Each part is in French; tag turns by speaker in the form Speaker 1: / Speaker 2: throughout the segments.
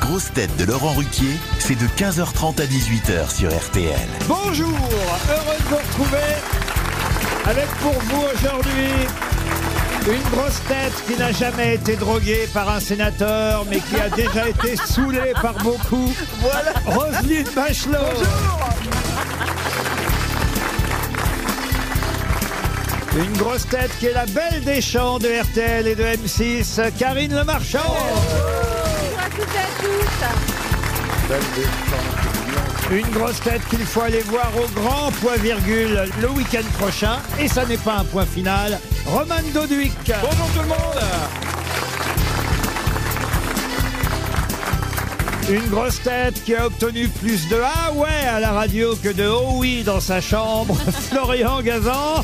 Speaker 1: grosses têtes de Laurent Ruquier, c'est de 15h30 à 18h sur RTL.
Speaker 2: Bonjour, heureux de vous retrouver avec pour vous aujourd'hui une grosse tête qui n'a jamais été droguée par un sénateur, mais qui a déjà été saoulée par beaucoup. Voilà. Roselyne Bachelot. Une grosse tête qui est la belle des champs de RTL et de M6, Karine Le Marchand.
Speaker 3: Bonjour à toutes et à tous.
Speaker 2: Une grosse tête qu'il faut aller voir au grand point virgule le week-end prochain. Et ça n'est pas un point final. Roman Doduic. Bonjour tout le monde. Une grosse tête qui a obtenu plus de Ah ouais à la radio que de Oh oui dans sa chambre. Florian Gazan.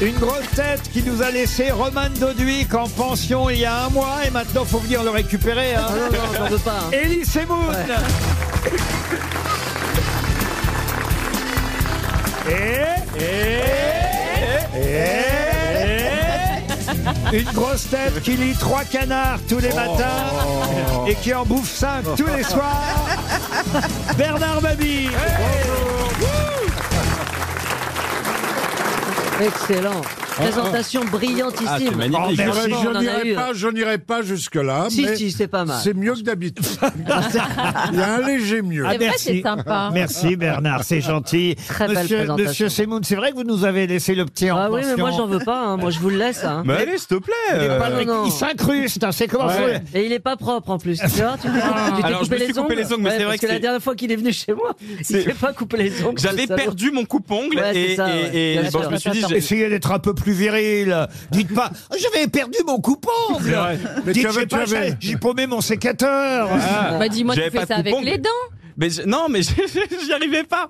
Speaker 2: Une grosse tête qui nous a laissé Roman Doduic en pension il y a un mois et maintenant faut venir le récupérer. Hein.
Speaker 4: Ah non, non, j'en veux pas, hein.
Speaker 2: Elie Semoun. Et, et, et, une grosse tête qui lit trois canards tous les matins et qui en bouffe cinq tous les soirs. Bernard Mabille.
Speaker 4: Excellent.
Speaker 5: Ah,
Speaker 4: Présentation brillantissime.
Speaker 6: Ah, c'est magnifique.
Speaker 4: Oh,
Speaker 2: Merci,
Speaker 4: franchement, on
Speaker 6: Si je
Speaker 4: en a
Speaker 6: n'irai
Speaker 4: eu. hein.
Speaker 6: pas, je n'irai pas jusque-là.
Speaker 4: Si,
Speaker 6: mais
Speaker 4: si, c'est pas mal.
Speaker 6: C'est mieux que d'habitude. Il y a un léger mieux.
Speaker 2: Ah,
Speaker 3: vrai,
Speaker 2: merci.
Speaker 3: c'est sympa.
Speaker 2: Merci Bernard, c'est gentil.
Speaker 4: Très belle
Speaker 2: monsieur,
Speaker 4: présentation.
Speaker 2: Monsieur Semoun, c'est vrai que vous nous avez laissé le petit en
Speaker 4: Ah oui,
Speaker 2: pension.
Speaker 4: mais moi j'en veux pas, hein. moi je vous le laisse. hein.
Speaker 5: Mais allez, s'il te plaît. euh,
Speaker 4: pas le- non.
Speaker 2: Il s'incruste, hein, c'est comment ça-
Speaker 4: Et il est pas propre en plus. Tu vois, tu t'es tu t'es
Speaker 5: Alors, je
Speaker 4: coupé
Speaker 5: me suis
Speaker 4: les ongles.
Speaker 5: coupé les ongles, mais
Speaker 4: Ouais,
Speaker 5: c'est vrai
Speaker 4: parce
Speaker 5: que
Speaker 4: que la
Speaker 5: c'est-
Speaker 4: dernière fois qu'il est venu chez moi, il
Speaker 5: C'est-
Speaker 4: s'est pas coupé les ongles.
Speaker 5: J'avais
Speaker 4: ce salaud.
Speaker 5: perdu mon coupe-ongle
Speaker 4: Ouais,
Speaker 5: et,
Speaker 4: c'est ça,
Speaker 5: et-
Speaker 4: ouais.
Speaker 5: et
Speaker 4: Bien
Speaker 5: bon,
Speaker 4: sûr.
Speaker 5: je me suis dit, j'ai-
Speaker 2: Essayez d'être un peu plus viril. Dites pas, j'avais perdu mon coupon.
Speaker 6: Mais
Speaker 2: Dites,
Speaker 6: tu avais-
Speaker 2: j'ai pas-
Speaker 6: tu avais- Ah.
Speaker 2: j'ai paumé mon sécateur.
Speaker 3: Bah dis-moi, tu
Speaker 5: J'avais
Speaker 3: fais
Speaker 5: pas
Speaker 3: ça
Speaker 5: de
Speaker 3: avec
Speaker 5: coupon.
Speaker 3: les dents.
Speaker 5: mais je- non, mais je- j'y arrivais pas.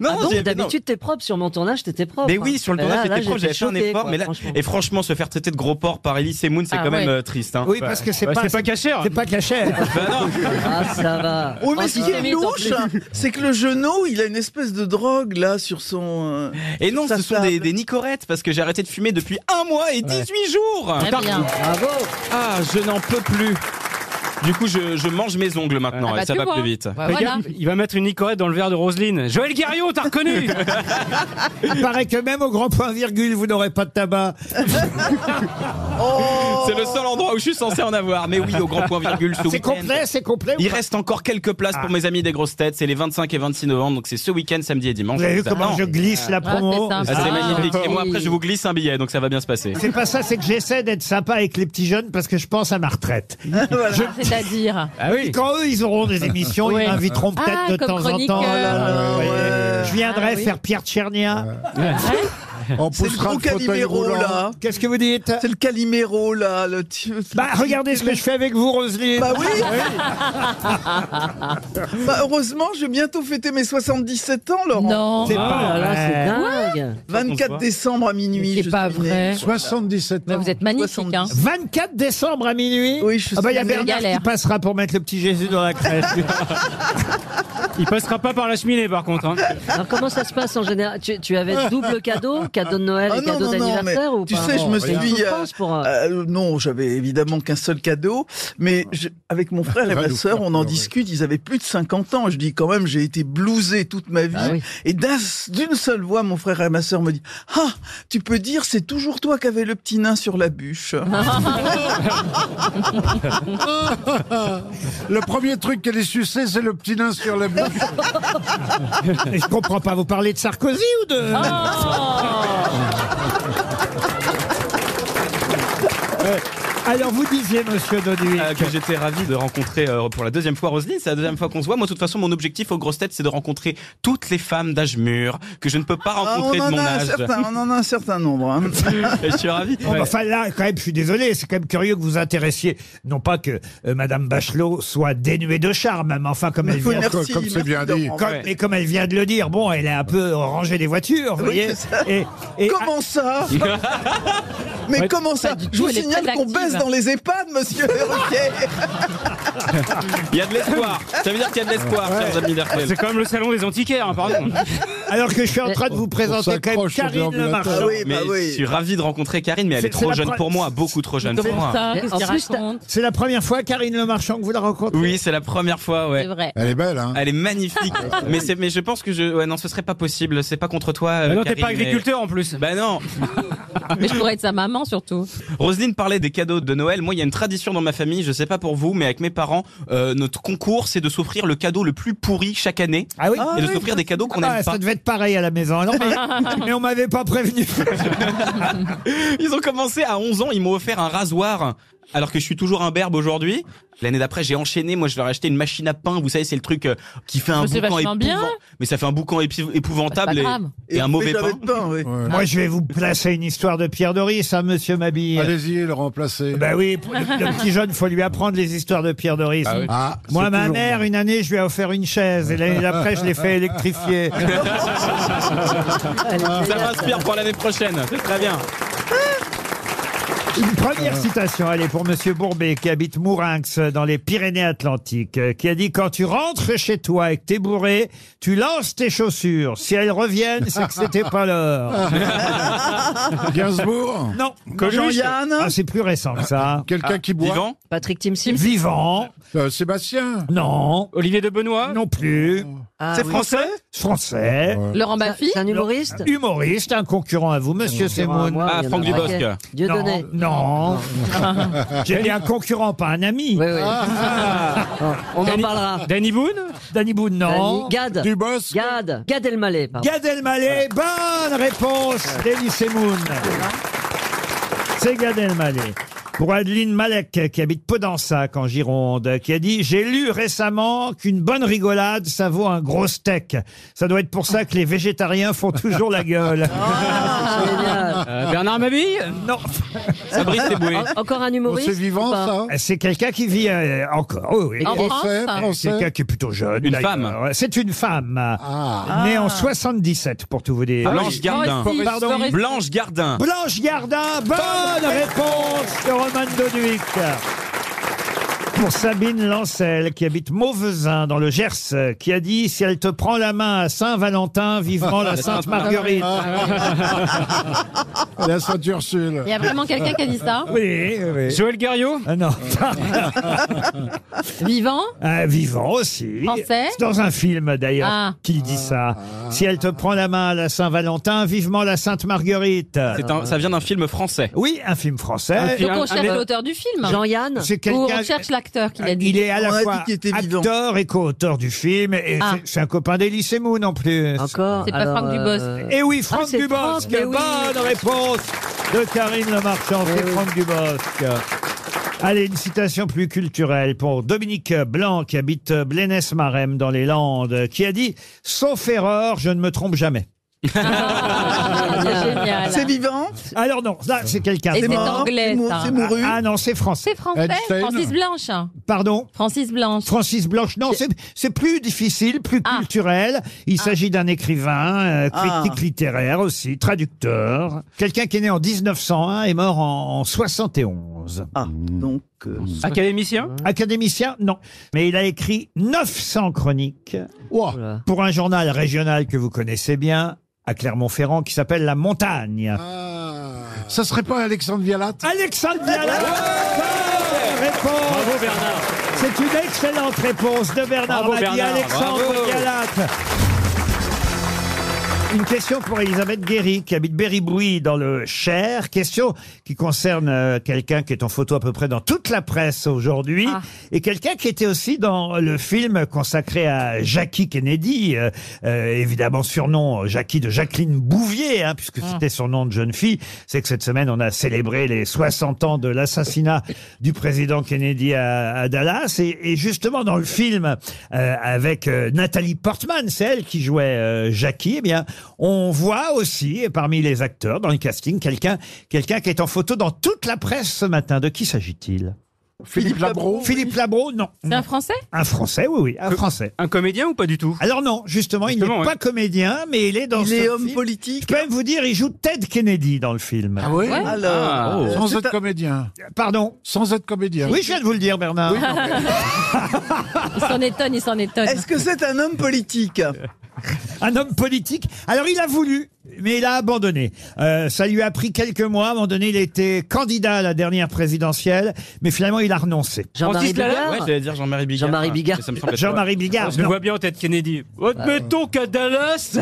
Speaker 5: Non,
Speaker 4: Ah bon,
Speaker 5: j'y arrivais-
Speaker 4: d'habitude t'es propre, sur mon tournage t'étais
Speaker 3: Oh,
Speaker 4: propre.
Speaker 5: Mais
Speaker 4: hein.
Speaker 5: oui, sur le
Speaker 4: Mais là-
Speaker 5: tournage,
Speaker 4: là,
Speaker 5: j'étais proche, j'avais fait un
Speaker 4: choqué,
Speaker 5: effort.
Speaker 4: quoi,
Speaker 5: mais là,
Speaker 4: franchement.
Speaker 5: et franchement, se faire traiter de gros porc par Elise Moon, c'est
Speaker 3: Ah
Speaker 5: quand même
Speaker 3: ouais.
Speaker 5: euh, triste. Hein.
Speaker 2: Oui, parce que c'est
Speaker 7: Bah,
Speaker 2: pas,
Speaker 7: c'est pas
Speaker 3: hein.
Speaker 7: cachère.
Speaker 2: c'est pas cachère.
Speaker 5: Bah non.
Speaker 4: Ah, ça va.
Speaker 8: Oh mais ce qui est
Speaker 3: Antisémite, en
Speaker 8: louche, hein, c'est que le genou, il a une espèce de drogue là sur son. euh,
Speaker 5: Et non,
Speaker 8: Ça
Speaker 5: ce sont
Speaker 8: fait un
Speaker 5: des,
Speaker 8: peu-
Speaker 5: des nicorettes parce que j'ai arrêté de fumer depuis un mois et 18 jours.
Speaker 3: Très bien.
Speaker 4: Bravo.
Speaker 5: Ah, je n'en peux plus. Du coup, je, je mange mes ongles maintenant
Speaker 3: Ah bah,
Speaker 5: et ça
Speaker 3: tu
Speaker 5: va
Speaker 3: vois.
Speaker 5: plus vite.
Speaker 3: Bah,
Speaker 7: Fais
Speaker 3: voilà.
Speaker 7: gaffe, Il va mettre une nicorette dans le verre de Roselyne. Joël Guerriot, t'as reconnu
Speaker 2: Il paraît que même au grand point virgule, vous n'aurez pas de tabac.
Speaker 5: C'est le seul endroit où je suis censé en avoir. Mais oui, au grand point virgule, ce
Speaker 2: Ah, C'est
Speaker 5: week-end.
Speaker 2: complet, Ah. c'est complet. ou
Speaker 5: Il
Speaker 2: pas
Speaker 5: reste encore quelques places pour mes amis des grosses têtes. C'est les 25 et 26 novembre, donc c'est ce week-end, samedi et dimanche.
Speaker 2: Vous avez vu
Speaker 5: Ça
Speaker 2: comment
Speaker 5: va.
Speaker 2: je glisse la
Speaker 3: Ah,
Speaker 2: promo
Speaker 3: c'est sympa.
Speaker 5: Ah, c'est
Speaker 3: Ah,
Speaker 5: magnifique. Et moi,
Speaker 3: oui.
Speaker 5: après, je vous glisse un billet, donc ça va bien se passer.
Speaker 2: C'est pas ça, c'est que j'essaie d'être sympa avec les petits jeunes parce que je pense à ma retraite.
Speaker 8: voilà.
Speaker 3: C'est-à-dire.
Speaker 7: Ah oui.
Speaker 2: Quand eux, ils auront des émissions,
Speaker 3: Ouais.
Speaker 2: ils m'inviteront
Speaker 3: Ah,
Speaker 2: peut-être de
Speaker 3: comme
Speaker 2: temps en
Speaker 3: chroniqueur.
Speaker 2: temps.
Speaker 3: Oh là
Speaker 2: Vous voyez.
Speaker 8: ouais.
Speaker 2: Je viendrai
Speaker 3: Ah, oui.
Speaker 2: faire Pierre Tchernia.
Speaker 6: On
Speaker 8: C'est le
Speaker 6: poussera
Speaker 8: gros
Speaker 6: le fauteuil
Speaker 8: Calimero
Speaker 6: roulant.
Speaker 8: là.
Speaker 2: Qu'est-ce que vous dites
Speaker 8: C'est le Calimero là. Le... t-
Speaker 2: Bah, regardez ce que je fais avec vous, Roselyne. Ah
Speaker 8: Bah oui. Bah, heureusement, je vais bientôt fêter mes 77 ans, Laurent.
Speaker 3: Non.
Speaker 2: C'est
Speaker 4: Oh là là, c'est
Speaker 2: pas vrai.
Speaker 4: dingue.
Speaker 8: 24 décembre à minuit. je
Speaker 3: C'est pas
Speaker 8: suis né.
Speaker 3: vrai.
Speaker 6: 77
Speaker 3: Bah,
Speaker 6: ans.
Speaker 3: vous êtes magnifique. Hein.
Speaker 2: 24 décembre à minuit.
Speaker 8: Oui, je suis
Speaker 2: Ah bah, il y a
Speaker 8: sûre.
Speaker 2: Bernard
Speaker 3: Galère.
Speaker 2: qui passera pour mettre le petit Jésus dans la crèche.
Speaker 7: Il passera pas par la cheminée par contre. hein.
Speaker 4: Alors comment ça se passe en général tu, tu avais double cadeau, cadeau de Noël
Speaker 8: Ah
Speaker 4: et
Speaker 8: non, non,
Speaker 4: cadeau
Speaker 8: non, mais
Speaker 4: d'anniversaire ou
Speaker 8: tu
Speaker 4: pas
Speaker 8: sais, je me
Speaker 4: Il y a une
Speaker 8: suis, euh,
Speaker 4: souffrance pour, euh,
Speaker 8: Euh, non, j'avais évidemment qu'un seul cadeau, mais je- avec mon frère et ma sœur, on en discute. Ils avaient plus de 50 ans. Je dis quand même, j'ai été blousé toute ma vie.
Speaker 4: Ah oui.
Speaker 8: Et d'un- d'une seule voix, mon frère et ma sœur me disent Ah, tu peux dire, c'est toujours toi qui avais le petit nain sur la bûche.
Speaker 6: Ah, Le premier truc qu'elle est sucée, c'est le petit nain sur la bouche.
Speaker 2: Et je comprends pas, vous parlez de Sarkozy ou de... Alors, vous disiez, monsieur Doduy.
Speaker 5: Euh, que j'étais ravi de rencontrer euh, pour la deuxième fois Roselyne. C'est la deuxième fois qu'on se voit. Moi, de toute façon, mon objectif aux grosses têtes, c'est de rencontrer toutes les femmes d'âge mûr que je ne peux pas
Speaker 8: Ah,
Speaker 5: rencontrer
Speaker 8: on,
Speaker 5: de
Speaker 8: en
Speaker 5: mon
Speaker 8: a un
Speaker 5: âge.
Speaker 8: certain, on en a un certain nombre. hein.
Speaker 5: Et je suis ravi.
Speaker 2: Bon, bah, Enfin là, quand même, je suis désolé, c'est quand même curieux que vous vous intéressiez, non pas que euh, Madame Bachelot soit dénuée de charme, mais enfin comme elle
Speaker 8: Oui,
Speaker 2: vient,
Speaker 6: comme- comme c'est
Speaker 8: merci,
Speaker 6: bien
Speaker 8: Laurent.
Speaker 6: dit.
Speaker 2: comme,
Speaker 5: Ouais.
Speaker 2: mais comme elle vient de le dire, bon, elle est un peu rangée des voitures, vous
Speaker 8: Oui,
Speaker 2: voyez.
Speaker 8: c'est ça.
Speaker 2: Et, et-
Speaker 8: Comment ça Mais comment ça
Speaker 3: du
Speaker 8: Je
Speaker 3: tout,
Speaker 8: vous
Speaker 3: elle est
Speaker 8: signale
Speaker 3: très
Speaker 8: qu'on
Speaker 3: active.
Speaker 8: baisse dans les EHPAD, monsieur Ruquier
Speaker 5: Il y a de l'espoir. Ça veut dire qu'il y a de l'espoir, chers amis d'RTL.
Speaker 7: C'est comme le salon des antiquaires, hein, pardon.
Speaker 2: Alors que je suis en train de vous présenter quand même
Speaker 6: s'accroche au
Speaker 2: Karine Le
Speaker 6: déambulateur.
Speaker 2: Marchand.
Speaker 8: Oui,
Speaker 5: Mais
Speaker 8: bah
Speaker 5: je
Speaker 8: oui.
Speaker 5: suis ravi de rencontrer Karine, mais elle
Speaker 2: C'est-
Speaker 5: est,
Speaker 2: c'est
Speaker 5: trop
Speaker 2: la
Speaker 5: jeune
Speaker 2: pre-
Speaker 5: pour moi, beaucoup trop jeune pour moi.
Speaker 3: ça Qu'est-ce
Speaker 4: en
Speaker 3: qu'il
Speaker 4: plus, t'as-
Speaker 3: raconte
Speaker 2: C'est la première fois, Karine Le Marchand, que vous la rencontrez
Speaker 5: Oui, c'est la première fois, ouais.
Speaker 3: C'est vrai.
Speaker 6: Elle est belle, hein
Speaker 5: Elle est magnifique. mais c'est, mais je pense que je, ouais, non, ce serait pas possible. C'est pas contre toi.
Speaker 2: Bah
Speaker 5: euh,
Speaker 7: non, t'es
Speaker 5: Karine,
Speaker 7: pas agriculteur en plus.
Speaker 5: mais- Bah non.
Speaker 3: Mais je pourrais être sa maman surtout.
Speaker 5: Roselyne parlait des cadeaux de Noël. Moi, il y a une tradition dans ma famille. Je sais pas pour vous, mais avec mes parents, euh, notre concours, c'est de s'offrir le cadeau le plus pourri chaque année
Speaker 2: Ah oui
Speaker 5: et de s'offrir des cadeaux qu'on
Speaker 2: Ah,
Speaker 5: aime
Speaker 2: ça
Speaker 5: pas.
Speaker 2: devait être pareil à la maison. Non, mais, mais on m'avait pas prévenu.
Speaker 5: Ils ont commencé à 11 ans. Ils m'ont offert un rasoir. Alors que je suis toujours un berbe aujourd'hui. L'année d'après, j'ai enchaîné. Moi, je leur ai acheté une machine à pain. Vous savez, c'est le truc euh, qui fait un
Speaker 3: Mais c'est
Speaker 5: boucan
Speaker 3: vachement
Speaker 5: épouvan-
Speaker 3: bien.
Speaker 5: Mais ça fait un boucan épi-
Speaker 3: Bah,
Speaker 5: épouvantable et,
Speaker 3: c'est pas grave.
Speaker 5: et un
Speaker 8: vous
Speaker 5: mauvais
Speaker 8: faites
Speaker 5: pain.
Speaker 8: jamais de pain, oui.
Speaker 6: Ouais.
Speaker 2: Moi, je vais vous placer une histoire de Pierre Doris, hein, monsieur Mabille.
Speaker 6: Allez-y, le remplacer.
Speaker 2: Ben oui, pour- le, le petit jeune, faut lui apprendre les histoires de Pierre Doris.
Speaker 6: Ah, c'est
Speaker 2: Moi, ma
Speaker 6: toujours
Speaker 2: mère,
Speaker 6: bon.
Speaker 2: une année, je lui ai offert une chaise. Et l'année d'après, je l'ai fait électrifier.
Speaker 4: Elle est
Speaker 5: Ça
Speaker 4: géniale.
Speaker 5: m'inspire pour l'année prochaine. C'est très bien.
Speaker 2: Une première citation, allez, pour Monsieur Bourbet, qui habite Mourinx, dans les Pyrénées-Atlantiques, euh, qui a dit « Quand tu rentres chez toi et que t'es bourré, tu lances tes chaussures. Si elles reviennent, c'est que c'était pas l'heure.
Speaker 6: Gainsbourg »
Speaker 2: Non.
Speaker 8: Jean-Yann
Speaker 2: Ah, c'est plus récent que ça.
Speaker 6: Quelqu'un qui boit
Speaker 5: Vivant.
Speaker 4: Patrick Timsim.
Speaker 2: Vivant.
Speaker 6: Euh, Sébastien
Speaker 2: Non.
Speaker 7: Olivier de Benoît
Speaker 2: Non plus.
Speaker 4: Ah,
Speaker 5: C'est
Speaker 4: oui.
Speaker 5: français.
Speaker 2: Français.
Speaker 3: Laurent Baffy
Speaker 4: C'est un humoriste
Speaker 2: Humoriste, un concurrent à vous, Monsieur Semoun.
Speaker 4: Moi,
Speaker 5: Ah,
Speaker 4: il y en
Speaker 5: Franck
Speaker 4: a un
Speaker 5: Dubosc.
Speaker 4: paquet. Dieu
Speaker 2: Non,
Speaker 4: donné.
Speaker 2: non. J'ai dit un concurrent, pas un ami. Ah.
Speaker 4: Oui, oui. Bon, On en
Speaker 7: Danny-
Speaker 4: parlera.
Speaker 7: Danny Boone
Speaker 2: Danny Boone,
Speaker 4: Danny-
Speaker 2: non.
Speaker 4: Gad.
Speaker 6: Dubos
Speaker 4: Gad. Gad Elmaleh, pardon.
Speaker 2: Gad Elmaleh, bonne réponse d'Elie Semoun. C'est Gad Elmaleh. Pour Adeline Malek, qui habite Podensac en Gironde, qui a dit « J'ai lu récemment qu'une bonne rigolade, ça vaut un gros steak. Ça doit être pour ça que les végétariens font toujours la gueule.
Speaker 4: Ah, génial.
Speaker 7: Euh, Bernard Mabille
Speaker 2: Non,
Speaker 5: Fabrice Eboué.
Speaker 4: En- Encore un
Speaker 6: Bon,
Speaker 4: humoriste
Speaker 6: Oh, C'est vivant,
Speaker 4: ou pas
Speaker 6: ça
Speaker 2: Euh, c'est quelqu'un qui vit euh, encore. Oh, oui.
Speaker 3: En France
Speaker 6: Français,
Speaker 3: hein.
Speaker 2: C'est quelqu'un
Speaker 6: français.
Speaker 2: qui est plutôt jeune.
Speaker 5: Une
Speaker 2: d'ailleurs.
Speaker 5: femme.
Speaker 2: C'est une femme.
Speaker 6: Ah,
Speaker 2: Née en 77, pour tout vous dire.
Speaker 5: Blanche Gardin.
Speaker 3: Moi aussi,
Speaker 2: Pardon.
Speaker 3: je l'aurais-
Speaker 5: Blanche Gardin.
Speaker 2: Blanche Gardin, bonne réponse de Roman Doduic. Pour Sabine Lancel, qui habite Mauvezin, dans le Gers, euh, qui a dit « Si elle te prend la main à Saint-Valentin, vivement la Sainte-Marguerite
Speaker 6: la Sainte-Ursule.
Speaker 3: Il y a vraiment quelqu'un qui a dit ça ».
Speaker 2: Oui, oui.
Speaker 7: Joël Guerriot
Speaker 2: Ah non,
Speaker 3: Vivant
Speaker 2: Ah, vivant aussi.
Speaker 3: Français
Speaker 2: C'est dans un film d'ailleurs
Speaker 3: Ah.
Speaker 2: qu'il dit ça. Si elle te prend la main à la Saint-Valentin, vivement la Sainte-Marguerite.
Speaker 5: C'est un- ça vient d'un film français.
Speaker 2: euh, Oui, un film français. Ah,
Speaker 7: Un
Speaker 3: Donc
Speaker 7: film.
Speaker 3: on Ah, cherche
Speaker 7: mais-
Speaker 3: l'auteur du film.
Speaker 4: Jean-Yann.
Speaker 2: C'est
Speaker 3: Ou
Speaker 2: quelqu'un.
Speaker 3: on cherche l'acteur qui l'a dit.
Speaker 2: Il est à
Speaker 8: On
Speaker 2: la
Speaker 8: a
Speaker 2: fois
Speaker 8: dit qu'il était vivant.
Speaker 2: acteur et co-auteur du film. Et
Speaker 3: Ah.
Speaker 2: c'est- c'est un copain d'Elysée Moon en plus.
Speaker 4: Encore.
Speaker 3: C'est pas
Speaker 4: alors,
Speaker 3: Franck
Speaker 4: euh,
Speaker 2: Et oui,
Speaker 4: Ah,
Speaker 2: Franck
Speaker 4: c'est
Speaker 2: Dubosc.
Speaker 4: Franck, mais oui.
Speaker 2: Bonne réponse de Karine Lemarchand. C'est Franck Dubosc. Allez, une citation plus culturelle pour Dominique Blanc, qui habite Blénès-Marem dans les Landes, qui a dit « Sauf erreur, je ne me trompe jamais
Speaker 3: Ah, c'est génial.
Speaker 8: C'est vivant, ».
Speaker 2: Alors non, là, c'est quelqu'un.
Speaker 3: Et
Speaker 8: c'est
Speaker 3: c'est
Speaker 8: mort,
Speaker 3: anglais,
Speaker 8: c'est mou-
Speaker 3: ça.
Speaker 8: c'est mouru.
Speaker 2: Ah non, c'est français.
Speaker 3: C'est français.
Speaker 6: Einstein.
Speaker 3: Francis Blanche.
Speaker 2: Pardon
Speaker 3: Francis Blanche.
Speaker 2: Francis Blanche, non, c'est- c'est plus difficile, plus
Speaker 3: Ah.
Speaker 2: culturel. Il s'agit d'un écrivain, euh,
Speaker 8: Ah.
Speaker 2: critique littéraire aussi, traducteur. Quelqu'un qui est né en 1901 et mort en, en 71.
Speaker 8: Ah, donc. euh,
Speaker 7: Académicien
Speaker 2: Académicien, non. Mais il a écrit 900 chroniques Oh
Speaker 6: Ouah.
Speaker 4: Oula.
Speaker 2: pour un journal régional que vous connaissez bien, à Clermont-Ferrand, qui s'appelle La Montagne.
Speaker 6: Ah. Ça serait pas Alexandre Vialat
Speaker 2: Alexandre Viala Bonne réponse
Speaker 7: Bravo Bernard
Speaker 2: C'est une excellente réponse de Bernard
Speaker 7: Bravo,
Speaker 2: Mabie,
Speaker 7: Bernard,
Speaker 2: Alexandre
Speaker 7: bravo.
Speaker 2: Galat. Une question pour Elisabeth Guéry, qui habite Berry-Brouilly dans le Cher. Question qui concerne euh, quelqu'un qui est en photo à peu près dans toute la presse aujourd'hui.
Speaker 3: Ah.
Speaker 2: Et quelqu'un qui était aussi dans le film consacré à Jackie Kennedy. euh, euh, évidemment, surnom euh, Jackie de Jacqueline Bouvier, hein, puisque c'était son nom de jeune fille. C'est que cette semaine, on a célébré les 60 ans de l'assassinat du président Kennedy à, à Dallas. Et, et justement, dans le film euh, avec euh, Nathalie Portman, c'est elle qui jouait euh, Jackie, eh bien, on voit aussi, et parmi les acteurs, dans le casting, quelqu'un quelqu'un qui est en photo dans toute la presse ce matin. De qui s'agit-il
Speaker 6: Philippe Labro.
Speaker 2: Philippe Labro, non.
Speaker 3: C'est un Français
Speaker 2: Un Français, oui, oui, un Français.
Speaker 7: Un comédien ou pas du tout
Speaker 2: Alors non, justement, il n'est
Speaker 7: Justement,
Speaker 2: pas
Speaker 7: ouais.
Speaker 2: comédien, mais il est dans
Speaker 8: Il
Speaker 2: ce
Speaker 8: est homme
Speaker 2: film. Je
Speaker 8: politique.
Speaker 2: peux même vous dire, il joue Ted Kennedy dans le film.
Speaker 6: Ah oui
Speaker 3: Ouais.
Speaker 5: Ah,
Speaker 8: Alors,
Speaker 5: oh.
Speaker 8: euh,
Speaker 6: Sans
Speaker 8: c'est
Speaker 6: être
Speaker 8: un-
Speaker 6: comédien.
Speaker 2: Pardon
Speaker 6: Sans être comédien.
Speaker 2: Oui, je viens de vous le dire, Bernard.
Speaker 3: Il s'en étonne, il s'en étonne.
Speaker 8: est-ce que c'est un homme politique
Speaker 2: un homme politique. Alors il a voulu, mais il a abandonné. Euh, ça lui a pris quelques mois. À un moment donné, il était candidat à la dernière présidentielle, mais finalement, il a renoncé.
Speaker 4: Jean-Marie
Speaker 5: Ouais,
Speaker 4: Bigard
Speaker 5: j'allais dire Jean-Marie Bigard. Ah,
Speaker 4: Jean-Marie Bigard.
Speaker 5: Ça me semble être-
Speaker 2: Jean-Marie Bigard.
Speaker 7: Je le
Speaker 2: non.
Speaker 7: vois bien en tête Kennedy. Admettons qu'à Dallas.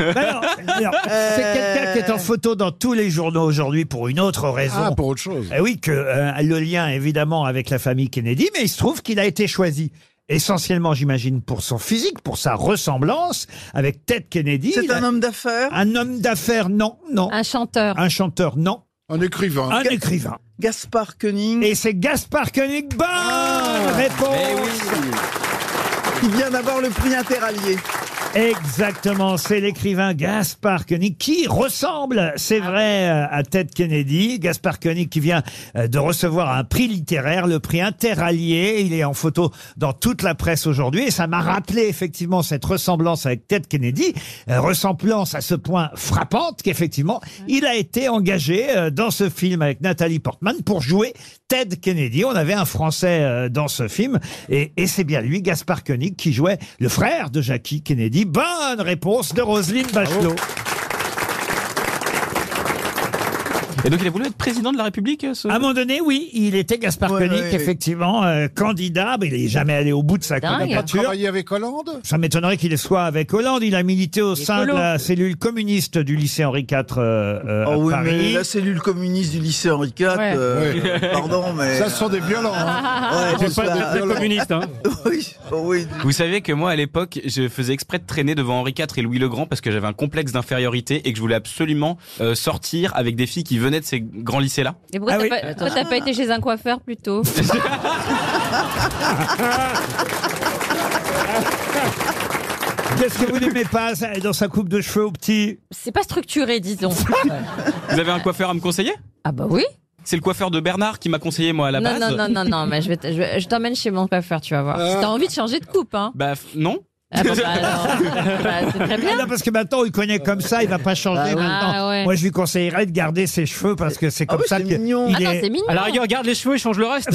Speaker 2: Ben Non, non, C'est quelqu'un qui est en photo dans tous les journaux aujourd'hui pour une autre raison.
Speaker 6: Euh. Ah, pour autre chose.
Speaker 2: Eh oui, que euh, le lien évidemment avec la famille Kennedy, mais il se trouve qu'il a été choisi essentiellement, j'imagine, pour son physique, pour sa ressemblance avec Ted Kennedy.
Speaker 8: C'est
Speaker 2: Il a-
Speaker 8: un homme d'affaires
Speaker 2: un homme d'affaires, non, non.
Speaker 3: Un chanteur.
Speaker 2: Un chanteur, non.
Speaker 6: Un écrivain.
Speaker 2: Un écrivain.
Speaker 8: Gaspard Koenig Ah.
Speaker 2: Et c'est Gaspard Koenig. Bonne
Speaker 5: Eh
Speaker 2: réponse
Speaker 5: oui.
Speaker 8: qui vient d'avoir le prix Interallié.
Speaker 2: Exactement, c'est l'écrivain Gaspard Koenig qui ressemble, c'est vrai, euh, à Ted Kennedy. Gaspard Koenig qui vient euh, de recevoir un prix littéraire, le prix interallié. Il est en photo dans toute la presse aujourd'hui et ça m'a rappelé effectivement cette ressemblance avec Ted Kennedy, euh, ressemblance à ce point frappante qu'effectivement, il a été engagé euh, dans ce film avec Nathalie Portman pour jouer Ted Kennedy. On avait un Français euh, dans ce film et, et c'est bien lui, Gaspard Koenig, qui jouait le frère de Jackie Kennedy. Bonne réponse de Roselyne Bachelot.
Speaker 5: Et donc il a voulu être président de la République euh, ce...
Speaker 2: À un moment donné, oui, il était Gaspard
Speaker 8: Ouais,
Speaker 2: Koenig,
Speaker 8: ouais, ouais.
Speaker 2: effectivement, euh, candidat. Mais il n'est jamais allé au bout de sa
Speaker 3: Dingue.
Speaker 2: candidature.
Speaker 6: Travailler avec Hollande
Speaker 2: Ça m'étonnerait qu'il soit avec Hollande. Il a milité au sein
Speaker 4: écolo.
Speaker 2: de la cellule communiste du lycée Henri IV euh, euh, à
Speaker 8: Oh oui, mais
Speaker 2: Paris.
Speaker 8: la cellule communiste du lycée Henri IV,
Speaker 3: Ouais.
Speaker 8: euh, pardon, mais...
Speaker 6: Ça, ce sont des violents. hein.
Speaker 8: Ouais,
Speaker 7: C'est
Speaker 8: tout ça-
Speaker 7: pas des communistes. Hein.
Speaker 8: oui, oh oui,
Speaker 5: Vous savez que moi à l'époque, je faisais exprès de traîner devant Henri IV et Louis le Grand parce que j'avais un complexe d'infériorité et que je voulais absolument euh, sortir avec des filles qui venaient de ces grands lycées-là.
Speaker 3: Et pourquoi
Speaker 2: Ah
Speaker 3: t'as
Speaker 2: oui.
Speaker 3: pas- pourquoi t'as pas été chez un coiffeur plus tôt
Speaker 2: Qu'est-ce que vous n'aimez pas ça, dans sa coupe de cheveux au petit
Speaker 3: C'est pas structuré, disons.
Speaker 5: Vous avez un coiffeur à me conseiller
Speaker 3: Ah bah oui
Speaker 5: C'est le coiffeur de Bernard qui m'a conseillé moi à la
Speaker 3: non,
Speaker 5: base.
Speaker 3: non, non, non, non, mais je vais t- je vais- je t'emmène chez mon coiffeur, tu vas voir.
Speaker 4: Ah.
Speaker 3: Si t'as envie de changer de coupe, hein.
Speaker 5: Bah f- non.
Speaker 3: Ah bah, bah, alors, bah, c'est très bien.
Speaker 2: Ah non, parce que maintenant, on le connaît comme ça, il va pas changer
Speaker 3: Ah ouais.
Speaker 2: maintenant.
Speaker 3: Ah ouais.
Speaker 2: Moi, je lui conseillerais de garder ses cheveux parce que c'est
Speaker 8: Ah
Speaker 2: comme
Speaker 8: oui,
Speaker 2: ça
Speaker 8: c'est
Speaker 2: que.
Speaker 8: mignon.
Speaker 2: il
Speaker 3: Ah non,
Speaker 2: est-
Speaker 3: c'est mignon.
Speaker 7: À la rigueur, garde les cheveux et change le reste.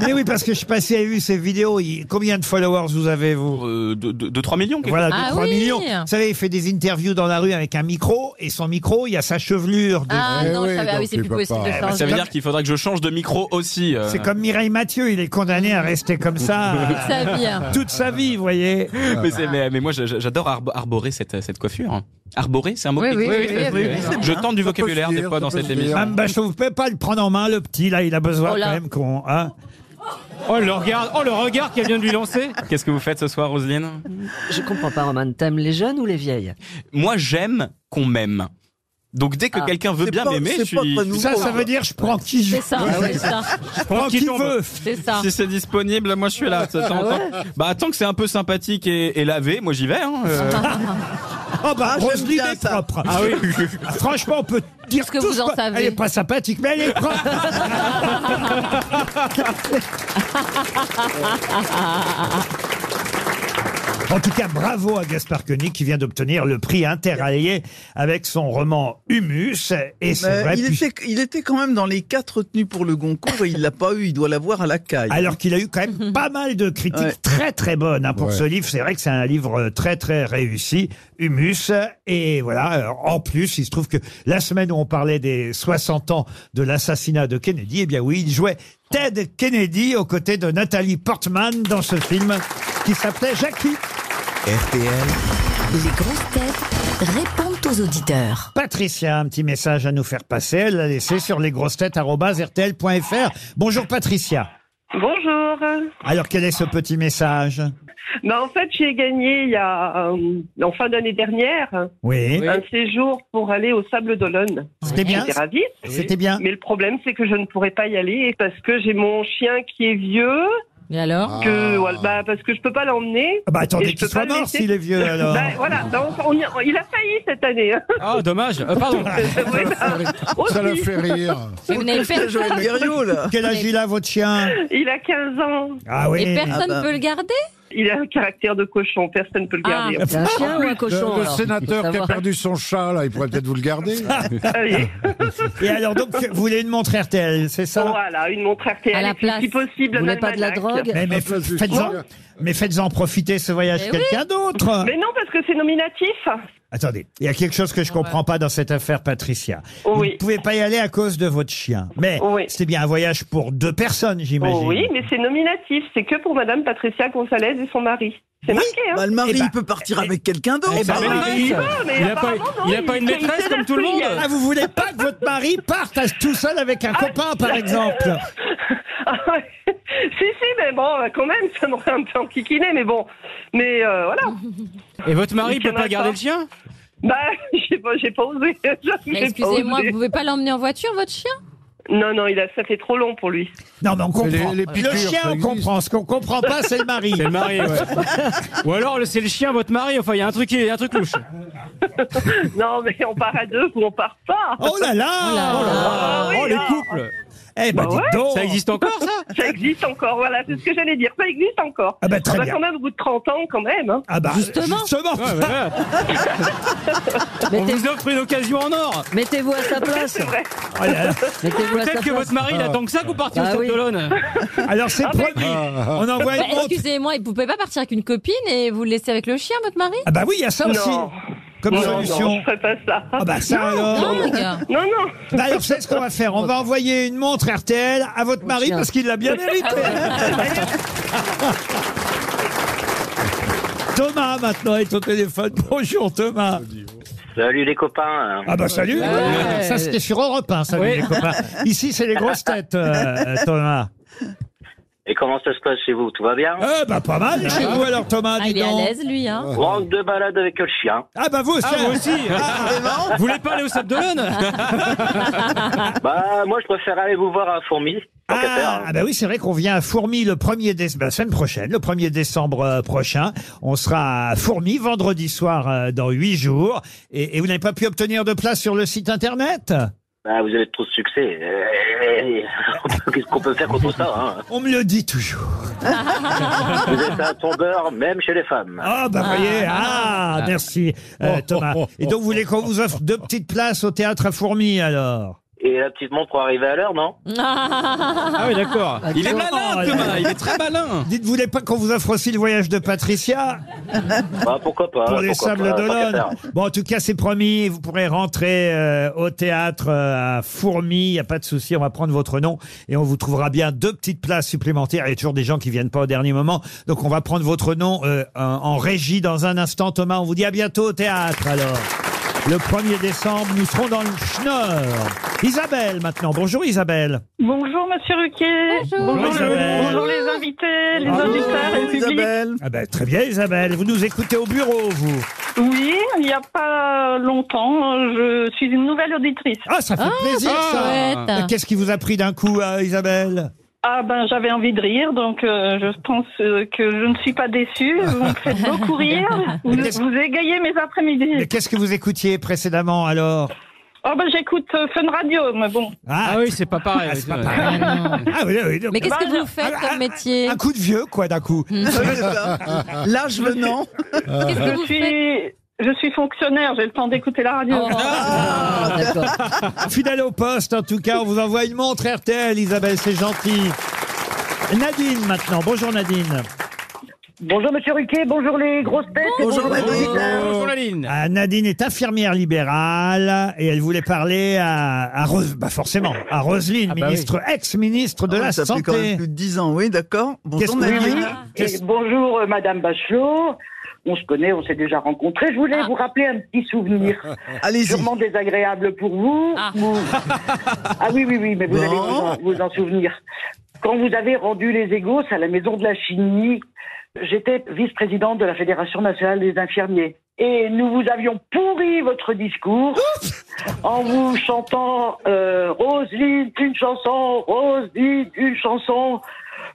Speaker 2: Mais oui, parce que je suis passé à vu ces vidéos. il- Combien de followers vous avez, vous
Speaker 5: Euh, de, de, de 3 millions. quelque
Speaker 2: Voilà, de
Speaker 3: Ah
Speaker 2: 3
Speaker 3: oui.
Speaker 2: millions. Vous savez, il fait des interviews dans la rue avec un micro, et son micro, il y a sa chevelure. de-
Speaker 3: Ah
Speaker 6: Eh
Speaker 3: non,
Speaker 6: oui,
Speaker 3: je savais, ah
Speaker 6: donc
Speaker 3: oui, c'est
Speaker 6: il
Speaker 3: plus
Speaker 6: peut
Speaker 3: possible
Speaker 6: pas.
Speaker 3: de
Speaker 6: Eh
Speaker 5: part.
Speaker 3: changer.
Speaker 5: Ça veut dire qu'il faudrait que je change de micro aussi. euh.
Speaker 2: C'est comme Mireille Mathieu, il est condamné à rester comme ça euh,
Speaker 3: Ça vient.
Speaker 2: toute sa vie, vous voyez.
Speaker 5: Mais, c'est- mais, mais moi, je- je- j'adore arbo- arborer cette, cette coiffure. hein. Arborer, c'est un mot.
Speaker 3: Oui,
Speaker 5: qui-
Speaker 3: oui, oui, oui, oui, oui.
Speaker 5: Je tente du
Speaker 6: Ça peut se
Speaker 5: vocabulaire des
Speaker 6: dire,
Speaker 5: fois
Speaker 6: ça
Speaker 5: dans
Speaker 6: peut
Speaker 5: cette
Speaker 6: se dire.
Speaker 5: émission.
Speaker 2: Mme Bachot, vous pouvez pas le prendre en main, le petit, là, il a besoin
Speaker 3: Oh là.
Speaker 2: quand même qu'on. hein.
Speaker 7: Oh le regard, oh le regard qu'elle vient de lui lancer.
Speaker 5: Qu'est-ce que vous faites ce soir, Roselyne
Speaker 4: Je comprends pas, Roman. T'aimes les jeunes ou les vieilles
Speaker 5: Moi, j'aime qu'on m'aime. Donc, dès que
Speaker 4: Ah.
Speaker 5: quelqu'un veut
Speaker 8: C'est
Speaker 5: bien
Speaker 8: pas-
Speaker 5: m'aimer, je
Speaker 8: c'est pas
Speaker 5: suis.
Speaker 8: très nouveau.
Speaker 2: Ça,
Speaker 9: hein.
Speaker 2: ça veut dire je prends qui je
Speaker 3: C'est ça,
Speaker 9: Ah
Speaker 3: c'est ça,
Speaker 2: je prends qui
Speaker 7: tombe.
Speaker 2: veut.
Speaker 3: c'est ça.
Speaker 5: Si c'est disponible, moi je suis là.
Speaker 4: Ah
Speaker 5: Tant- tant- Bah, tant que c'est un peu sympathique et, et lavé, moi j'y vais. Hein. Euh,
Speaker 2: Oh bah,
Speaker 8: Ah, j'aime
Speaker 2: Roselyne
Speaker 8: bien
Speaker 2: est
Speaker 8: ça.
Speaker 2: propre. Ah oui. Franchement, on peut dire
Speaker 3: Parce que
Speaker 2: tout
Speaker 3: vous
Speaker 2: ce
Speaker 3: en
Speaker 2: qu'on-
Speaker 3: savez.
Speaker 2: Elle est pas sympathique, mais elle est propre. En tout cas, bravo à Gaspard Koenig qui vient d'obtenir le prix Interallié avec son roman Humus. Et c'est
Speaker 8: Mais
Speaker 2: vrai,
Speaker 8: il,
Speaker 2: puis-
Speaker 8: était, il était quand même dans les quatre retenus pour le Goncourt et il l'a pas eu, il doit l'avoir à la caille.
Speaker 2: Alors qu'il a eu quand même pas mal de critiques
Speaker 8: Ouais.
Speaker 2: très très bonnes hein, pour
Speaker 6: Ouais.
Speaker 2: ce livre. C'est vrai que c'est un livre euh, très très réussi, Humus. Et voilà, euh, en plus, il se trouve que la semaine où on parlait des 60 ans de l'assassinat de Kennedy, eh bien oui, il jouait Ted Kennedy aux côtés de Nathalie Portman dans ce film qui s'appelait Jackie.
Speaker 1: RTL,
Speaker 10: Les grosses têtes répondent aux auditeurs.
Speaker 2: Patricia a un petit message à nous faire passer. Elle l'a laissé sur lesgrossetêtes.rtl.fr. Bonjour Patricia.
Speaker 11: Bonjour.
Speaker 2: Alors quel est ce petit message
Speaker 11: Ben, en fait, j'ai gagné il y a, euh, en fin d'année dernière
Speaker 2: Oui,
Speaker 11: un séjour pour aller au Sable d'Olonne.
Speaker 2: c'était bien.
Speaker 11: J'étais ravie,
Speaker 2: C'était bien.
Speaker 11: mais le problème, c'est que je ne pourrais pas y aller parce que j'ai mon chien qui est vieux
Speaker 3: Et
Speaker 7: Ah.
Speaker 3: alors
Speaker 12: Ah.
Speaker 11: que, voilà, bah, parce que je peux pas l'emmener.
Speaker 2: Ah bah,
Speaker 11: Et
Speaker 2: attendez
Speaker 11: je
Speaker 2: qu'il
Speaker 11: peux pas
Speaker 2: soit
Speaker 11: le
Speaker 2: mort
Speaker 11: laisser.
Speaker 2: s'il est vieux, alors.
Speaker 11: Bah, voilà, bah, on- on- il a failli cette année. hein. bah,
Speaker 7: Ah, dommage. Euh, pardon.
Speaker 4: Oh,
Speaker 6: Ça la
Speaker 11: Aussi.
Speaker 6: fait rire.
Speaker 3: Mais vous n'avez fait-
Speaker 8: Joël Guerriot, là.
Speaker 2: Quel âge il a, votre chien
Speaker 11: Il a 15 ans.
Speaker 2: Ah oui.
Speaker 3: Et personne
Speaker 8: Ah bah.
Speaker 3: peut le garder
Speaker 11: Il a un caractère de cochon. Personne peut le
Speaker 3: Ah.
Speaker 11: garder.
Speaker 4: C'est un chien ou un
Speaker 6: Le,
Speaker 4: cochon
Speaker 6: le
Speaker 4: alors
Speaker 6: sénateur
Speaker 4: Faut
Speaker 6: qui a
Speaker 4: savoir.
Speaker 6: perdu son chat, là, il pourrait peut-être vous le garder.
Speaker 7: Ah
Speaker 11: Allez.
Speaker 2: Et alors, donc, vous voulez une montre RTL, c'est ça
Speaker 11: Voilà, une montre RTL.
Speaker 3: À la
Speaker 11: et puis,
Speaker 3: place.
Speaker 11: Si possible,
Speaker 4: Vous
Speaker 11: un
Speaker 4: voulez pas de la
Speaker 11: almanach.
Speaker 4: drogue Ah,
Speaker 2: Mais, mais
Speaker 6: peu juste.
Speaker 2: faites-en,
Speaker 6: Non.
Speaker 2: mais faites-en profiter ce voyage
Speaker 3: Mais
Speaker 2: quelqu'un d'autre.
Speaker 11: Mais non, parce que c'est nominatif.
Speaker 2: Attendez, il y a quelque chose que je comprends pas dans cette affaire, Patricia. Vous
Speaker 11: Ah Oui.
Speaker 2: ne pouvez pas y aller à cause de votre chien. Mais
Speaker 11: Oui.
Speaker 2: c'était bien un voyage pour deux personnes, j'imagine.
Speaker 11: oui, mais c'est nominatif. C'est que pour Madame Patricia Gonzalez et son mari. C'est marqué, hein
Speaker 8: Bah, le mari,
Speaker 2: Eh ben,
Speaker 8: il peut partir avec quelqu'un
Speaker 2: Eh
Speaker 8: d'autre.
Speaker 11: Eh
Speaker 7: bah,
Speaker 11: ben,
Speaker 8: Ah,
Speaker 7: oui.
Speaker 11: Il va, mais
Speaker 7: Il a pas-
Speaker 11: apparemment, Ah non,
Speaker 7: il a pas une
Speaker 11: il
Speaker 7: maîtresse
Speaker 11: s'énerve
Speaker 7: comme tout le
Speaker 11: plus,
Speaker 7: monde
Speaker 11: euh,
Speaker 2: Ah, vous voulez pas que votre mari parte à- tout seul avec un copain, par exemple
Speaker 11: Ah ouais. si, si, mais bon, quand même, ça m'aurait un peu enquiquiné, mais bon. Mais euh, voilà.
Speaker 7: Et votre mari
Speaker 11: Il
Speaker 7: peut pas garder
Speaker 11: tiendra pas.
Speaker 7: le chien
Speaker 11: Bah, j'ai pas, j'ai pas osé. J'ai
Speaker 3: Mais
Speaker 11: pas
Speaker 3: excusez-moi,
Speaker 11: osé.
Speaker 3: vous pouvez pas l'emmener en voiture, votre chien
Speaker 11: Non, non, il a, ça fait trop long pour lui.
Speaker 2: Non, mais on comprend.
Speaker 6: les- les piqûres,
Speaker 2: le chien,
Speaker 6: ça
Speaker 2: on
Speaker 6: existe.
Speaker 2: comprend. Ce qu'on comprend pas, c'est le mari.
Speaker 7: C'est le mari,
Speaker 13: Euh.
Speaker 7: ouais. Ou alors, c'est le chien, votre mari. Enfin, il y a un truc, il y a un truc louche.
Speaker 11: Non, mais on part à deux ou on part pas.
Speaker 2: Oh là là,
Speaker 3: là
Speaker 2: Oh là là.
Speaker 11: Ah oui,
Speaker 7: oh, les
Speaker 11: ah,
Speaker 7: couples
Speaker 2: Eh
Speaker 11: Bah
Speaker 2: ben,
Speaker 11: ouais.
Speaker 2: dites donc
Speaker 7: Ça existe encore, ça
Speaker 11: Ça existe encore, voilà, c'est ce que j'allais dire. Ça existe encore.
Speaker 2: Ah bah, très
Speaker 11: On va
Speaker 2: bien.
Speaker 11: quand même au bout de 30 ans, quand même. hein.
Speaker 2: Ah bah,
Speaker 3: Justement.
Speaker 7: Ouais, ouais, ouais. On vous offre une occasion en or
Speaker 4: Mettez-vous à sa place.
Speaker 2: Oh là là.
Speaker 4: Mettez-vous à sa
Speaker 7: Peut-être que
Speaker 4: place.
Speaker 7: votre mari, il attend que ça que vous partiez au
Speaker 4: Bah
Speaker 7: Stade
Speaker 4: oui.
Speaker 7: de l'Aune.
Speaker 2: Alors c'est promis. Ah,
Speaker 9: Ah,
Speaker 2: On envoie
Speaker 3: Bah,
Speaker 2: une montre.
Speaker 3: Excusez-moi, vous pouvez pas partir avec une copine et vous le laisser avec le chien, votre mari
Speaker 2: Ah bah oui, il y a ça aussi.
Speaker 11: Non.
Speaker 2: Comme
Speaker 11: non,
Speaker 2: solution.
Speaker 11: non, je ferai pas ça.
Speaker 2: Ah bah ça alors.
Speaker 3: Non, les gars.
Speaker 11: Non, non.
Speaker 2: Bah alors c'est ce qu'on va faire. On va envoyer une montre RTL à votre mari
Speaker 4: Tiens.
Speaker 2: parce qu'il l'a bien mérité. Thomas maintenant est au téléphone. Bonjour Thomas.
Speaker 9: Salut les copains.
Speaker 2: Ah bah salut.
Speaker 4: Ouais.
Speaker 2: Ça c'était sur Europe 1, salut les copains. Ici c'est les grosses têtes euh, Thomas.
Speaker 9: Et comment ça se passe chez vous Tout va bien
Speaker 2: Eh bah pas mal chez vous alors Thomas.
Speaker 3: Ah,
Speaker 2: dis
Speaker 3: il est à
Speaker 2: donc.
Speaker 3: l'aise, lui, hein.
Speaker 9: Manque de balade avec le chien.
Speaker 2: Ah bah vous aussi.
Speaker 9: hein.
Speaker 2: Ah.
Speaker 7: Ah, moi aussi
Speaker 8: vraiment
Speaker 7: Vous voulez pas aller au Stade de l'Aune
Speaker 9: Bah, moi, je préfère aller vous voir à Fourmi. Tant qu'à faire,
Speaker 2: Ah,
Speaker 9: hein.
Speaker 2: ah bah oui, c'est vrai qu'on vient à Fourmi le 1er décembre, la semaine prochaine, le 1er décembre euh, prochain. On sera à Fourmi vendredi soir euh, dans huit jours. Et, et vous n'avez pas pu obtenir de place sur le site internet
Speaker 9: Bah, vous avez trop de succès. Euh, Qu'est-ce qu'on peut faire contre ça hein
Speaker 2: On me le dit toujours.
Speaker 13: Ah
Speaker 9: Vous êtes un tombeur, même chez les femmes.
Speaker 2: Ah bah voyez, ah, merci euh,
Speaker 6: Oh,
Speaker 2: Thomas.
Speaker 6: oh, oh,
Speaker 2: Et donc vous voulez qu'on vous offre deux petites places au théâtre à Fourmi alors
Speaker 9: Et la petite montre pour arriver à l'heure, non
Speaker 7: Ah oui, d'accord.
Speaker 5: Il est
Speaker 2: Oh,
Speaker 5: malin,
Speaker 2: là.
Speaker 5: Thomas. Il est très malin.
Speaker 2: Dites, vous voulez pas qu'on vous offre aussi le voyage de Patricia
Speaker 9: Bah, pourquoi pas
Speaker 2: pour les
Speaker 9: pourquoi
Speaker 2: Sables
Speaker 9: pas, tant qu'à
Speaker 2: d'Olonne.
Speaker 9: faire.
Speaker 2: Bon, en tout cas, c'est promis. Vous pourrez rentrer euh, au théâtre euh, à Fourmi. Il n'y a pas de souci. On va prendre votre nom et on vous trouvera bien deux petites places supplémentaires. Il y a toujours des gens qui viennent pas au dernier moment. Donc, on va prendre votre nom euh, en, en régie dans un instant. Thomas, on vous dit à bientôt au théâtre. Alors, le 1er décembre, nous serons dans le Schnorr. Isabelle, maintenant. Bonjour, Isabelle.
Speaker 11: Bonjour, monsieur Ruquier.
Speaker 3: Bonjour.
Speaker 2: Isabelle.
Speaker 11: Bonjour, les invités, les
Speaker 8: Bravo,
Speaker 11: invités, les publics.
Speaker 8: Isabelle.
Speaker 2: Ah ben, très bien, Isabelle. Vous nous écoutez au bureau, vous.
Speaker 11: Oui, il n'y a pas longtemps, je suis une nouvelle auditrice.
Speaker 2: Ah, ça fait plaisir, ça.
Speaker 3: Chouette.
Speaker 2: Qu'est-ce qui vous a pris d'un coup, euh, Isabelle
Speaker 11: Ah ben, j'avais envie de rire, donc euh, je pense euh, que je ne suis pas déçue. Vous me faites beaucoup rire. Vous,
Speaker 2: qu'est-ce-
Speaker 11: vous égayez mes
Speaker 2: Mais
Speaker 11: après-midi.
Speaker 2: qu'est-ce que vous écoutiez précédemment alors
Speaker 11: Oh ben, j'écoute euh, Fun Radio, mais bon.
Speaker 2: ah,
Speaker 7: Ah oui, c'est pas pareil.
Speaker 2: c'est pas
Speaker 7: ouais.
Speaker 2: pareil. Ah oui, oui, donc-
Speaker 3: Mais qu'est-ce que vous faites
Speaker 2: Ah, ah,
Speaker 3: comme métier Hmm.
Speaker 2: Un coup de vieux, quoi, d'un coup.
Speaker 8: C'est ça. L'âge venant.
Speaker 3: Qu'est-ce que
Speaker 11: Je
Speaker 3: vous faites
Speaker 11: suis, je suis fonctionnaire, j'ai le temps d'écouter la radio.
Speaker 3: Oh.
Speaker 4: Ah, d'accord.
Speaker 2: Fidèle au poste, en tout cas, on vous envoie une montre RTL, Isabelle, c'est gentil. Nadine, maintenant. Bonjour, Nadine.
Speaker 11: Bonjour Monsieur Ruquet, bonjour les grosses têtes.
Speaker 8: Bonjour, Madrid.
Speaker 7: Bonjour, la ligne.
Speaker 2: Ah, Nadine est infirmière libérale et elle voulait parler à, à Rose, bah forcément, à Roselyne,
Speaker 7: Ah bah oui.
Speaker 2: ministre, ex-ministre de la
Speaker 8: Ah ça fait quand même
Speaker 2: Santé.
Speaker 8: plus de 10 ans, oui, d'accord.
Speaker 2: Qu'est-ce
Speaker 8: Bonjour,
Speaker 2: que-
Speaker 8: Nadine.
Speaker 2: Qu'est-ce-
Speaker 11: bonjour euh, Madame Bachelot. On se connaît, on s'est déjà rencontrés. Je
Speaker 2: Ah.
Speaker 11: voulais vous rappeler un petit souvenir,
Speaker 8: Allez-y.
Speaker 11: sûrement désagréable pour vous.
Speaker 3: Ah.
Speaker 11: Ou- Ah oui, oui, oui, mais vous
Speaker 8: Bon.
Speaker 11: allez vous en, vous en souvenir. Quand vous avez rendu les égos à la Maison de la Chimie, j'étais vice-présidente de la Fédération nationale des infirmiers. Et nous vous avions pourri votre discours en vous chantant euh, Roselyne, une chanson, Roselyne, une chanson.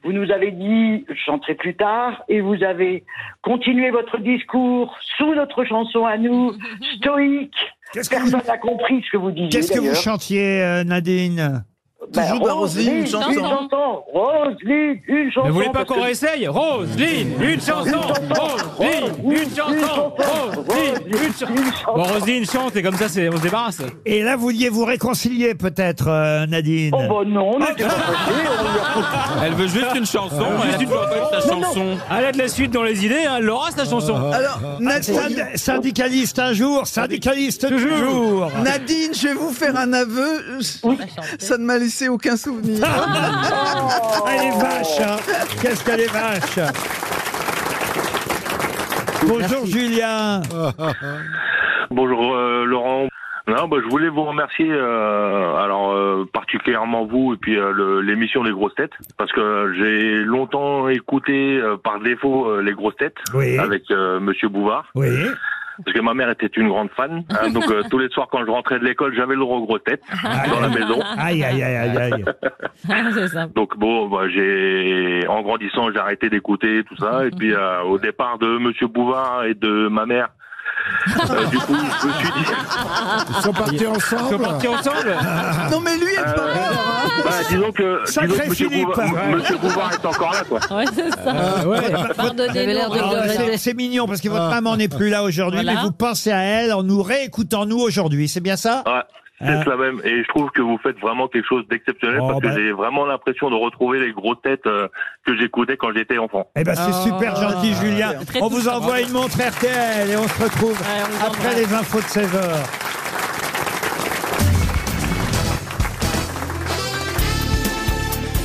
Speaker 11: Vous nous avez dit, je chanterai plus tard, et vous avez continué votre discours sous notre chanson à nous, stoïque. Personne n'a compris ce que vous disiez.
Speaker 2: Qu'est-ce que vous
Speaker 11: d'ailleurs.
Speaker 2: chantiez, euh, Nadine
Speaker 8: Bah,
Speaker 11: Ben,
Speaker 2: Toujours de la Roselyne,
Speaker 11: Roselyne, une
Speaker 2: chanson.
Speaker 11: chanson. Roselyne, une chanson.
Speaker 7: Mais vous voulez pas
Speaker 11: parce
Speaker 7: qu'on
Speaker 11: que-
Speaker 7: réessaye Roselyne, une chanson Roselyne, une chanson Roselyne, une chanson Bon, Roselyne chante et comme ça, c'est- on se débarrasse.
Speaker 2: Et là, vous vouliez vous réconcilier peut-être, euh, Nadine
Speaker 11: Oh, bah non, on était pas
Speaker 5: Elle veut juste une chanson,
Speaker 7: Euh,
Speaker 5: elle veut sa chanson. Euh,
Speaker 7: Elle a de la suite dans les idées, hein, elle aura sa chanson.
Speaker 8: Alors,
Speaker 2: Synd- syndicaliste un jour, syndicaliste Ah, toujours. Ah,
Speaker 8: Nadine, je vais vous faire un aveu. Ça ne m'a laissé aucun souvenir.
Speaker 13: Ah,
Speaker 2: Elle est vache, hein. Qu'est-ce qu'elle est vache Bonjour Julien.
Speaker 14: Bonjour euh, Laurent. Non, bah, je voulais vous remercier, euh, alors euh, particulièrement vous et puis euh, le- l'émission Les Grosses Têtes, parce que j'ai longtemps écouté euh, par défaut euh, Les Grosses Têtes
Speaker 2: Oui.
Speaker 14: avec euh, Monsieur Bouvard.
Speaker 2: Oui.
Speaker 14: Parce que ma mère était une grande fan, hein, donc euh, tous les soirs quand je rentrais de l'école, j'avais le gros tête
Speaker 13: Ah.
Speaker 14: dans la maison.
Speaker 2: Aïe, aïe, aïe, aïe, aïe.
Speaker 3: c'est ça.
Speaker 14: Donc bon, bah, j'ai en grandissant, j'ai arrêté d'écouter tout ça. Et puis euh, au départ de Monsieur Bouvard et de ma mère, euh, du coup, je me suis dit.
Speaker 6: Ils sont partis ensemble.
Speaker 7: Ils sont partis ensemble
Speaker 8: Non mais lui,
Speaker 14: Euh,
Speaker 8: hein.
Speaker 14: bah, disons que,
Speaker 2: Sacré
Speaker 14: disons que Monsieur,
Speaker 2: Philippe.
Speaker 14: Bouvard,
Speaker 2: Ouais.
Speaker 14: Monsieur Bouvard est encore là, quoi.
Speaker 3: Ouais, c'est ça.
Speaker 2: Ah, ouais.
Speaker 3: Pardonnez-nous.
Speaker 4: J'avais l'air de
Speaker 2: Ah,
Speaker 4: le
Speaker 2: c'est-
Speaker 4: rêver.
Speaker 2: C'est mignon parce que votre maman n'est plus là aujourd'hui,
Speaker 3: Voilà.
Speaker 2: mais vous pensez à elle en nous réécoutant nous aujourd'hui, c'est bien ça
Speaker 14: Ouais, c'est la même. Et je trouve que vous faites vraiment quelque chose d'exceptionnel
Speaker 2: Hein Oh,
Speaker 14: parce
Speaker 2: bah.
Speaker 14: que j'ai vraiment l'impression de retrouver les grosses têtes euh, que j'écoutais quand j'étais enfant.
Speaker 2: Eh ben c'est
Speaker 3: Oh.
Speaker 2: super gentil Julien.
Speaker 3: Très
Speaker 2: On vous
Speaker 3: touchant,
Speaker 2: envoie
Speaker 3: bravo.
Speaker 2: une montre RTL et on se retrouve
Speaker 3: Ouais, on vous
Speaker 2: après
Speaker 3: embrasse.
Speaker 2: les infos de 16h.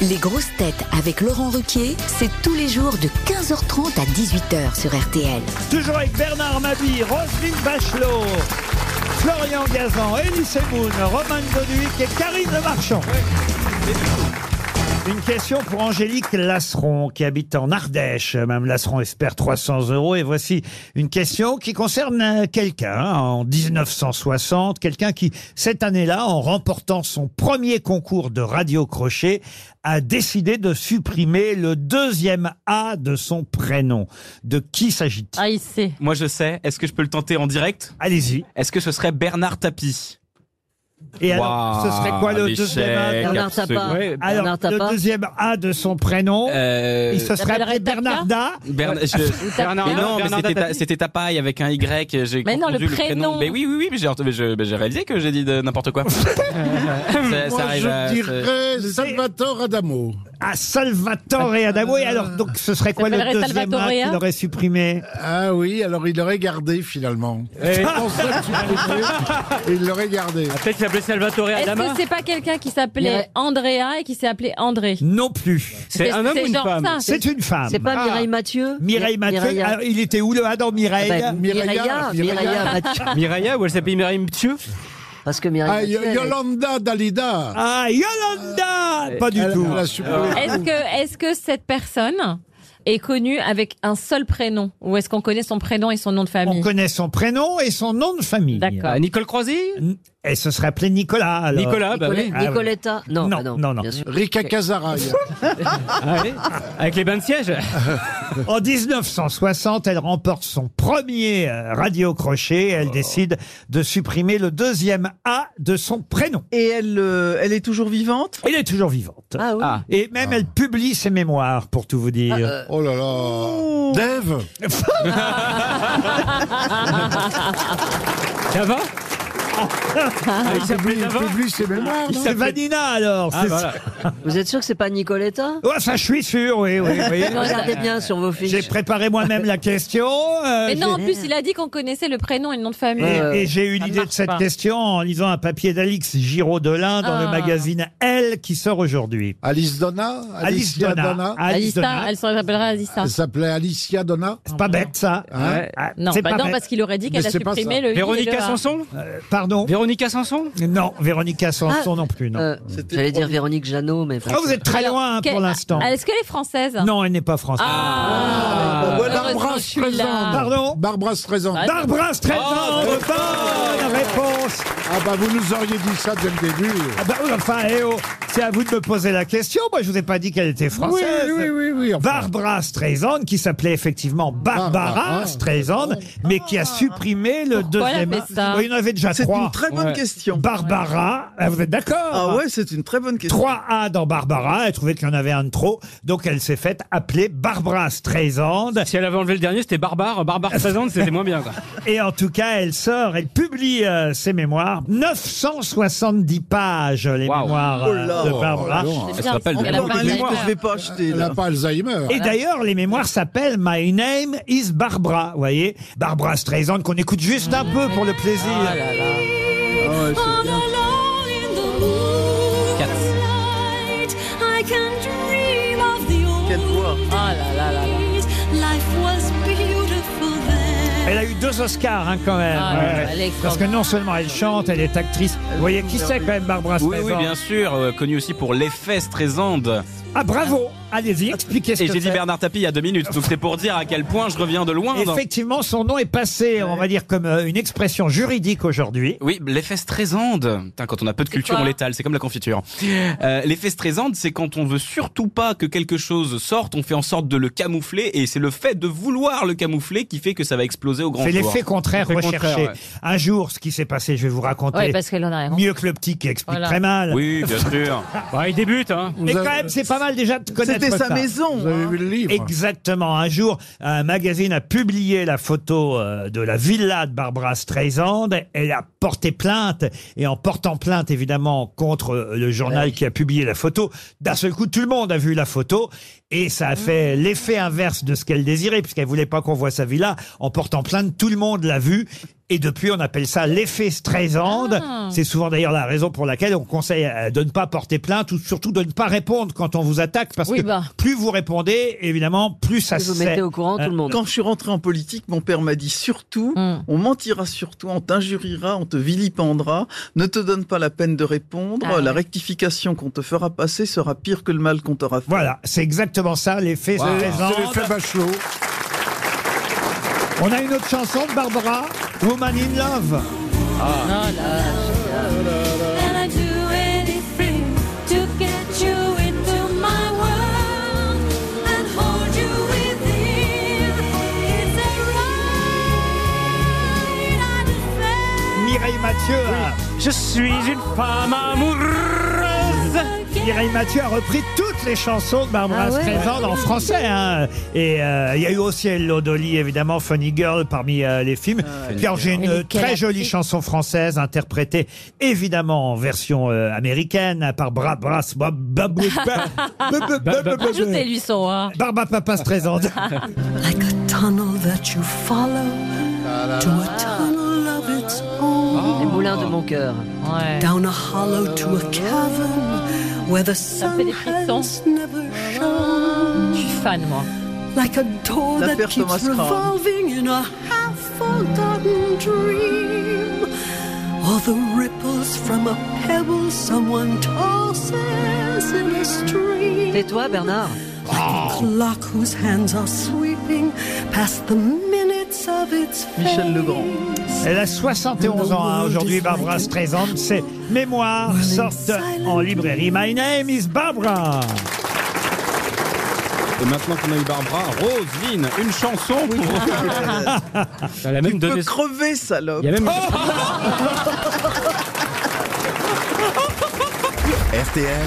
Speaker 10: Les grosses têtes avec Laurent Ruquier, c'est tous les jours de 15h30 à 18h sur RTL.
Speaker 2: Toujours avec Bernard Mabille, Roselyne Bachelot, Florian Gazan, Elie Moon, Roman Goduic et Karine Le Marchand. Une question pour Angélique Lasseron, qui habite en Ardèche. Madame Lasseron espère 300 euros. Et voici une question qui concerne euh, quelqu'un hein, en 1960, quelqu'un qui, cette année-là, en remportant son premier concours de radio-crochet, a décidé de supprimer le deuxième A de son prénom. De qui s'agit-il
Speaker 3: Ah, il sait.
Speaker 5: Moi je sais, est-ce que je peux le tenter en direct
Speaker 2: Allez-y.
Speaker 5: Est-ce que ce serait Bernard Tapie
Speaker 2: Et alors, ce serait quoi le deuxième A
Speaker 4: Bernard Tapie.
Speaker 5: Ouais.
Speaker 2: Alors,
Speaker 4: Bernard
Speaker 2: le
Speaker 4: Tapie.
Speaker 2: deuxième A de son prénom,
Speaker 5: Euh,
Speaker 2: il se serait
Speaker 3: T'appellerais
Speaker 2: Bernarda.
Speaker 5: Bern- je-
Speaker 7: Bernard,
Speaker 5: Mais non, mais
Speaker 7: Bernard
Speaker 5: c'était ta-
Speaker 7: Tapie.
Speaker 5: c'était ta paille avec un Y. J'ai
Speaker 3: Mais non,
Speaker 5: confondu
Speaker 3: le prénom.
Speaker 5: Mais oui, oui, oui, mais j'ai mais je- mais j'ai réalisé que j'ai dit de n'importe quoi. ça, Euh, ça
Speaker 6: Moi,
Speaker 5: arrive à-
Speaker 6: je dirais Salvatore Adamo. Euh,
Speaker 2: à Ah, Salvatore Adamo. Et alors, donc, ce serait quoi le
Speaker 3: S'appellerait
Speaker 2: deuxième A
Speaker 3: Salvatorea
Speaker 2: qu'il aurait supprimé
Speaker 6: Ah oui, alors il l'aurait gardé finalement.
Speaker 7: Eh,
Speaker 6: On serait supprimé, il l'aurait gardé.
Speaker 2: Ah,
Speaker 7: Peut-être qu'il s'appelait Salvatore
Speaker 3: Est-ce
Speaker 7: Adama.
Speaker 3: que c'est pas quelqu'un qui s'appelait
Speaker 4: Ouais.
Speaker 3: Andrea et qui s'est appelé André
Speaker 2: Non plus.
Speaker 7: C'est un homme ou une
Speaker 3: genre
Speaker 7: femme
Speaker 3: ça.
Speaker 2: C'est une femme.
Speaker 4: C'est pas
Speaker 2: Ah.
Speaker 4: Mireille Mathieu
Speaker 2: Mireille Mathieu.
Speaker 4: Mireille.
Speaker 2: Alors, il était où le A dans Mireille
Speaker 4: Ah bah,
Speaker 6: Mireille,
Speaker 4: Mireille, Mireille Mathieu.
Speaker 7: Mireille, ou elle s'appelait Mireille Mtieu
Speaker 4: Parce que Mireille
Speaker 6: Ah,
Speaker 4: Mathieu,
Speaker 6: Y-
Speaker 4: elle-
Speaker 6: Yolanda Dalida.
Speaker 2: Ah, Yolanda Pas du
Speaker 6: Elle-
Speaker 2: tout. Euh,
Speaker 6: elle a supprimé.
Speaker 3: Est-ce que, est-ce que cette personne est connue avec un seul prénom Ou est-ce qu'on connaît son prénom et son nom de
Speaker 2: On
Speaker 3: famille
Speaker 2: connaît son prénom et son nom de famille.
Speaker 3: D'accord.
Speaker 7: Ah, Nicole Croisy
Speaker 2: Et ce serait appelé Nicolas. alors.
Speaker 7: Nicolas, bah oui.
Speaker 4: Nicoletta.
Speaker 2: Ah oui.
Speaker 4: Nicoletta. Non,
Speaker 2: Non,
Speaker 4: bah non,
Speaker 2: non, non.
Speaker 4: bien sûr.
Speaker 6: Rika Casaraï.
Speaker 7: Ah oui. Avec les bains de siège
Speaker 2: En 1960, elle remporte son premier euh, radio crochet. Elle décide de supprimer le deuxième A de son prénom.
Speaker 8: Et elle, euh, elle est toujours vivante
Speaker 2: Elle est toujours vivante.
Speaker 4: Ah oui.
Speaker 7: Ah.
Speaker 2: Et même elle publie ses mémoires, pour tout vous dire.
Speaker 6: Oh là là. Dave.
Speaker 7: Ça va
Speaker 6: Il Ah, publie,
Speaker 7: Dava
Speaker 6: il publie ses mémoires.
Speaker 2: C'est Vanina alors.
Speaker 7: Ah,
Speaker 2: c'est-
Speaker 7: voilà.
Speaker 4: Vous êtes sûr que c'est pas Nicoletta
Speaker 2: Oh, ça, je suis sûr, oui, oui. oui.
Speaker 4: Regardez bien sur vos
Speaker 2: J'ai
Speaker 4: fiches.
Speaker 2: préparé moi-même la question. euh,
Speaker 3: Mais non, en
Speaker 2: j'ai-
Speaker 3: plus, il a dit qu'on connaissait le prénom et le nom de famille.
Speaker 4: Ouais, ouais.
Speaker 2: Et j'ai eu
Speaker 3: euh, Ça
Speaker 2: l'idée de
Speaker 3: marche
Speaker 2: cette
Speaker 3: pas.
Speaker 2: question en lisant un papier d'Alix Giraud-Delin dans le
Speaker 3: Ah.
Speaker 2: magazine Elle qui sort aujourd'hui.
Speaker 6: Alice Donna.
Speaker 2: Alice
Speaker 6: Alicia
Speaker 2: Donna. Alice
Speaker 3: Alissa,
Speaker 2: Donna.
Speaker 3: elle s'appellera Alissa.
Speaker 6: Elle s'appelait Alicia Donna.
Speaker 2: C'est pas bête ça.
Speaker 6: hein
Speaker 2: Ah,
Speaker 3: Non,
Speaker 2: c'est
Speaker 3: bah
Speaker 2: pas
Speaker 3: non
Speaker 2: bête.
Speaker 3: parce qu'il aurait dit qu'elle
Speaker 6: Mais
Speaker 3: a
Speaker 6: c'est pas
Speaker 3: supprimé
Speaker 6: ça.
Speaker 3: le I et le
Speaker 7: Véronica
Speaker 3: A.
Speaker 7: Sanson
Speaker 2: Euh, Pardon
Speaker 7: Véronica Sanson
Speaker 2: Non, Véronica Sanson
Speaker 4: Ah,
Speaker 2: non plus, non.
Speaker 4: euh, J'allais dire Véronique Jeannot, mais.
Speaker 2: Ah, vous êtes très
Speaker 3: Alors,
Speaker 2: loin hein,
Speaker 3: quelle-
Speaker 2: pour l'instant.
Speaker 3: Ah, Est-ce qu'elle est française
Speaker 2: Non, elle n'est pas française.
Speaker 3: Ah,
Speaker 6: Voilà,
Speaker 3: heureusement,
Speaker 6: Barbara
Speaker 3: je suis là.
Speaker 6: Streisand.
Speaker 2: Pardon
Speaker 6: Barbara Streisand.
Speaker 2: Barbara Streisand,
Speaker 3: Ah, Oh,
Speaker 2: bonne réponse.
Speaker 6: Ah bah vous nous auriez dit ça dès le début.
Speaker 2: Ah bah oui, enfin, eh oh, c'est à vous de me poser la question. Moi, je vous ai pas dit qu'elle était française.
Speaker 6: Oui, oui, oui, oui, enfin.
Speaker 2: Barbara Streisand, qui s'appelait effectivement Barbara
Speaker 6: Barbara.
Speaker 2: Streisand, mais qui a supprimé le
Speaker 3: Pourquoi elle a
Speaker 2: deuxième.
Speaker 3: fait ça
Speaker 2: Oui, il y en avait déjà
Speaker 8: C'est
Speaker 2: trois.
Speaker 8: une très bonne
Speaker 7: Ouais.
Speaker 8: question.
Speaker 2: Barbara, ah, vous êtes d'accord
Speaker 8: Ah ouais, c'est une très bonne question.
Speaker 2: 3 A dans Barbara, elle trouvait qu'il y en avait un de trop, donc elle s'est faite appeler Barbara Streisand.
Speaker 7: Si elle avait enlevé le dernier, c'était Barbare. Barbare Streisand, c'était moins bien, quoi.
Speaker 2: Et en tout cas, elle sort, elle publie euh, ses mémoires. 970 pages, les
Speaker 7: Waouh.
Speaker 2: mémoires euh,
Speaker 8: Oh là.
Speaker 2: de Barbara.
Speaker 6: Oh,
Speaker 3: C'est
Speaker 7: Elle se
Speaker 3: bien,
Speaker 7: rappelle
Speaker 3: elle
Speaker 7: de
Speaker 3: a
Speaker 8: Encore
Speaker 3: pas
Speaker 8: un
Speaker 3: de
Speaker 8: livre que
Speaker 3: mémoire.
Speaker 8: je vais pas acheter.
Speaker 6: Elle
Speaker 8: là.
Speaker 6: n'a pas Alzheimer.
Speaker 2: Et d'ailleurs, les mémoires s'appellent My Name is Barbara, vous voyez Barbara Streisand, qu'on écoute juste un peu pour le plaisir.
Speaker 8: Ah ouais, c'est bien. Quelle voix.
Speaker 2: Oh Elle a eu deux Oscars, hein, quand même.
Speaker 3: Ah,
Speaker 2: Ouais,
Speaker 3: elle est
Speaker 2: ouais. Parce que non seulement elle chante, elle est actrice. Vous voyez, qui c'est quand même Barbara
Speaker 5: Oui,
Speaker 2: Streisand
Speaker 5: oui, bien sûr, euh, connu aussi pour l'effet Streisand.
Speaker 2: Ah, bravo Allez-y, expliquez ce
Speaker 5: Et
Speaker 2: que
Speaker 5: j'ai dit
Speaker 2: c'est.
Speaker 5: Bernard Tapie il y a deux minutes, donc c'est pour dire à quel point je reviens de loin. dans-
Speaker 2: Effectivement, son nom est passé, on va dire, comme euh, une expression juridique aujourd'hui.
Speaker 5: Oui, l'effet Streisand. Putain, quand on a peu de culture,
Speaker 3: quoi
Speaker 5: on l'étale. C'est comme la confiture. Euh, l'effet Streisand, c'est quand on veut surtout pas que quelque chose sorte, on fait en sorte de le camoufler, et c'est le fait de vouloir le camoufler qui fait que ça va exploser au grand
Speaker 2: C'est
Speaker 5: jour.
Speaker 2: l'effet contraire
Speaker 5: L'effet
Speaker 2: recherché.
Speaker 5: contraire, ouais.
Speaker 2: Un jour, ce qui s'est passé, je vais vous raconter.
Speaker 3: Oui, parce qu'elle en a rien.
Speaker 2: Mieux que le petit qui explique
Speaker 3: Voilà.
Speaker 2: très mal.
Speaker 5: Oui, bien sûr.
Speaker 7: Bah, il débute, hein.
Speaker 2: Mais
Speaker 6: Vous
Speaker 2: quand
Speaker 6: avez-
Speaker 2: même, c'est pas mal déjà de connaître
Speaker 8: C'était sa
Speaker 2: ça.
Speaker 8: maison.
Speaker 6: Vous avez
Speaker 8: hein.
Speaker 6: vu le livre
Speaker 2: Exactement. Un jour, un magazine a publié la photo euh, de la villa de Barbara Streisand. Elle a porté plainte. Et en portant plainte, évidemment, contre euh, le journal qui a publié la photo, d'un seul coup, tout le monde a vu la photo. Et ça a fait l'effet inverse de ce qu'elle désirait, puisqu'elle voulait pas qu'on voit sa villa. En portant plainte, tout le monde l'a vue. Et depuis, on appelle ça l'effet Streisand. C'est souvent d'ailleurs la raison pour laquelle on conseille euh, de ne pas porter plainte ou surtout de ne pas répondre quand on vous attaque parce
Speaker 3: Oui,
Speaker 2: que
Speaker 3: bah.
Speaker 2: plus vous répondez, évidemment, plus ça
Speaker 4: Vous
Speaker 2: se
Speaker 4: mettez
Speaker 2: sait. Euh,
Speaker 4: au courant tout le monde. Hmm.
Speaker 8: Quand je suis rentré en politique, mon père m'a dit surtout,
Speaker 3: Mm.
Speaker 8: on mentira sur toi, on t'injuriera, on te vilipendra, ne te donne pas la peine de répondre,
Speaker 3: Ah ouais.
Speaker 8: la rectification qu'on te fera passer sera pire que le mal qu'on t'aura fait.
Speaker 2: Voilà, c'est exactement ça, l'effet
Speaker 6: C'est
Speaker 2: Streisand.
Speaker 6: c'est l'effet Bachelot.
Speaker 2: On a une autre chanson de Barbara, Woman in Love. Mireille Mathieu, a,
Speaker 7: Je suis une femme amoureuse.
Speaker 2: Mireille Mathieu a repris toutes les chansons de Barbara
Speaker 4: Ah ouais
Speaker 2: Streisand en français. hein. Et euh, il y a eu aussi Hello Dolly, évidemment, Funny Girl parmi euh, les films. Car j'ai une
Speaker 3: Et quelle
Speaker 2: très jolie
Speaker 3: actrice.
Speaker 2: chanson française interprétée, évidemment, en version euh, américaine par Bra Brass.
Speaker 3: Ajoutez-lui son roi.
Speaker 2: Barbara Papa Streisand.
Speaker 13: Like a tunnel that you follow to a tunnel of its own.
Speaker 4: Les moulins de mon cœur.
Speaker 3: Ouais.
Speaker 13: Down a hollow to a cavern where the
Speaker 3: fait
Speaker 13: sun
Speaker 3: des frissons.
Speaker 13: has never shone.
Speaker 3: Je suis fan, moi.
Speaker 13: Like a door
Speaker 8: La
Speaker 13: that
Speaker 8: paire
Speaker 13: keeps
Speaker 8: Thomas Crown.
Speaker 13: revolving in a half forgotten dream. Or the ripples from a pebble someone tosses in a stream.
Speaker 4: C'est toi, Bernard
Speaker 8: Oh.
Speaker 13: clock whose hands are sweeping past the minutes of its
Speaker 8: Michel Legrand.
Speaker 13: face.
Speaker 2: Elle a 71 ans hein, aujourd'hui, Barbara Streisand. Ses mémoires sortent en librairie. My name is Barbara.
Speaker 5: Et maintenant qu'on a eu Barbara, Roselyne, une chanson pour.
Speaker 7: Elle a
Speaker 8: Tu
Speaker 7: même
Speaker 8: peux
Speaker 7: donné.
Speaker 8: crever, salope.
Speaker 7: Il y a même.
Speaker 1: RTL,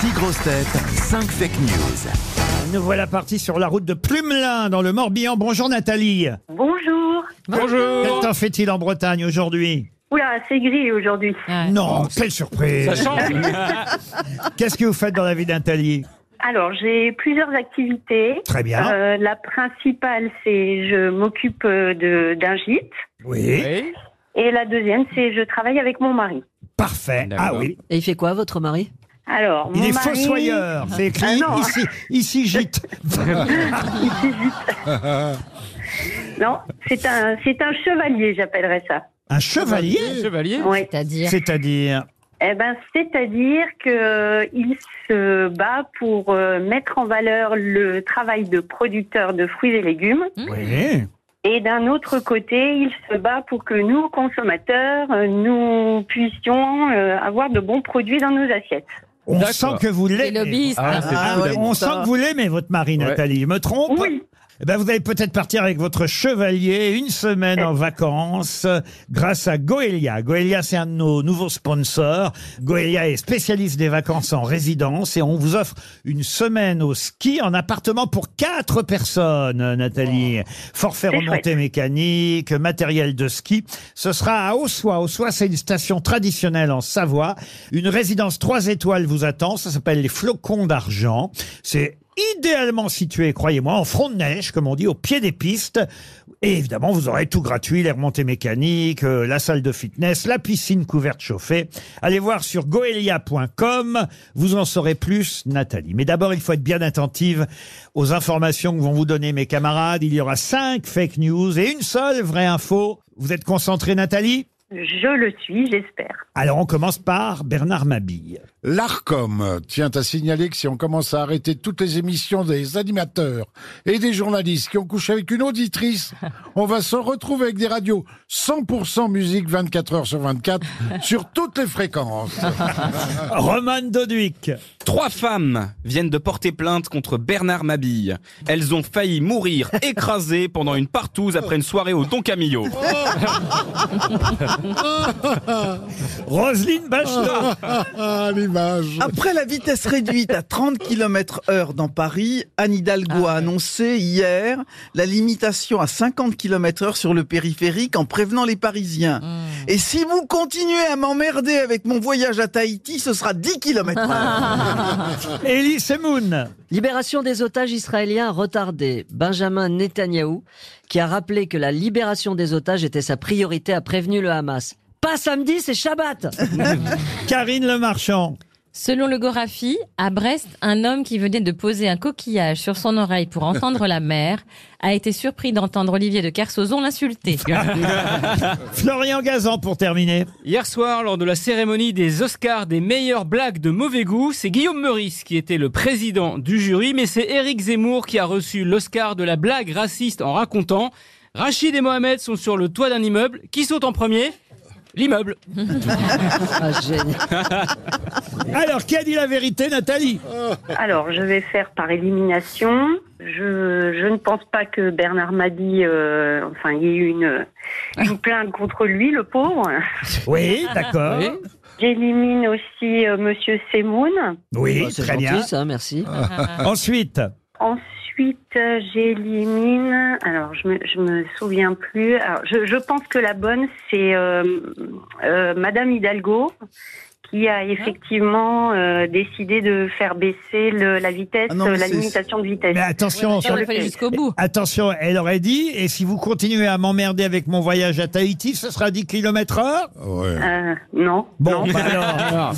Speaker 1: 6 grosses têtes, 5 fake news.
Speaker 2: Nous voilà partis sur la route de Plumelin dans le Morbihan. Bonjour Nathalie.
Speaker 12: Bonjour.
Speaker 2: Quel temps fait-il en Bretagne aujourd'hui
Speaker 12: Oula, c'est gris aujourd'hui.
Speaker 3: Ouais.
Speaker 2: Non, quelle surprise.
Speaker 7: Ça change.
Speaker 2: Qu'est-ce que vous faites dans la vie Nathalie
Speaker 12: Alors, j'ai plusieurs activités.
Speaker 2: Très bien.
Speaker 12: Euh, la principale, c'est je m'occupe euh, de- d'un gîte.
Speaker 2: Oui,
Speaker 7: Oui.
Speaker 12: Et la deuxième, c'est je travaille avec mon mari.
Speaker 2: parfait. Ah
Speaker 5: D'accord.
Speaker 2: oui.
Speaker 4: Et il fait quoi, votre mari
Speaker 12: Alors,
Speaker 2: Il
Speaker 12: mon
Speaker 2: est
Speaker 12: mari,
Speaker 2: fossoyeur. C'est
Speaker 12: Ah
Speaker 2: écrit
Speaker 12: non.
Speaker 2: ici, ici gîte.
Speaker 12: Non, c'est un, c'est un chevalier, j'appellerais ça.
Speaker 2: Un chevalier
Speaker 7: Chevalier
Speaker 15: Oui.
Speaker 2: C'est-à-dire C'est-à-dire
Speaker 15: Eh ben, c'est-à-dire qu'il se bat pour euh, mettre en valeur le travail de producteur de fruits et légumes.
Speaker 2: Oui.
Speaker 15: Et d'un autre côté, il se bat pour que nous, consommateurs, euh, nous puissions euh, avoir de bons produits dans nos assiettes.
Speaker 2: On sent que vous l'aimez.
Speaker 15: Ah, c'est
Speaker 2: Ah,
Speaker 15: fou,
Speaker 2: ouais,
Speaker 15: d'abord.
Speaker 2: on sent que vous l'aimez, votre mari, Nathalie. Je me trompe Eh ben, vous allez peut-être partir avec votre chevalier une semaine en vacances euh, grâce à Goelia. Goelia, c'est un de nos nouveaux sponsors. Goelia est spécialiste des vacances en résidence et on vous offre une semaine au ski en appartement pour quatre personnes, euh, Nathalie. Forfait
Speaker 9: C'est
Speaker 2: remontée
Speaker 9: chouette.
Speaker 2: mécanique, matériel de ski. Ce sera à Ossois. Ossois, c'est une station traditionnelle en Savoie. Une résidence trois étoiles vous attend. Ça s'appelle les Flocons d'Argent. C'est idéalement situé, croyez-moi, en front de neige, comme on dit, au pied des pistes. Et évidemment, vous aurez tout gratuit, les remontées mécaniques, euh, la salle de fitness, la piscine couverte chauffée. Allez voir sur goelia.com, vous en saurez plus, Nathalie. Mais d'abord, il faut être bien attentive aux informations que vont vous donner mes camarades. Il y aura cinq fake news et une seule vraie info. Vous êtes concentrée, Nathalie
Speaker 15: Je le suis, j'espère.
Speaker 2: Alors, on commence par Bernard Mabille.
Speaker 6: L'ARCOM tient à signaler que si on commence à arrêter toutes les émissions des animateurs et des journalistes qui ont couché avec une auditrice, on va se retrouver avec des radios 100% musique 24 heures sur 24 sur toutes les fréquences.
Speaker 2: Roman Doduic.
Speaker 5: Trois femmes viennent de porter plainte contre Bernard Mabille. Elles ont failli mourir écrasées pendant une partouze après une soirée au Don Camillo.
Speaker 2: Roselyne Bachelot.
Speaker 8: Après la vitesse réduite à 30 km heure dans Paris, Anne Hidalgo a annoncé hier la limitation à 50 km heure sur le périphérique en prévenant les Parisiens. Et si vous continuez à m'emmerder avec mon voyage à Tahiti, ce sera 10 km heure.
Speaker 2: Elie Semoun.
Speaker 4: Libération des otages israéliens retardée. Benjamin Netanyahou, qui a rappelé que la libération des otages était sa priorité, a prévenu le Hamas. Pas samedi, c'est Shabbat
Speaker 2: Karine Le Marchand.
Speaker 3: Selon le Gorafi, à Brest, un homme qui venait de poser un coquillage sur son oreille pour entendre la mer a été surpris d'entendre Olivier de Kersauzon l'insulter.
Speaker 2: Florian Gazan pour terminer.
Speaker 7: Hier soir, lors de la cérémonie des Oscars des meilleures blagues de mauvais goût, c'est Guillaume Meurice qui était le président du jury, mais c'est Éric Zemmour qui a reçu l'Oscar de la blague raciste en racontant Rachid et Mohamed sont sur le toit d'un immeuble. Qui saute en premier L'immeuble.
Speaker 3: Ah,
Speaker 2: Alors, qui a dit la vérité, Nathalie
Speaker 15: Alors, je vais faire par élimination. Je, je ne pense pas que Bernard Madi, euh, enfin, il y ait eu une, une plainte contre lui, le pauvre.
Speaker 2: Oui, d'accord. Oui.
Speaker 15: J'élimine aussi euh, Monsieur Semoun.
Speaker 2: Oui,
Speaker 4: Bah, c'est
Speaker 2: très
Speaker 4: gentil,
Speaker 2: bien.
Speaker 4: ça, merci.
Speaker 2: Ensuite,
Speaker 15: Ensuite, euh, j'élimine. Alors, je me, je me souviens plus. Alors, je, je pense que la bonne, c'est euh, euh, Madame Hidalgo, qui a effectivement euh, décidé de faire baisser le- la vitesse,
Speaker 2: Ah non, mais
Speaker 15: euh, la
Speaker 2: c'est-
Speaker 15: limitation de vitesse.
Speaker 2: mais attention, sur- Attention, elle aurait dit, et si vous continuez à m'emmerder avec mon voyage à Tahiti, ce sera 10 km heure
Speaker 15: Euh, non.
Speaker 2: Bon,
Speaker 15: non.
Speaker 2: bah alors,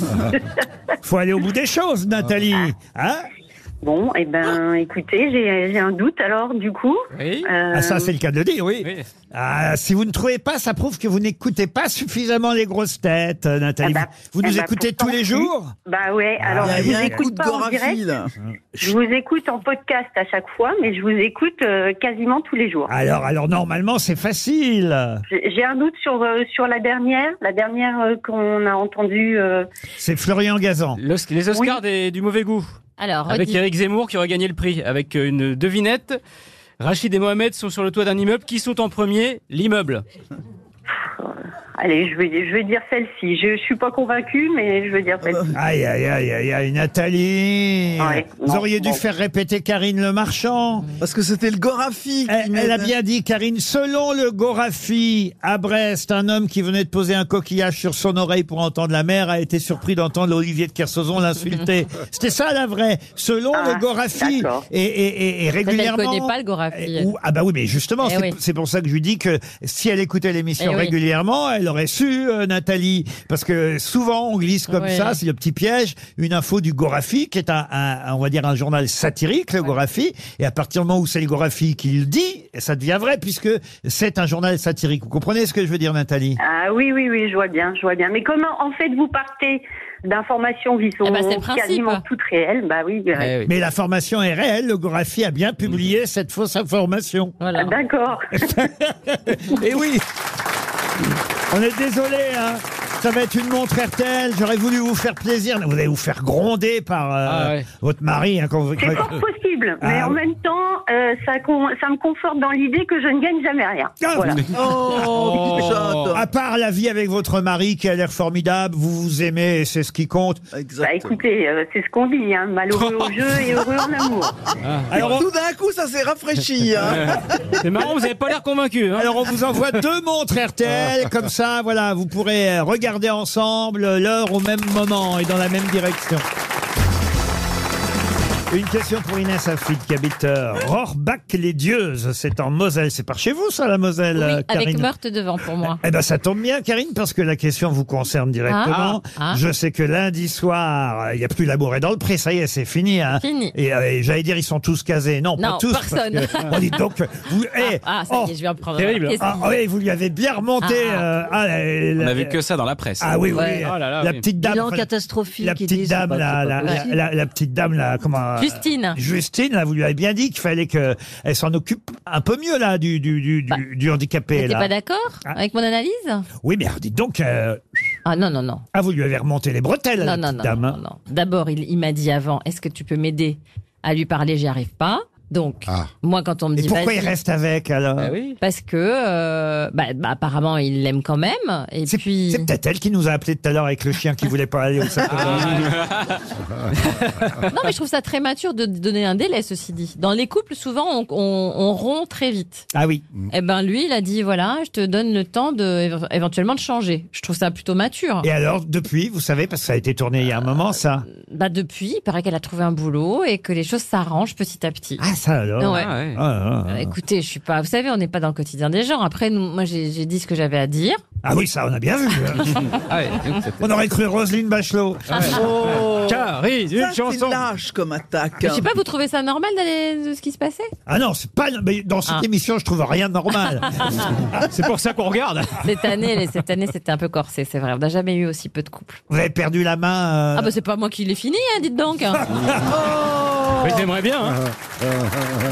Speaker 2: faut aller au bout des choses, Nathalie. Hein
Speaker 15: Bon, eh ben, écoutez, j'ai j'ai un doute alors, du coup. Euh,
Speaker 2: Ah, ça, c'est le cas de le dire, oui. Ah, si vous ne trouvez pas, ça prouve que vous n'écoutez pas suffisamment les grosses têtes, euh, Nathalie.
Speaker 15: Ah bah,
Speaker 2: vous nous
Speaker 15: eh bah,
Speaker 2: écoutez
Speaker 15: pourtant,
Speaker 2: tous les
Speaker 15: si.
Speaker 2: jours
Speaker 15: Bah ouais,
Speaker 2: Ah,
Speaker 15: alors
Speaker 2: il y a-
Speaker 15: je
Speaker 2: il y a
Speaker 15: vous
Speaker 2: un coup
Speaker 15: écoute
Speaker 2: de
Speaker 15: pas en
Speaker 2: Gorafi,
Speaker 15: direct.
Speaker 2: là.
Speaker 15: Je vous écoute en podcast à chaque fois, mais je vous écoute euh, quasiment tous les jours.
Speaker 2: Alors, alors normalement, c'est facile.
Speaker 15: J'ai j'ai un doute sur, euh, sur la dernière, la dernière euh, qu'on a entendue. euh,
Speaker 2: C'est Florian Gazan.
Speaker 7: Les Oscars des- du mauvais goût.
Speaker 3: Alors,
Speaker 7: Avec
Speaker 3: redis-
Speaker 7: Eric Zemmour qui aurait gagné le prix, avec euh, une devinette. Rachid et Mohamed sont sur le toit d'un immeuble. Qui saute en premier L'immeuble.
Speaker 15: allez, je vais, je vais dire celle-ci. Je, je suis pas convaincue, mais je vais dire celle-ci.
Speaker 2: Aïe, aïe, aïe, aïe, aïe, Nathalie.
Speaker 15: Ouais,
Speaker 2: Vous
Speaker 15: non,
Speaker 2: auriez dû
Speaker 15: bon.
Speaker 2: faire répéter Karine Le Marchand.
Speaker 8: Parce que c'était le Gorafi.
Speaker 2: Elle, elle a bien dit, Karine, selon le Gorafi, à Brest, un homme qui venait de poser un coquillage sur son oreille pour entendre la mer a été surpris d'entendre Olivier de Kersauzon l'insulter. C'était ça la vraie, selon
Speaker 3: Ah,
Speaker 2: le Gorafi.
Speaker 3: d'accord.
Speaker 2: Et, et- et
Speaker 3: Peut-être qu'elle
Speaker 2: régulièrement.
Speaker 3: connaît pas le Gorafi.
Speaker 2: Euh, Ou- ah bah oui, mais justement,
Speaker 3: Eh
Speaker 2: c'est
Speaker 3: oui.
Speaker 2: c'est pour ça que je lui dis que si elle écoutait l'émission
Speaker 3: Eh oui.
Speaker 2: régulièrement, elle elle l'aurait su, euh, Nathalie. Parce que souvent, on glisse comme
Speaker 16: Ouais.
Speaker 2: ça, c'est le petit piège, une info du Gorafi, qui est un, un- un- on va dire, un journal satirique, le Gorafi. Et à partir du moment où c'est le Gorafi qui le dit, ça devient vrai, puisque c'est un journal satirique. Vous comprenez ce que je veux dire, Nathalie
Speaker 12: Ah oui, oui, oui, je vois bien, je vois bien. Mais comment, en fait, vous partez d'informations qui sont
Speaker 3: bah, c'est le principe.
Speaker 12: quasiment toutes réelles Bah
Speaker 2: Eh
Speaker 12: oui. euh,
Speaker 2: Mais la formation est réelle, le Gorafi a bien publié cette fausse information.
Speaker 12: Ah, D'accord.
Speaker 2: Et oui On est désolé, hein. Ça va être une montre RTL, j'aurais voulu vous faire plaisir. Vous allez vous faire gronder par euh,
Speaker 12: Ah ouais.
Speaker 2: votre mari. hein, quand vous...
Speaker 12: C'est fort possible, mais
Speaker 2: Ah
Speaker 12: en
Speaker 2: oui.
Speaker 12: même temps, euh, ça, con- ça me conforte dans l'idée que je ne gagne jamais rien.
Speaker 2: Ah
Speaker 12: Voilà.
Speaker 15: Oh,
Speaker 2: À part la vie avec votre mari qui a l'air formidable, vous vous aimez et c'est ce qui compte.
Speaker 12: Bah, écoutez, euh, c'est ce qu'on dit, hein, malheureux au jeu et heureux en amour.
Speaker 2: Alors,
Speaker 8: Tout d'un coup, ça s'est rafraîchi. hein.
Speaker 7: C'est marrant, vous n'avez pas l'air convaincu. hein.
Speaker 2: Alors on vous envoie deux montres RTL,
Speaker 7: Ah.
Speaker 2: comme ça, voilà, vous pourrez euh, regarder ensemble euh, l'heure au même moment et dans la même direction. Une question pour Inès Afid qui habite euh, Rohrbach-les-Dieuses, c'est en Moselle, c'est par chez vous ça la Moselle euh,
Speaker 3: Avec
Speaker 2: Karine
Speaker 3: meurtre devant pour moi.
Speaker 2: eh ben, ça tombe bien, Karine, parce que la question vous concerne directement.
Speaker 3: Ah, ah.
Speaker 2: Je sais que lundi soir, il n'y a plus l'amour est dans le pré. Ça y est, c'est fini. Hein.
Speaker 3: Fini.
Speaker 2: Et, euh, et j'allais dire, ils sont tous casés. Non,
Speaker 3: Non,
Speaker 2: pas tous. parce
Speaker 3: personne.
Speaker 2: que- oh, dites donc, vous, eh,
Speaker 3: Ah, ça y est, je viens prendre.
Speaker 2: Terrible.
Speaker 3: la
Speaker 15: hein.
Speaker 3: question.
Speaker 2: Ah, oui, vous lui avez bien remonté. euh, ah, la- la-
Speaker 5: On a vu que ça dans la presse.
Speaker 2: Ah oui, oui.
Speaker 5: Ouais.
Speaker 2: euh, la petite dame.
Speaker 4: Bilan
Speaker 2: enfin,
Speaker 4: catastrophique,
Speaker 2: La
Speaker 4: ils
Speaker 2: petite
Speaker 4: disent,
Speaker 2: dame,
Speaker 4: c'est pas-
Speaker 2: là,
Speaker 4: c'est
Speaker 2: la,
Speaker 4: pas
Speaker 2: la-
Speaker 4: possible.
Speaker 2: la- la petite dame, là, comment euh,
Speaker 3: Justine.
Speaker 2: Justine, là, vous lui avez bien dit qu'il fallait que elle s'en occupe un peu mieux là du du du, du- du handicapé
Speaker 3: T'es
Speaker 2: là. Ah.
Speaker 3: pas d'accord avec mon analyse
Speaker 2: Oui, mais alors, dites donc. euh,
Speaker 3: Ah non, non, non.
Speaker 2: Ah, vous lui avez remonté les bretelles,
Speaker 3: Non,
Speaker 2: la
Speaker 3: non,
Speaker 2: petite
Speaker 3: non,
Speaker 2: dame. hein.
Speaker 3: non, non. D'abord, il, il m'a dit avant, est-ce que tu peux m'aider à lui parler J'y arrive pas. Donc, moi, quand on me
Speaker 2: Et
Speaker 3: dit.
Speaker 2: pourquoi
Speaker 3: vas-y,
Speaker 2: il reste avec alors
Speaker 3: Ah Parce que, euh, bah, bah, apparemment, il l'aime quand même. Et puis.
Speaker 2: C'est peut-être elle qui nous a appelé tout à l'heure avec le chien qui voulait pas aller au salon.
Speaker 3: Non, mais je trouve ça très mature de donner un délai, ceci dit. Dans les couples, souvent, on, on, on rompt très vite.
Speaker 2: Ah oui.
Speaker 3: Eh ben, lui, il a dit voilà, je te donne le temps de éve- éventuellement de changer. Je trouve ça plutôt mature.
Speaker 2: Et alors, depuis, vous savez, parce que ça a été tourné il y a un moment, ça.
Speaker 3: Bah, depuis, il paraît qu'elle a trouvé un boulot et que les choses s'arrangent petit à petit.
Speaker 2: Ah, ça alors
Speaker 3: Ouais.
Speaker 2: Ah, ah, ah.
Speaker 3: Euh, Écoutez, je suis pas. Vous savez, on n'est pas dans le quotidien des gens. Après, nous, moi, j'ai j'ai dit ce que j'avais à dire.
Speaker 2: Ah oui, ça, on a bien vu. hein. on aurait cru Roselyne Bachelot.
Speaker 8: Oh.
Speaker 7: Carrie,
Speaker 8: Ça, C'est lâche comme attaque.
Speaker 3: Mais Je sais pas, vous trouvez ça normal d'aller de ce qui se passait
Speaker 2: Ah non, c'est pas. mais dans cette
Speaker 3: Ah.
Speaker 2: émission, je trouve rien de normal. Ah, c'est pour ça qu'on regarde.
Speaker 3: Cette année, les- cette année, c'était un peu corsé, c'est vrai. On n'a jamais eu aussi peu de couples.
Speaker 2: Vous avez perdu la main. euh, Oh
Speaker 3: Ah bah c'est pas moi qui l'ai fini, hein, dites donc.
Speaker 7: Mais j'aimerais bien. hein.
Speaker 2: Ah,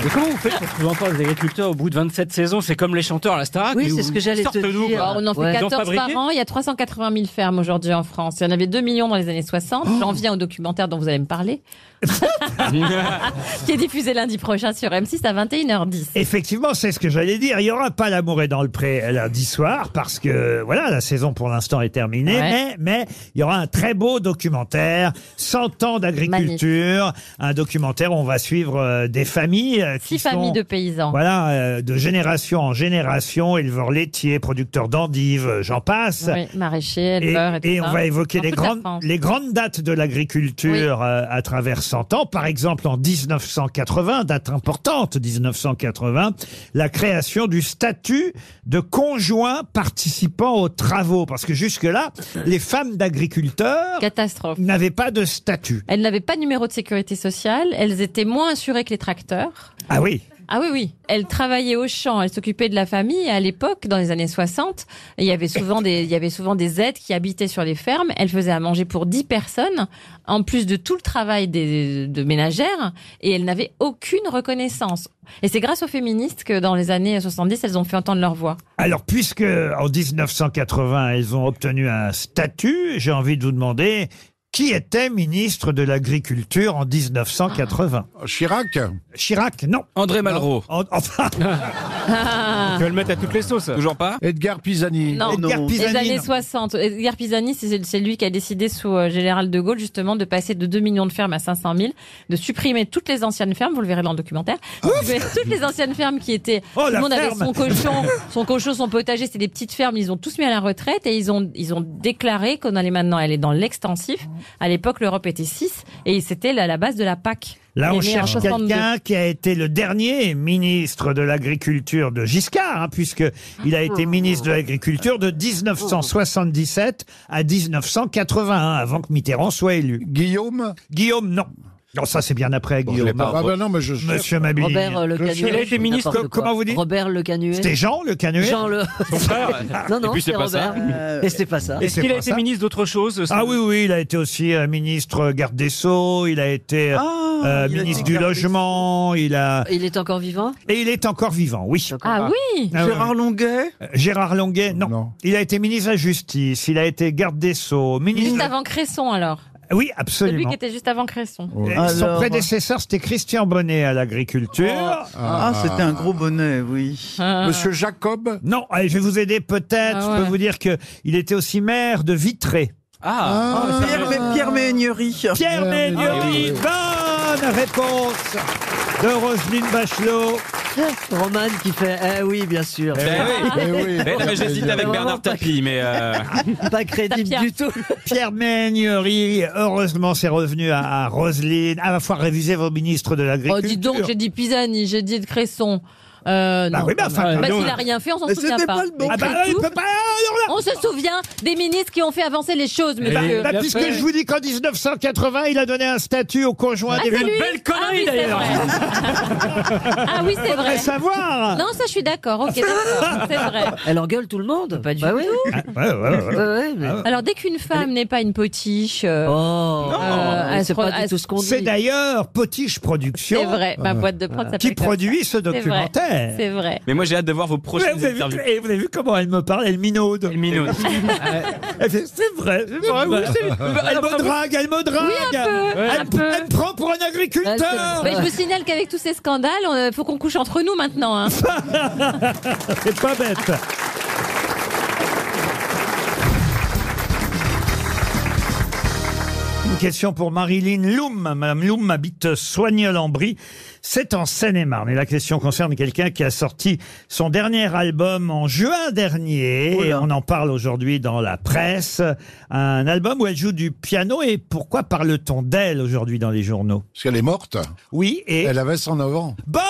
Speaker 7: Mais comment vous faites pour trouver encore des agriculteurs au bout de 27 saisons C'est comme les chanteurs à la Starac.
Speaker 4: Oui,
Speaker 7: mais
Speaker 4: c'est
Speaker 7: vous-
Speaker 4: ce que j'allais te
Speaker 7: sortez-nous,
Speaker 4: dire. Ah,
Speaker 7: quoi.
Speaker 3: Alors, on en fait
Speaker 7: Ils
Speaker 3: 14
Speaker 7: ont
Speaker 3: par
Speaker 7: fabriqué
Speaker 3: an. Il y a 380 000 fermes aujourd'hui en France. Il y en avait 2 millions dans les années 60.
Speaker 2: Oh.
Speaker 3: J'en viens au documentaire dont vous allez me parler,
Speaker 2: Ah.
Speaker 3: qui est diffusé lundi prochain sur M6 à 21h10.
Speaker 2: Effectivement, c'est ce que j'allais dire. Il n'y aura pas l'amour est dans le pré lundi soir parce que voilà, la saison pour l'instant est terminée.
Speaker 16: Ouais.
Speaker 2: Mais, mais il y aura un très beau documentaire, 100 ans d'agriculture. Un documentaire où on va suivre euh, des familles euh, qui
Speaker 3: Six familles
Speaker 2: sont-
Speaker 3: de paysans.
Speaker 2: Voilà, euh, de génération en génération, éleveurs laitiers, producteurs d'endives, euh, j'en passe.
Speaker 3: Oui, maraîchers,
Speaker 2: Et,
Speaker 3: éleveurs et, tout
Speaker 2: et
Speaker 3: ça.
Speaker 2: on va évoquer
Speaker 3: Dans
Speaker 2: les
Speaker 3: toute la
Speaker 2: grandes,
Speaker 3: France.
Speaker 2: les grandes dates de l'agriculture euh, à travers 100 ans. Par exemple, en 1980, date importante, 1980, la création du statut de conjoint participant aux travaux. Parce que jusque-là, les femmes d'agriculteurs n'avaient pas de statut.
Speaker 3: Elles n'avaient pas de numéro de sécurité sociale. Elles étaient moins assurées que les tracteurs.
Speaker 2: Ah oui
Speaker 3: Ah oui, oui. Elle travaillait au champ, elle s'occupait de la famille. Et à l'époque, dans les années 60, il y avait souvent des, il y avait souvent des aides qui habitaient sur les fermes. Elle faisait à manger pour 10 personnes, en plus de tout le travail des, de ménagères, et elle n'avait aucune reconnaissance. Et c'est grâce aux féministes que dans les années 70, elles ont fait entendre leur voix.
Speaker 2: Alors, puisque en 1980, elles ont obtenu un statut, j'ai envie de vous demander qui était ministre de l'Agriculture en 1980 Chirac Chirac, non.
Speaker 5: André Malraux.
Speaker 2: En- Enfin. Ah.
Speaker 3: Ah.
Speaker 7: Tu vas le mettre à toutes les sauces. Toujours pas
Speaker 6: Edgar Pisani.
Speaker 3: Non, les années 60. Edgar Pisani, c'est c'est lui qui a décidé sous euh, Général de Gaulle justement de passer de 2 millions de fermes à 500 000, de supprimer toutes les anciennes fermes, vous le verrez dans le documentaire, supprimer toutes les anciennes fermes qui étaient...
Speaker 17: Oh,
Speaker 3: tout
Speaker 17: la
Speaker 3: le monde avait
Speaker 17: ferme
Speaker 3: son cochon, son cochon, son potager, c'était des petites fermes, ils ont tous mis à la retraite et ils ont, ils ont déclaré qu'on allait maintenant aller dans l'extensif À l'époque, l'Europe était 6 et c'était la, la base de la PAC.
Speaker 2: Là,
Speaker 3: Il est
Speaker 2: on
Speaker 3: né en
Speaker 2: cherche
Speaker 3: 62.
Speaker 2: quelqu'un qui a été le dernier ministre de l'agriculture de Giscard, hein, puisque il a été ministre de l'agriculture de 1977 à 1981, avant que Mitterrand soit élu.
Speaker 6: Guillaume
Speaker 2: Guillaume, non. Non, ça c'est bien après, Guillaume.
Speaker 6: Ah bah non, mais je cherche.
Speaker 2: Monsieur Mabille.
Speaker 4: Robert euh, Le Canuet.
Speaker 2: Co- Comment vous dites
Speaker 4: Robert Le Canuet.
Speaker 2: C'était Jean Le Canuet
Speaker 4: Jean Le.
Speaker 2: Son frère.
Speaker 4: non,
Speaker 2: Et
Speaker 4: non,
Speaker 2: puis c'est
Speaker 4: c'est
Speaker 2: pas ça. Euh,
Speaker 4: Robert. Et c'est pas ça.
Speaker 2: Et
Speaker 7: Est-ce
Speaker 2: c'est
Speaker 7: qu'il a
Speaker 2: pas
Speaker 7: été
Speaker 2: ça.
Speaker 7: ministre d'autre chose
Speaker 2: Ah oui, oui, il a été aussi euh, ministre euh, garde des Sceaux, il a été euh,
Speaker 6: Ah,
Speaker 2: euh,
Speaker 4: il a été
Speaker 2: ministre du
Speaker 4: garde des
Speaker 2: Logement, il a...
Speaker 4: Ah. Il est encore vivant
Speaker 2: Et il est encore vivant, oui.
Speaker 4: Ah oui Gérard
Speaker 2: Longuet Gérard Longuet, non. Il a été ministre de la Justice, il a été garde des Sceaux, ministre...
Speaker 3: Juste avant Cresson, alors.
Speaker 2: Oui,
Speaker 3: Celui
Speaker 2: absolument.
Speaker 3: qui était juste avant Cresson.
Speaker 2: Et Son prédécesseur, c'était Christian Bonnet à l'agriculture.
Speaker 8: Ah, c'était un gros bonnet, oui.
Speaker 2: Monsieur Jacob Non, allez, je vais vous aider peut-être.
Speaker 8: Ah
Speaker 2: Je peux
Speaker 8: ouais.
Speaker 2: vous dire que il était aussi maire de Vitré.
Speaker 8: Ah,
Speaker 2: Ah.
Speaker 8: Pierre, mais Pierre Méhaignerie.
Speaker 2: Pierre Méhaignerie, bonne réponse euh, de Roselyne Bachelot.
Speaker 4: Roman qui fait Eh oui, bien sûr.
Speaker 5: Ben
Speaker 9: Eh
Speaker 5: oui.
Speaker 2: Eh
Speaker 5: Ben non, mais j'hésite avec
Speaker 4: Vraiment
Speaker 5: Bernard Tapie, mais euh,
Speaker 4: Pas crédible du tout.
Speaker 2: Pierre Méhaignerie, heureusement, c'est revenu à, à Roselyne. Ah, va falloir réviser vos ministres de
Speaker 3: Oh,
Speaker 2: l'agriculture.
Speaker 3: dis donc, j'ai dit Pisani, j'ai dit de Cresson. Euh,
Speaker 2: Bah
Speaker 3: non.
Speaker 2: oui, mais enfin,
Speaker 3: Bah,
Speaker 2: dis donc.
Speaker 3: s'il a rien fait, on s'en
Speaker 2: Mais
Speaker 3: souvient
Speaker 2: c'était
Speaker 3: pas.
Speaker 2: pas le bon. Ah bah,
Speaker 3: Après
Speaker 2: il
Speaker 3: tout,
Speaker 2: peut pas-
Speaker 3: On se souvient des ministres qui ont fait avancer les choses,
Speaker 2: Eh ben,
Speaker 3: monsieur.
Speaker 2: bah, puisque je vous dis qu'en 1980, il a donné un statut au conjoint
Speaker 3: Ah,
Speaker 2: des
Speaker 3: c'est lui Ah oui, c'est vrai. Ah oui, c'est
Speaker 2: Faudrait
Speaker 3: vrai.
Speaker 2: savoir.
Speaker 3: Non, ça, je suis d'accord. Ok, d'accord. C'est vrai.
Speaker 4: Elle engueule tout le monde. Bah Pas du tout.
Speaker 2: Ah, ouais, ouais, Ah ouais.
Speaker 3: Alors, dès qu'une femme n'est pas une potiche, euh, euh,
Speaker 2: Oh. mais
Speaker 3: elle se-
Speaker 2: c'est pas
Speaker 3: elle-
Speaker 2: C'est d'ailleurs Potiche Productions.
Speaker 3: C'est vrai, ma boîte de prod
Speaker 2: Voilà.
Speaker 3: s'appelle
Speaker 2: Qui
Speaker 3: comme ça.
Speaker 2: produit ce
Speaker 3: C'est vrai,
Speaker 2: documentaire.
Speaker 3: C'est vrai.
Speaker 5: mais moi j'ai hâte de voir vos
Speaker 2: Ouais,
Speaker 5: prochaines
Speaker 2: vous, avez vu,
Speaker 5: interviews.
Speaker 2: et vous avez vu comment elle me parle, elle minaude. Elle
Speaker 7: minaude.
Speaker 2: elle fait, c'est vrai, c'est vrai.
Speaker 13: oui, c'est-
Speaker 2: Elle me drague, elle me drague.
Speaker 3: Oui, un peu,
Speaker 2: elle,
Speaker 3: un peu. Bah,
Speaker 2: elle me prend pour un agriculteur.
Speaker 3: Mais je vous signale qu'avec tous ces scandales, il faut qu'on couche entre nous maintenant. hein.
Speaker 2: c'est pas bête. Une question pour Marilyn Loum. Madame Loum habite Soigneux-Lambry. C'est en Seine-et-Marne. Et la question concerne quelqu'un qui a sorti son dernier album en juin dernier. Et on en parle aujourd'hui dans la presse. Un album où elle joue du piano. Et pourquoi parle-t-on d'elle aujourd'hui dans les journaux
Speaker 6: Parce qu'elle est morte.
Speaker 2: Oui, et
Speaker 6: Elle avait 109 ans.
Speaker 2: Bonne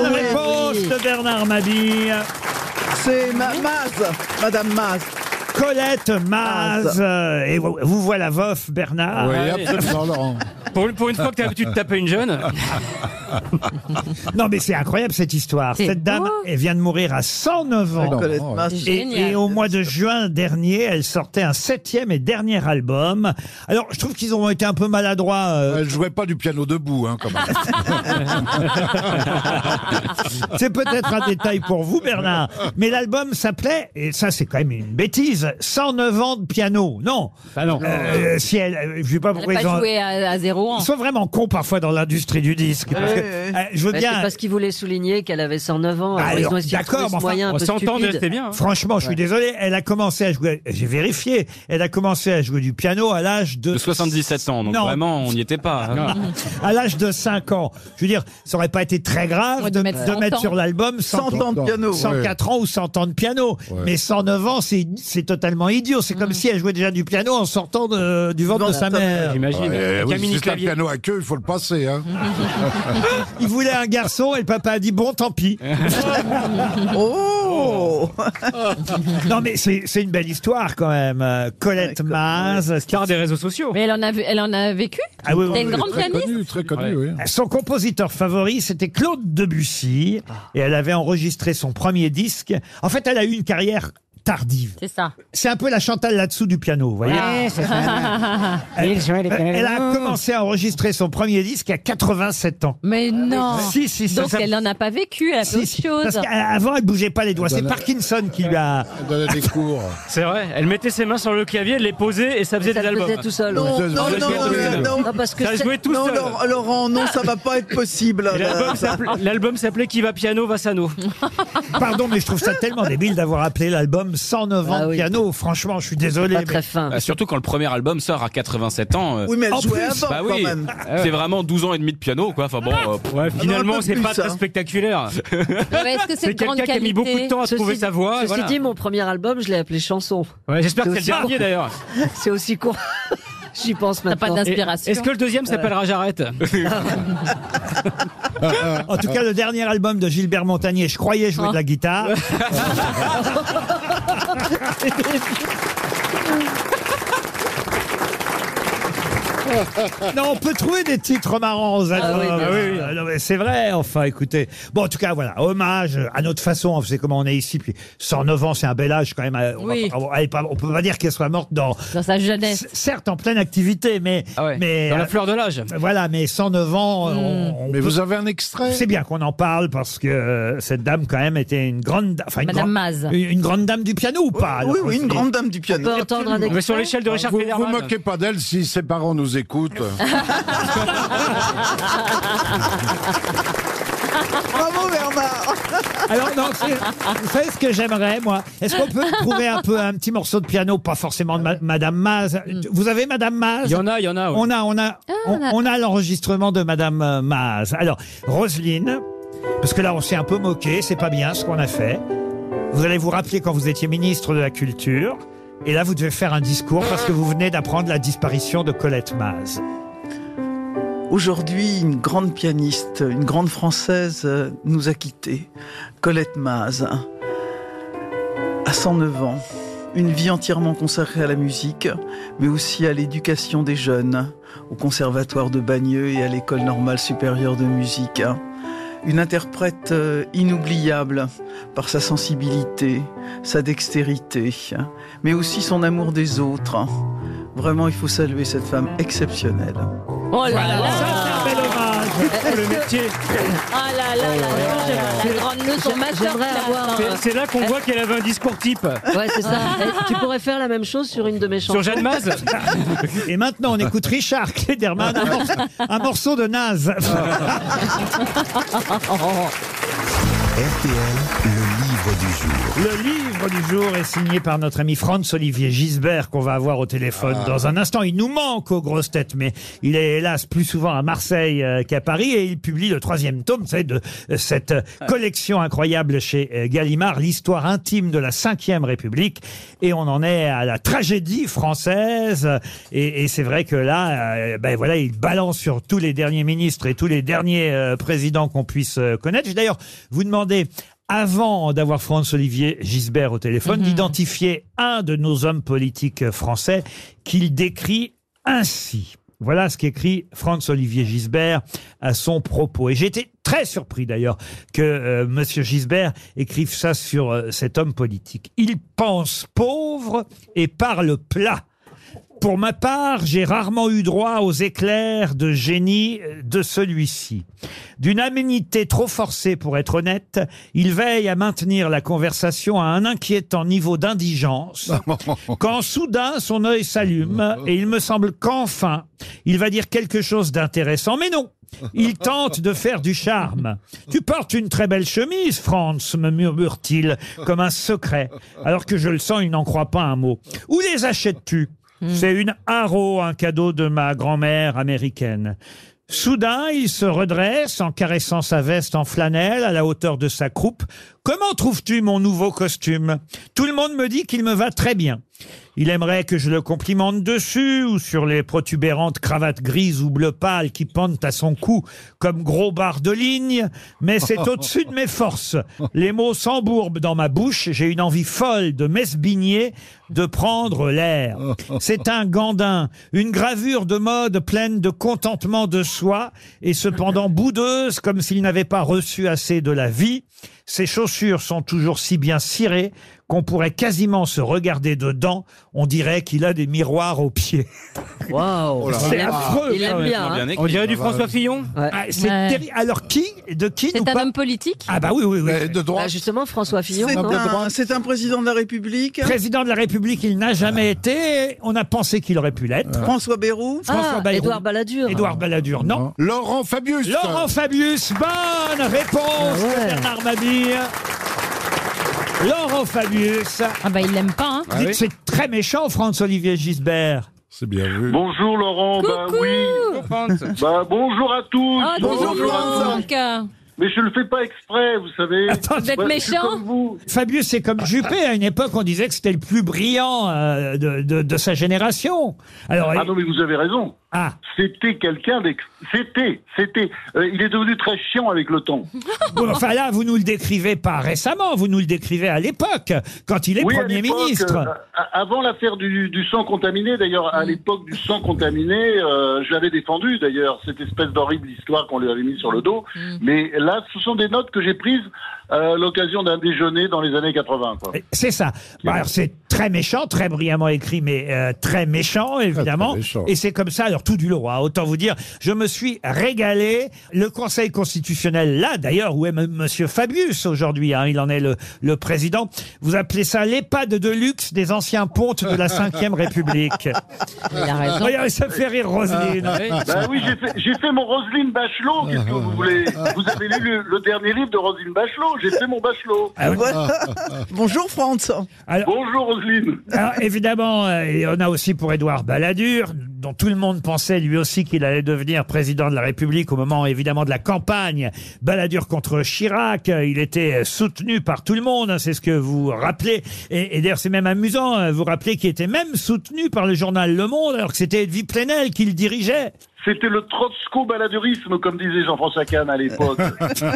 Speaker 8: Ouais,
Speaker 2: réponse
Speaker 8: oui.
Speaker 2: de Bernard Mabille.
Speaker 8: C'est ma Maz, Madame Maz.
Speaker 2: Colette Maz. euh, Et vous, vous voilà veuf,
Speaker 7: Ah,
Speaker 2: Bernard.
Speaker 6: oui, absolument, Laurent.
Speaker 7: Pour, une- pour une fois que tu as l'habitude de taper une jeune.
Speaker 2: Non, mais c'est incroyable cette histoire.
Speaker 7: C'est
Speaker 2: Cette dame,
Speaker 7: beau.
Speaker 2: elle vient de mourir à 109
Speaker 8: Ah,
Speaker 2: ans.
Speaker 8: Colette Mas, c'est
Speaker 2: Et,
Speaker 8: génial.
Speaker 2: et au mois de juin dernier, elle sortait un septième et dernier album. Alors, je trouve qu'ils ont été un peu maladroits. euh,
Speaker 6: Elle jouait pas du piano debout, hein, quand même.
Speaker 2: C'est peut-être un détail pour vous, Bernard. Mais l'album s'appelait, et ça c'est quand même une bêtise, 109 ans de piano. Non.
Speaker 7: non.
Speaker 2: Euh, si elle, euh, je sais pas
Speaker 3: Elle
Speaker 2: pourquoi
Speaker 3: n'a
Speaker 2: ils
Speaker 3: pas
Speaker 2: ont.
Speaker 3: joué à, à zéro ans.
Speaker 2: Ils sont vraiment cons parfois dans l'industrie du disque. parce que,
Speaker 4: Ouais,
Speaker 2: euh, je veux
Speaker 4: Mais
Speaker 2: bien.
Speaker 4: Bah, C'est parce qu'ils voulaient souligner qu'elle avait 109
Speaker 7: Bah,
Speaker 4: ans. Bah, euh, Alors,
Speaker 2: Alors,
Speaker 4: ils ont essayé de trouver ce moyen un peu stupide.
Speaker 2: Franchement, je suis
Speaker 4: Ouais.
Speaker 2: désolé. Elle a commencé à jouer. J'ai vérifié. Elle a commencé à jouer du piano à l'âge eh, de.
Speaker 5: De 77 ans, donc
Speaker 2: Non.
Speaker 5: vraiment on n'y était pas. hein.
Speaker 2: À l'âge de 5 ans. Je veux dire, ça aurait pas été très grave
Speaker 3: Ouais,
Speaker 2: de,
Speaker 3: de
Speaker 2: mettre,
Speaker 3: mettre
Speaker 2: de
Speaker 3: 100
Speaker 2: mettre
Speaker 3: ans.
Speaker 2: sur l'album
Speaker 8: 100 ans de piano.
Speaker 2: 104 ans ou 100 ans de piano. Mais 109 ans, c'est c'est totalement idiot. C'est comme si elle jouait déjà du piano en sortant de- du ventre de sa mère.
Speaker 7: J'imagine.
Speaker 6: Ouais,
Speaker 7: Avec
Speaker 6: oui,
Speaker 7: un
Speaker 6: si
Speaker 7: mini
Speaker 6: c'est un
Speaker 7: clavier.
Speaker 6: piano à queue, il faut le passer. Hein.
Speaker 2: Il voulait un garçon et le papa a dit bon, tant pis.
Speaker 8: Oh
Speaker 2: Non, mais c'est c'est une belle histoire quand même. Euh, Colette Maz.
Speaker 7: Star des réseaux sociaux.
Speaker 3: Mais elle en a, vu- elle en a vécu
Speaker 2: Ah oui, oui,
Speaker 3: T'es une
Speaker 2: oui,
Speaker 3: grande
Speaker 6: Très
Speaker 3: pianiste
Speaker 6: connu, très connu, oui.
Speaker 2: Son compositeur favori, c'était Claude Debussy. Et elle avait enregistré son premier disque. En fait, elle a eu une carrière tardive.
Speaker 3: C'est ça.
Speaker 2: C'est un peu la Chantal là-dessous du piano, vous voyez.
Speaker 3: Ah.
Speaker 2: Elle, elle a commencé à enregistrer son premier disque à 87 ans.
Speaker 3: Mais non.
Speaker 2: Ah, Si, si, si,
Speaker 3: Donc
Speaker 2: ça-
Speaker 3: elle n'en a pas vécu, elle a fait
Speaker 2: Si,
Speaker 3: autre
Speaker 2: si,
Speaker 3: chose.
Speaker 2: Parce qu'avant, elle bougeait pas les doigts. C'est
Speaker 6: Voilà.
Speaker 2: Parkinson qui lui a.
Speaker 6: Elle donnait des cours.
Speaker 7: C'est vrai. Elle mettait ses mains sur le clavier, elle les posait et ça faisait
Speaker 4: Ça
Speaker 7: des
Speaker 4: le
Speaker 7: albums.
Speaker 4: faisait tout seul.
Speaker 8: Non,
Speaker 4: ouais.
Speaker 8: non, non,
Speaker 7: Ça jouait tout
Speaker 8: non,
Speaker 7: seul.
Speaker 8: non,
Speaker 4: Ah, parce que
Speaker 7: Ça
Speaker 4: c'est-
Speaker 7: jouait tout
Speaker 8: non,
Speaker 7: seul.
Speaker 8: Laurent- euh, Laurent, non, ça va pas être possible.
Speaker 7: Et l'album s'appelait- L'album s'appelait Qui va piano va sano.
Speaker 2: Pardon, mais je trouve ça tellement débile d'avoir appelé l'album 109 ans
Speaker 4: Ah
Speaker 2: de
Speaker 4: oui.
Speaker 2: piano. Franchement, je suis désolé.
Speaker 4: Pas
Speaker 2: mais-
Speaker 4: très fin.
Speaker 5: Bah, surtout quand le premier album sort à 87 ans. euh,
Speaker 8: Oui, mais
Speaker 2: En
Speaker 8: elle jouait
Speaker 2: plus,
Speaker 8: avant
Speaker 5: Bah
Speaker 8: quand
Speaker 5: oui,
Speaker 8: même.
Speaker 5: c'est vraiment 12 ans et demi de piano, quoi. Enfin bon, euh, pff.
Speaker 7: Ouais,
Speaker 8: un
Speaker 7: finalement,
Speaker 8: peu
Speaker 7: c'est
Speaker 8: plus,
Speaker 7: pas
Speaker 8: hein.
Speaker 7: très spectaculaire.
Speaker 3: Ouais, Est-ce que c'est
Speaker 7: C'est
Speaker 3: de grande
Speaker 7: quelqu'un qui a mis
Speaker 3: qualité
Speaker 7: beaucoup de temps à trouver sa voix.
Speaker 4: ceci
Speaker 7: voilà.
Speaker 4: dit, mon premier album, je l'ai appelé Chanson.
Speaker 7: Ouais, J'espère que
Speaker 4: C'est
Speaker 7: c'est le
Speaker 4: aussi-
Speaker 7: dernier d'ailleurs.
Speaker 4: C'est aussi court. J'y pense
Speaker 3: T'as pas
Speaker 4: maintenant.
Speaker 3: d'inspiration.
Speaker 7: Est-ce que le deuxième s'appellera J'arrête
Speaker 2: En tout cas, le dernier album de Gilbert Montagnier, je croyais jouer de
Speaker 4: Hein
Speaker 2: la guitare. Non, on peut trouver des titres marrants aux albums.
Speaker 13: oui, bien sûr.
Speaker 2: Ah non, mais c'est vrai, enfin, écoutez. Bon, en tout cas, voilà, hommage à notre façon. C'est comment on est ici. Puis 109 ans, c'est un bel âge quand même. euh, On, va
Speaker 3: Oui.
Speaker 2: pas- on va- elle est pas- on peut pas dire qu'elle soit morte dans,
Speaker 3: Dans sa jeunesse.
Speaker 2: certes en pleine activité, mais
Speaker 7: Ah
Speaker 2: mais
Speaker 7: dans la
Speaker 2: euh, Oh,
Speaker 7: fleur de l'âge.
Speaker 2: Voilà, mais 109 ans.
Speaker 9: Mm.
Speaker 6: Mais vous avez
Speaker 2: un extrait C'est bien qu'on en parle parce que euh, cette dame, quand même, était une grande. da- Enfin, une
Speaker 6: Madame
Speaker 2: grande-
Speaker 6: Maz.
Speaker 2: Une, une grande dame du piano ou pas
Speaker 6: oui, oui, une grande dame
Speaker 8: du
Speaker 6: piano. On peut entendre un extrait Mais sur l'échelle
Speaker 7: de
Speaker 6: Vous vous moquez pas d'elle si ses parents nous écoutent.
Speaker 8: Bravo Bernard
Speaker 2: Alors non, c'est- vous savez ce que j'aimerais moi Est-ce qu'on peut trouver un peu un petit morceau de piano, pas forcément de ma- Madame Maz Vous avez Madame Maz Il y en
Speaker 7: a, il y en a.
Speaker 2: On a, on a, Mm. Ah, on, on a l'enregistrement de Madame euh, Maz. Alors Roselyne, parce que là on s'est un peu moqué, c'est pas bien ce qu'on a fait. Vous allez vous rappeler quand vous étiez ministre de la Culture, et là vous devez faire un discours parce que vous venez d'apprendre la disparition de Colette Maz.
Speaker 8: Aujourd'hui, une grande pianiste, une grande française euh, nous a quittés, Colette Maz, à 109 ans. Une vie entièrement consacrée à la musique, mais aussi à l'éducation des jeunes, au conservatoire de Bagneux et à l'école normale supérieure de musique. Une interprète euh, inoubliable par sa sensibilité, sa dextérité, mais aussi son amour des autres. Vraiment, il faut saluer cette femme exceptionnelle.
Speaker 3: Oh là là
Speaker 2: bel hommage
Speaker 3: pour
Speaker 7: le métier.
Speaker 3: Ah là là là là, la grande leçon,
Speaker 4: J'aimerais
Speaker 3: masterclass.
Speaker 4: avoir. euh,
Speaker 7: C'est- C'est là
Speaker 2: Euh,
Speaker 7: qu'on voit qu'elle avait un discours type.
Speaker 4: Ouais, c'est ça. Eh, tu pourrais faire la même chose sur une de mes chansons.
Speaker 7: Sur Jeanne Maz
Speaker 2: Et maintenant on écoute Richard Klederman, un morceau, un morceau de Naz.
Speaker 1: RTL, le livre du jour.
Speaker 2: Le livre du jour est signé par notre ami Franz-Olivier Gisbert qu'on va avoir au téléphone
Speaker 1: Ah.
Speaker 2: dans un instant. Il nous manque aux grosses têtes, mais il est hélas plus souvent à Marseille euh, qu'à Paris et il publie le troisième tome vous savez, de euh, cette euh, collection incroyable chez euh, Gallimard, l'histoire intime de la Ve République. Et on en est à la tragédie française. Et, et c'est vrai que là, euh, ben voilà, il balance sur tous les derniers ministres et tous les derniers euh, présidents qu'on puisse euh, connaître. J'ai d'ailleurs vous demandé avant d'avoir Franz-Olivier Gisbert au téléphone, d'identifier un de nos hommes politiques français qu'il décrit ainsi. Voilà ce qu'écrit Franz-Olivier Gisbert à son propos. Et j'ai été très surpris d'ailleurs que euh, Monsieur Gisbert écrive ça sur euh, cet homme politique. Il pense pauvre et parle plat. Pour ma part, j'ai rarement eu droit aux éclairs de génie de celui-ci. D'une aménité trop forcée pour être honnête, il veille à maintenir la conversation à un inquiétant niveau d'indigence, quand soudain son œil s'allume et il me semble qu'enfin, il va dire quelque chose d'intéressant. Mais non, il tente de faire du charme. Tu portes une très belle chemise, Franz, me murmure-t-il, comme un secret, alors que je le sens, il n'en croit pas un mot. Où les achètes-tu c'est une haro, un cadeau de ma grand-mère américaine. Soudain, il se redresse en caressant sa veste en flanelle à la hauteur de sa croupe. Comment trouves-tu mon nouveau costume Tout le monde me dit qu'il me va très bien. Il aimerait que je le complimente dessus ou sur les protubérantes cravates grises ou bleu pâle qui pendent à son cou comme gros barres de ligne, mais c'est au-dessus de mes forces. Les mots s'embourbent dans ma bouche, j'ai une envie folle de m'esbigner, de prendre l'air. C'est un gandin, une gravure de mode pleine de contentement de soi et cependant boudeuse comme s'il n'avait pas reçu assez de la vie. Ses chaussures sont toujours si bien cirées qu'on pourrait quasiment se regarder dedans. On dirait qu'il a des miroirs aux pieds.
Speaker 4: Waouh
Speaker 2: C'est oh affreux.
Speaker 4: Il aime bien. hein.
Speaker 7: Oh On dirait du François Fillon.
Speaker 2: Ah, c'est terri- Alors qui De qui
Speaker 3: C'est
Speaker 2: nous
Speaker 3: un
Speaker 2: parle
Speaker 3: homme politique
Speaker 2: Ah bah oui, oui, oui.
Speaker 4: Bah, justement, François Fillon.
Speaker 8: C'est
Speaker 4: non
Speaker 8: un, c'est un président de la République. Ah.
Speaker 2: Président de la République, il n'a jamais été. On a pensé qu'il aurait pu l'être.
Speaker 8: François Bayrou.
Speaker 3: Ah,
Speaker 2: Ah, François Bayrou.
Speaker 4: Édouard Balladur.
Speaker 2: Édouard Balladur, non.
Speaker 6: Laurent Fabius.
Speaker 2: Laurent Fabius, bonne
Speaker 3: Ah
Speaker 2: réponse de Bernard Mabille. Laurent Fabius.
Speaker 3: Ah bah il l'aime pas. hein.
Speaker 2: Dites, C'est très méchant, Franz-Olivier Gisbert.
Speaker 6: C'est bien vu.
Speaker 14: Bonjour Laurent, bah oui. Bah bonjour à tous.
Speaker 3: Ah, bonjour,
Speaker 14: à tous.
Speaker 3: Franck.
Speaker 16: Mais je le fais pas exprès, vous savez.
Speaker 2: Attendez,
Speaker 16: Moi, je suis comme vous.
Speaker 2: Fabius, c'est comme Juppé. À une époque, on disait que c'était le plus brillant euh, de, de- de sa génération. Alors,
Speaker 16: ah non, mais vous avez raison. C'était quelqu'un d'ex... C'était, c'était. Euh, il est devenu très chiant avec le temps.
Speaker 2: bon, enfin là, vous nous le décrivez pas récemment, vous nous le décrivez à l'époque, quand il est
Speaker 16: Oui, à
Speaker 2: Premier
Speaker 16: l'époque,
Speaker 2: ministre.
Speaker 16: euh, a- avant l'affaire du, du sang contaminé, d'ailleurs, à l'époque du sang contaminé, euh, je l'avais défendu, d'ailleurs, cette espèce d'horrible histoire qu'on lui avait mis sur le dos.
Speaker 2: Mm.
Speaker 16: Mais là, ce sont des notes que j'ai prises euh, à l'occasion d'un déjeuner dans les années 80. Quoi.
Speaker 2: C'est ça. Bah, alors c'est très méchant, très brillamment écrit, mais euh, très méchant évidemment. Et c'est comme ça, alors tout du long. hein. Autant vous dire, je me suis régalé. Le Conseil constitutionnel, là d'ailleurs, où est M. Monsieur Fabius aujourd'hui, hein, il en est le, le président. Vous appelez ça l'EHPAD de luxe des anciens pontes de la Ve République.
Speaker 16: Ah, Il a raison.
Speaker 2: Regardez, ça fait rire Roselyne.
Speaker 16: Bah oui, j'ai fait, j'ai fait mon Roselyne Bachelot, qu'est-ce que vous voulez Vous avez lu le, le dernier livre de Roselyne Bachelot, j'ai fait mon Bachelot.
Speaker 2: Ah Bonjour France.
Speaker 16: Bonjour Roselyne.
Speaker 2: Alors évidemment, euh, il y en a aussi pour Édouard Balladur, dont tout le monde pensait lui aussi qu'il allait devenir président de la République au moment évidemment de la campagne. Balladur contre Chirac, euh, il était soutenu par tout le monde, hein, c'est ce que vous rappelez. Et, et d'ailleurs c'est même amusant, euh, vous rappelez qu'il était même soutenu par le journal Le Monde, alors que c'était Edwy Plenel qui le dirigeait.
Speaker 16: C'était le trotsko-baladurisme, comme disait Jean-François Kahn à l'époque.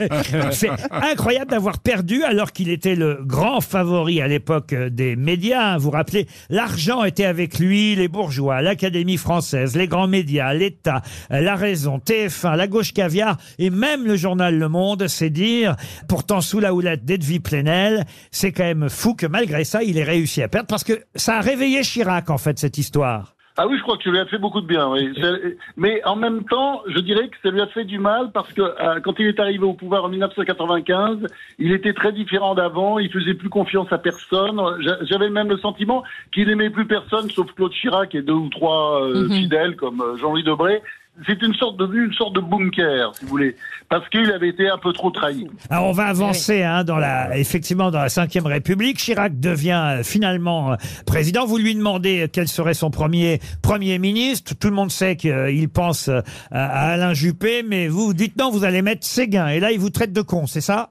Speaker 2: C'est incroyable d'avoir perdu alors qu'il était le grand favori à l'époque euh, des médias. Vous vous rappelez, l'argent était avec lui, les bourgeois, l'Académie française, les grands médias, l'État, euh, la raison, TF1, la gauche caviar et même le journal Le Monde, c'est dire. Pourtant, sous la houlette d'Edwy Plenel, c'est quand même fou que malgré ça, il ait réussi à perdre parce que ça a réveillé Chirac, en fait, cette histoire.
Speaker 16: Ah oui, je crois que ça lui a fait beaucoup de bien. oui. Ça- Mais en même temps, je dirais que ça lui a fait du mal parce que euh, quand il est arrivé au pouvoir en 1995, il était très différent d'avant. Il faisait plus confiance à personne. J'a- J'avais même le sentiment qu'il n'aimait plus personne sauf Claude Chirac et deux ou trois euh,
Speaker 14: Mhm.
Speaker 16: fidèles comme euh, Jean-Louis Debré. C'est une sorte de une sorte de bunker, si vous voulez, parce qu'il avait été un peu trop trahi.
Speaker 2: Alors Ah, on
Speaker 16: Ah
Speaker 2: va avancer hein, dans la, effectivement dans la Ve République. Chirac devient euh, finalement euh, président. Vous lui demandez euh, quel serait son premier premier ministre. Tout le monde sait qu'il pense euh, à à Alain Juppé, mais vous vous dites non, vous allez mettre Séguin. Et là, il vous traite de con, c'est ça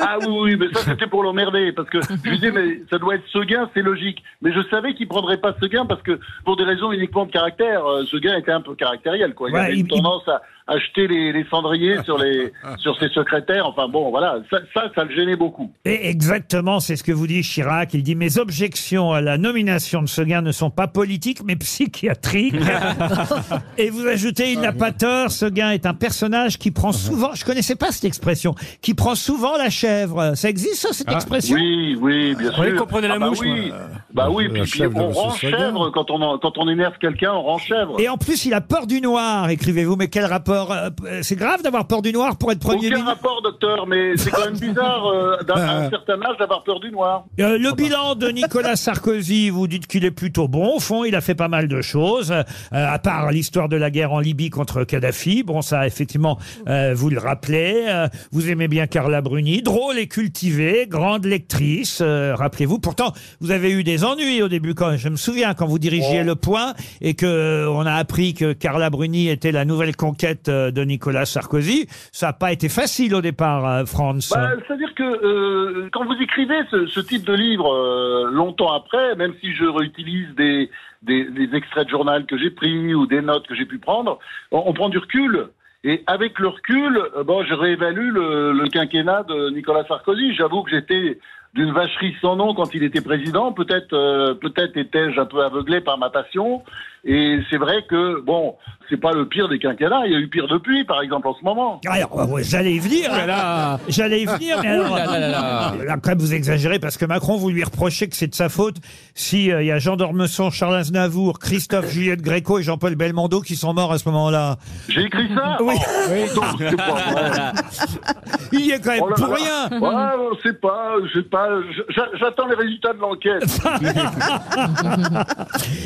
Speaker 16: Ah oui, oui, mais ça c'était pour l'emmerder, parce que je lui disais, mais ça doit être Seguin, c'est logique. Mais je savais qu'il prendrait pas Seguin, parce que pour des raisons uniquement de caractère, euh, Seguin était un peu caractériel, quoi. Il
Speaker 2: Ouais,
Speaker 16: avait
Speaker 2: il-
Speaker 16: une tendance à acheter les, les cendriers sur, les, sur ses secrétaires, enfin bon, voilà, ça, ça, ça le gênait beaucoup.
Speaker 2: Et exactement, c'est ce que vous dit Chirac. Il dit mes objections à la nomination de Seguin ne sont pas politiques mais psychiatriques. Et vous ajoutez il n'a pas tort. Seguin est un personnage qui prend souvent. Je connaissais pas cette expression. Qui prend souvent la chèvre. Ça existe ça, cette Ah. expression
Speaker 16: Ah, Oui, oui, bien sûr.
Speaker 2: Vous voyez qu'on prenait la
Speaker 16: Ah bah
Speaker 2: mouche,
Speaker 16: oui.
Speaker 2: moi.
Speaker 16: Bah oui,
Speaker 2: La
Speaker 16: puis, puis
Speaker 2: chèvre de
Speaker 16: on
Speaker 2: Monsieur
Speaker 16: rend
Speaker 2: Seguin.
Speaker 16: chèvre, quand on, en- quand on énerve quelqu'un, on rend chèvre.
Speaker 2: Et en plus, il a peur du noir, écrivez-vous. Mais quel rapport euh, euh, C'est grave d'avoir peur du noir pour être premier
Speaker 16: Aucun
Speaker 2: ministre.
Speaker 16: rapport, docteur, mais c'est quand même bizarre, euh, d'un- à un certain âge, d'avoir peur du noir.
Speaker 2: Euh, le bilan de Nicolas Sarkozy, vous dites qu'il est plutôt bon. Au fond, il a fait pas mal de choses, euh, à part l'histoire de la guerre en Libye contre Kadhafi. Bon, ça, effectivement, euh, vous le rappelez. Euh, vous aimez bien Carla Bruni, drôle et cultivée, grande lectrice, euh, rappelez-vous. Pourtant, vous avez eu des ennuis au début, quand je me souviens, quand vous dirigiez Le Point et que euh, on a appris que Carla Bruni était la nouvelle conquête euh, de Nicolas Sarkozy. Ça n'a pas été facile au départ, euh, France.
Speaker 16: Bah, C'est-à-dire que euh, quand vous écrivez ce, ce type de livre euh, longtemps après, même si je réutilise des, des, des extraits de journal que j'ai pris ou des notes que j'ai pu prendre, on, on prend du recul. Et avec le recul, euh, bon, je réévalue le, le quinquennat de Nicolas Sarkozy. J'avoue que j'étais d'une vacherie sans nom quand il était président. Peut-être, euh, peut-être étais-je un peu aveuglé par ma passion. Et c'est vrai que bon, c'est pas le pire des quinquennats. Il y a eu pire depuis, par exemple, en ce moment.
Speaker 2: Alors, euh, ouais, ouais, j'allais y venir.
Speaker 16: Oh là là.
Speaker 2: J'allais y venir, mais alors. euh,
Speaker 16: Oh là là là là.
Speaker 2: Là, quand même, vous exagérez parce que Macron, vous lui reprochez que c'est de sa faute si euh, il y a Jean d'Ormesson, Charles Aznavour, Christophe Juliette Gréco et Jean-Paul Belmondo qui sont morts à ce moment-là.
Speaker 16: J'ai écrit ça
Speaker 2: Oui.
Speaker 16: Oh, donc, c'est pas vrai.
Speaker 2: Il y est quand même
Speaker 16: Oh là
Speaker 2: pour
Speaker 16: là.
Speaker 2: rien.
Speaker 16: Ouais, on sait pas, je sais pas, j'a- j'attends les résultats de l'enquête.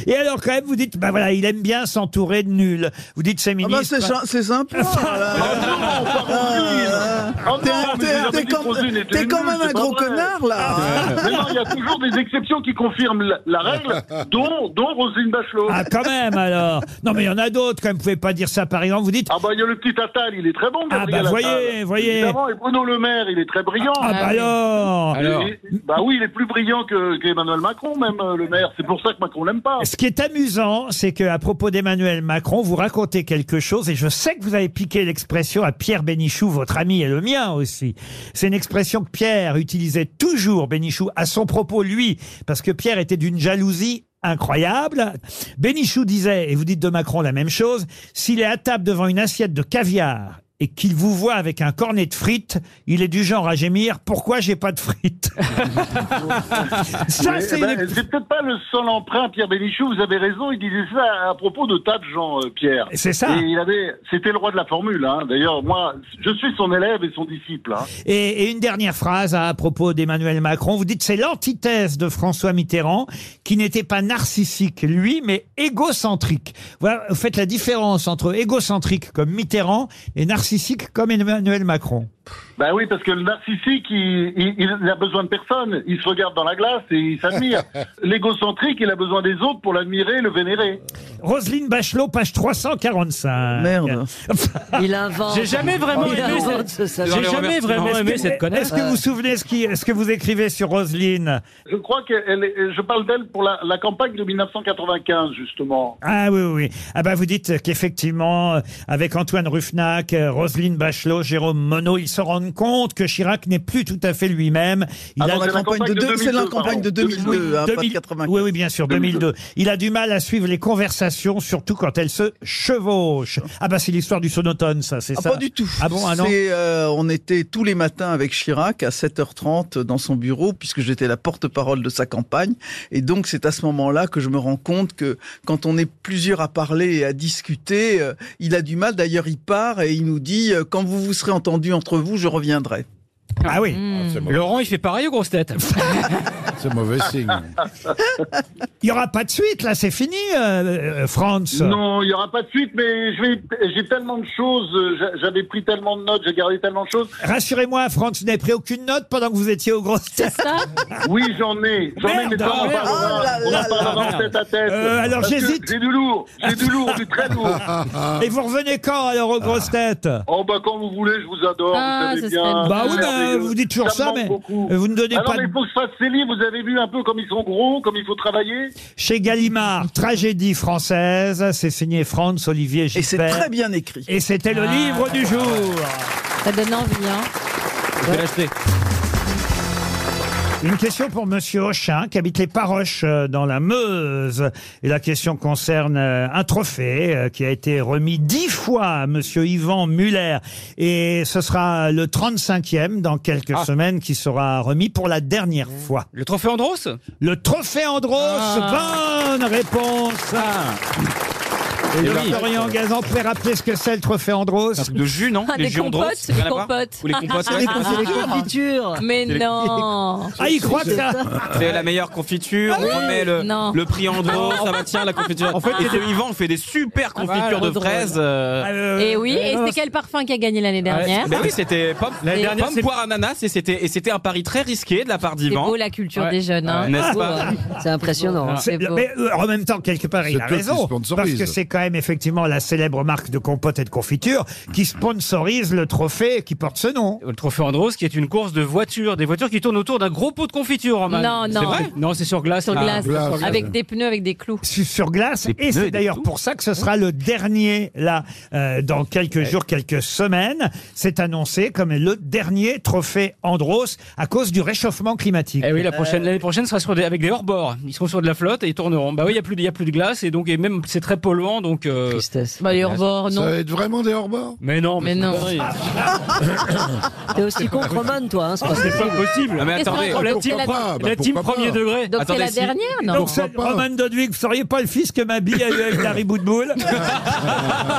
Speaker 2: Et alors, quand même, vous dites, bah, bah voilà, il aime bien s'entourer de nuls. Vous dites ces
Speaker 8: bah,
Speaker 2: ministres.
Speaker 8: c'est sim- c'est simple.
Speaker 2: Ah,
Speaker 8: Voilà.
Speaker 16: Oh non,
Speaker 8: T'es-
Speaker 16: mais
Speaker 8: t'es-
Speaker 16: vous avez
Speaker 8: t'es
Speaker 16: dit
Speaker 8: quand-
Speaker 16: qu'on faisait une
Speaker 8: T'es quand
Speaker 16: étude,
Speaker 8: même un
Speaker 16: c'est
Speaker 8: gros
Speaker 16: pas vrai.
Speaker 8: connard là.
Speaker 2: Ah,
Speaker 16: Mais non, il y a toujours des exceptions qui confirment la, la règle, dont, dont Roselyne Bachelot.
Speaker 2: Ah, quand même, alors. Non, mais il y en a d'autres, quand même. Vous pouvez pas dire ça, par exemple. Vous dites.
Speaker 16: Ah, bah, il y a le petit Attal, il est très bon,
Speaker 2: Ah,
Speaker 16: Gabriel
Speaker 2: bah,
Speaker 16: Attal.
Speaker 2: voyez, voyez.
Speaker 16: Évidemment, et Bruno Le Maire, il est très brillant.
Speaker 2: Ah, bah, alors.
Speaker 16: Et- et- Bah oui, il est plus brillant que- qu'Emmanuel Macron, même, euh, Le Maire. C'est pour ça que Macron l'aime pas.
Speaker 2: Ce qui est amusant, c'est qu'à propos d'Emmanuel Macron, vous racontez quelque chose, et je sais que vous avez piqué l'expression à Pierre Bénichou, votre ami et le mien aussi. C'est une expression que Pierre utilisait toujours, Bénichou, à son propos, lui, parce que Pierre était d'une jalousie incroyable. Bénichou disait, et vous dites de Macron la même chose, s'il est à table devant une assiette de caviar, et qu'il vous voit avec un cornet de frites, il est du genre à gémir, pourquoi j'ai pas de frites? Ça,
Speaker 16: Mais,
Speaker 2: c'est
Speaker 16: eh ben,
Speaker 2: une-
Speaker 16: c'est peut-être pas le seul emprunt, Pierre Bénichou. Vous avez raison, il disait ça à propos de tas de gens, euh, Pierre.
Speaker 2: C'est ça.
Speaker 16: Et il avait, c'était le roi de la formule. Hein. D'ailleurs, moi, je suis son élève et son disciple. hein.
Speaker 2: Et, et une dernière phrase à propos d'Emmanuel Macron. Vous dites c'est l'antithèse de François Mitterrand qui n'était pas narcissique lui, mais égocentrique. Voilà, vous faites la différence entre égocentrique comme Mitterrand et narcissique comme Emmanuel Macron.
Speaker 16: Ben oui, parce que le narcissique, il, il- il n'a besoin de personne. Il se regarde dans la glace et il s'admire. L'égocentrique, il a besoin des autres pour l'admirer, le vénérer.
Speaker 2: Roselyne Bachelot, page 345.
Speaker 8: Merde.
Speaker 4: Il invente.
Speaker 7: J'ai jamais vraiment
Speaker 4: Il
Speaker 7: aimé
Speaker 4: invente
Speaker 7: cette-
Speaker 4: ce
Speaker 7: J'ai jamais vraiment
Speaker 2: Est-ce
Speaker 7: aimé
Speaker 2: que-
Speaker 7: cette connasse.
Speaker 2: Est-ce que vous vous souvenez ce, qui, ce que vous écrivez sur Roselyne
Speaker 16: Je crois que je parle d'elle pour la, la campagne de 1995, justement.
Speaker 2: Ah oui, oui, oui. Ah bah vous dites qu'effectivement, euh, avec Antoine Ruffnac, euh, Roselyne Bachelot, Jérôme Monod, ils se rendent compte que Chirac n'est plus tout à fait lui-même. Il
Speaker 8: Ah non, c'est la campagne de deux- c'est la campagne de 2002, hein, pas de
Speaker 2: 95. Oui, oui, bien sûr, 2002. Il a du mal à suivre les conversations, surtout quand elles se chevauchent. Ah bah c'est l'histoire du sonotone, ça, c'est
Speaker 8: Ah,
Speaker 2: ça
Speaker 8: pas du tout.
Speaker 2: Ah bon, ah non
Speaker 8: C'est, euh, on était tous les matins avec Chirac à 7h30 dans son bureau, puisque j'étais la porte-parole de sa campagne. Et donc, c'est à ce moment-là que je me rends compte que quand on est plusieurs à parler et à discuter, euh, il a du mal. D'ailleurs, il part et il nous dit euh, Quand vous vous serez entendus entre vous, je reviendrai.
Speaker 2: Ah oui.
Speaker 4: Hmm.
Speaker 7: Laurent, il fait pareil aux grosses têtes.
Speaker 6: C'est mauvais signe.
Speaker 4: Ah.
Speaker 2: Il n'y aura pas de suite, là, c'est fini, euh, euh, France.
Speaker 16: Non, il n'y aura pas de suite, mais je vais- j'ai tellement de choses, euh, j'a- j'avais pris tellement de notes, j'ai gardé tellement de choses.
Speaker 2: Rassurez-moi, France n'avez pris aucune note pendant que vous étiez au gros C'est ça
Speaker 16: Oui, j'en ai, j'en ai, mais
Speaker 2: Merde,
Speaker 16: ça, on en
Speaker 2: merde.
Speaker 16: parlera,
Speaker 2: Oh là
Speaker 16: on en
Speaker 2: là
Speaker 16: parlera
Speaker 2: là.
Speaker 16: tête à tête.
Speaker 2: Euh, alors,
Speaker 16: Parce que
Speaker 2: j'hésite.
Speaker 16: J'ai du lourd, j'ai du lourd, du très lourd.
Speaker 2: Et vous revenez quand, alors, aux grosses têtes
Speaker 16: Oh bah quand vous voulez, je vous adore,
Speaker 2: Ah,
Speaker 16: vous
Speaker 2: ce
Speaker 16: savez
Speaker 2: serait
Speaker 16: bien.
Speaker 2: bien. Bah oui, bah,
Speaker 16: Merveilleux.
Speaker 2: vous dites toujours
Speaker 16: me
Speaker 2: ça,
Speaker 16: manque
Speaker 2: mais
Speaker 16: beaucoup.
Speaker 2: vous ne donnez
Speaker 16: Ah
Speaker 2: pas
Speaker 16: Non,
Speaker 2: de-
Speaker 16: mais il faut que je fasse ces livres, vous avez vu un peu comme ils sont gros, comme il faut travailler.
Speaker 2: Chez Gallimard, Tragédie française, c'est signé France Olivier Gisbert.
Speaker 8: c'est très bien écrit.
Speaker 2: ben, Et c'était le
Speaker 8: Ah.
Speaker 2: livre du jour.
Speaker 3: Ça donne envie, hein.
Speaker 7: Je vais l'acheter.
Speaker 2: Une question pour Monsieur Auchin, qui habite les Paroches euh, dans la Meuse. Et la question concerne euh, un trophée euh, qui a été remis dix fois à Monsieur Yvan Muller. Et ce sera le 35e dans quelques
Speaker 7: Ah.
Speaker 2: semaines qui sera remis pour la dernière fois.
Speaker 7: Le trophée Andros Ah.
Speaker 2: Le trophée Andros, bonne réponse Et
Speaker 7: Eh
Speaker 2: le
Speaker 7: Ah. oui.
Speaker 2: Florian Gazan pourrait rappeler ce que c'est le trophée Andros
Speaker 7: Un truc de jus, non
Speaker 3: Ah,
Speaker 7: Les
Speaker 3: des
Speaker 7: jus Andros,
Speaker 3: compotes,
Speaker 7: c'est
Speaker 3: des
Speaker 7: rien à voir
Speaker 3: compotes. Ah,
Speaker 7: Ou les compotes, ouais.
Speaker 3: Mais
Speaker 7: C'est les-
Speaker 3: non.
Speaker 2: Ah, il croit que ça-
Speaker 5: C'est la meilleure confiture,
Speaker 3: Ah oui
Speaker 5: on remet le,
Speaker 3: Non.
Speaker 5: le prix Andros, ça va tiens la confiture.
Speaker 7: En fait,
Speaker 5: et
Speaker 7: il y a
Speaker 5: ce Yvan fait des super
Speaker 7: Ah,
Speaker 5: confitures
Speaker 7: le
Speaker 5: de
Speaker 7: drôle.
Speaker 5: fraises. euh,
Speaker 2: Ah,
Speaker 3: Et Eh oui, et
Speaker 7: non,
Speaker 3: c'est quel parfum qui a gagné l'année dernière
Speaker 5: Ben oui, c'était pomme,
Speaker 7: L'année
Speaker 5: et
Speaker 7: dernière,
Speaker 5: pomme,
Speaker 7: c'est-
Speaker 5: poire, ananas, et c'était et c'était un pari très risqué de la part
Speaker 3: C'est
Speaker 5: d'Yvan.
Speaker 3: beau la culture
Speaker 5: Ouais.
Speaker 3: des jeunes, hein.
Speaker 5: Ouais. N'est-ce
Speaker 3: beau,
Speaker 5: pas
Speaker 3: hein.
Speaker 4: C'est impressionnant. hein.
Speaker 2: Ah, C'est- mais euh, en même temps, quelque part, il
Speaker 6: C'est
Speaker 2: a
Speaker 6: eux qui
Speaker 2: raison.
Speaker 6: sponsorisent.
Speaker 2: Parce que c'est quand même effectivement la célèbre marque de compote et de confiture qui sponsorise le trophée qui porte ce nom.
Speaker 7: Le trophée Andros, qui est une course de voitures, des voitures qui tournent autour d'un gros pot de confiture, Roman.
Speaker 3: Non,
Speaker 7: C'est
Speaker 3: non.
Speaker 7: vrai Non, c'est sur glace.
Speaker 3: Sur
Speaker 7: Ah,
Speaker 3: glace,
Speaker 7: glace.
Speaker 3: avec des pneus, avec des clous.
Speaker 2: Sur- Sur glace.
Speaker 7: Les
Speaker 2: Et
Speaker 7: pneus et
Speaker 2: c'est
Speaker 7: des
Speaker 2: d'ailleurs pour ça que ce sera le dernier, là, euh, dans quelques jours, quelques semaines. C'est annoncé comme le dernier trophée Andros à cause du réchauffement climatique.
Speaker 7: Eh oui, la prochaine, l'année prochaine sera sur des, avec des hors-bords. Ils seront sur de la flotte et ils tourneront. Bah oui, il y a plus de, il y a plus de glace et donc et même c'est très polluant donc. euh,
Speaker 4: Tristesse.
Speaker 3: Bah, les hors-bords,
Speaker 6: Ça
Speaker 3: non.
Speaker 6: va être vraiment des hors-bords
Speaker 7: Mais non, mais,
Speaker 3: Mais non.
Speaker 7: c'est pas vrai.
Speaker 4: T'es aussi contre Roman, toi, hein, c'est pas
Speaker 7: c'est pas
Speaker 4: possible.
Speaker 7: possible.
Speaker 5: Ah, mais
Speaker 3: Qu'est-ce
Speaker 5: attendez,
Speaker 3: qu'on-
Speaker 7: la
Speaker 3: c'est
Speaker 7: team,
Speaker 3: la-
Speaker 6: pas Bah,
Speaker 7: la team
Speaker 6: pourquoi
Speaker 7: premier
Speaker 6: pas
Speaker 7: degré.
Speaker 3: Donc c'est
Speaker 5: Attendez,
Speaker 3: la
Speaker 5: si-
Speaker 3: dernière, non
Speaker 2: Donc, c'est-
Speaker 6: pas
Speaker 2: Roman Dodwig, vous seriez pas le fils que ma bille a eu avec Larry Boudboul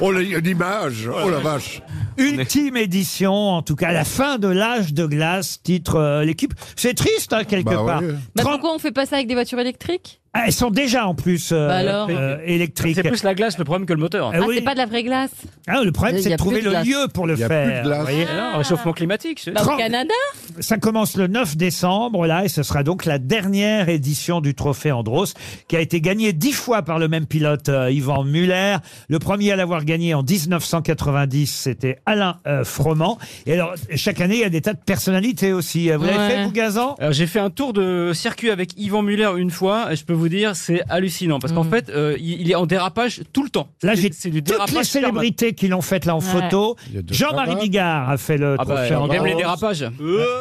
Speaker 6: Oh, la- l'image Oh la vache
Speaker 2: Ultime édition, en tout cas, la fin de l'âge de glace, titre euh, l'équipe. C'est triste, hein, quelque
Speaker 6: Bah
Speaker 2: part.
Speaker 6: ouais.
Speaker 3: Bah,
Speaker 2: 30
Speaker 3: pourquoi on fait pas ça avec des voitures électriques
Speaker 2: Ah, elles sont déjà en plus euh,
Speaker 3: Bah alors
Speaker 2: euh, électriques.
Speaker 7: C'est plus la glace le problème que le moteur.
Speaker 3: Ah, c'est pas de la vraie glace
Speaker 2: Ah, le problème, c'est de trouver le lieu pour le faire. vous voyez.
Speaker 7: réchauffement climatique. c'est-
Speaker 3: Ah. Bah, au Canada
Speaker 2: Ça commence le 9 décembre, là, et ce sera donc la dernière édition du trophée Andros, qui a été gagné dix fois par le même pilote, euh, Yvan Muller. Le premier à l'avoir gagné en 1990, c'était Alain euh, Froment. Et alors, chaque année, il y a des tas de personnalités aussi. Euh, Vous l'avez fait, vous, Gazan
Speaker 7: Alors, J'ai fait un tour de circuit avec Yvan Muller une fois, et je peux vous dire, c'est hallucinant. Parce qu'en fait, euh, il il est en dérapage tout le temps.
Speaker 2: Là,
Speaker 7: C'est-
Speaker 2: j'ai
Speaker 7: c'est du
Speaker 2: toutes les
Speaker 7: dérapage permanent.
Speaker 2: célébrités qui l'ont faite là en
Speaker 7: Ouais.
Speaker 2: photo.
Speaker 7: Il y a de
Speaker 2: Jean-Marie
Speaker 7: Chavannes.
Speaker 2: Bigard a fait le
Speaker 7: Ah bah,
Speaker 2: trophée Euh,
Speaker 7: il
Speaker 2: Andros.
Speaker 7: aime les dérapages.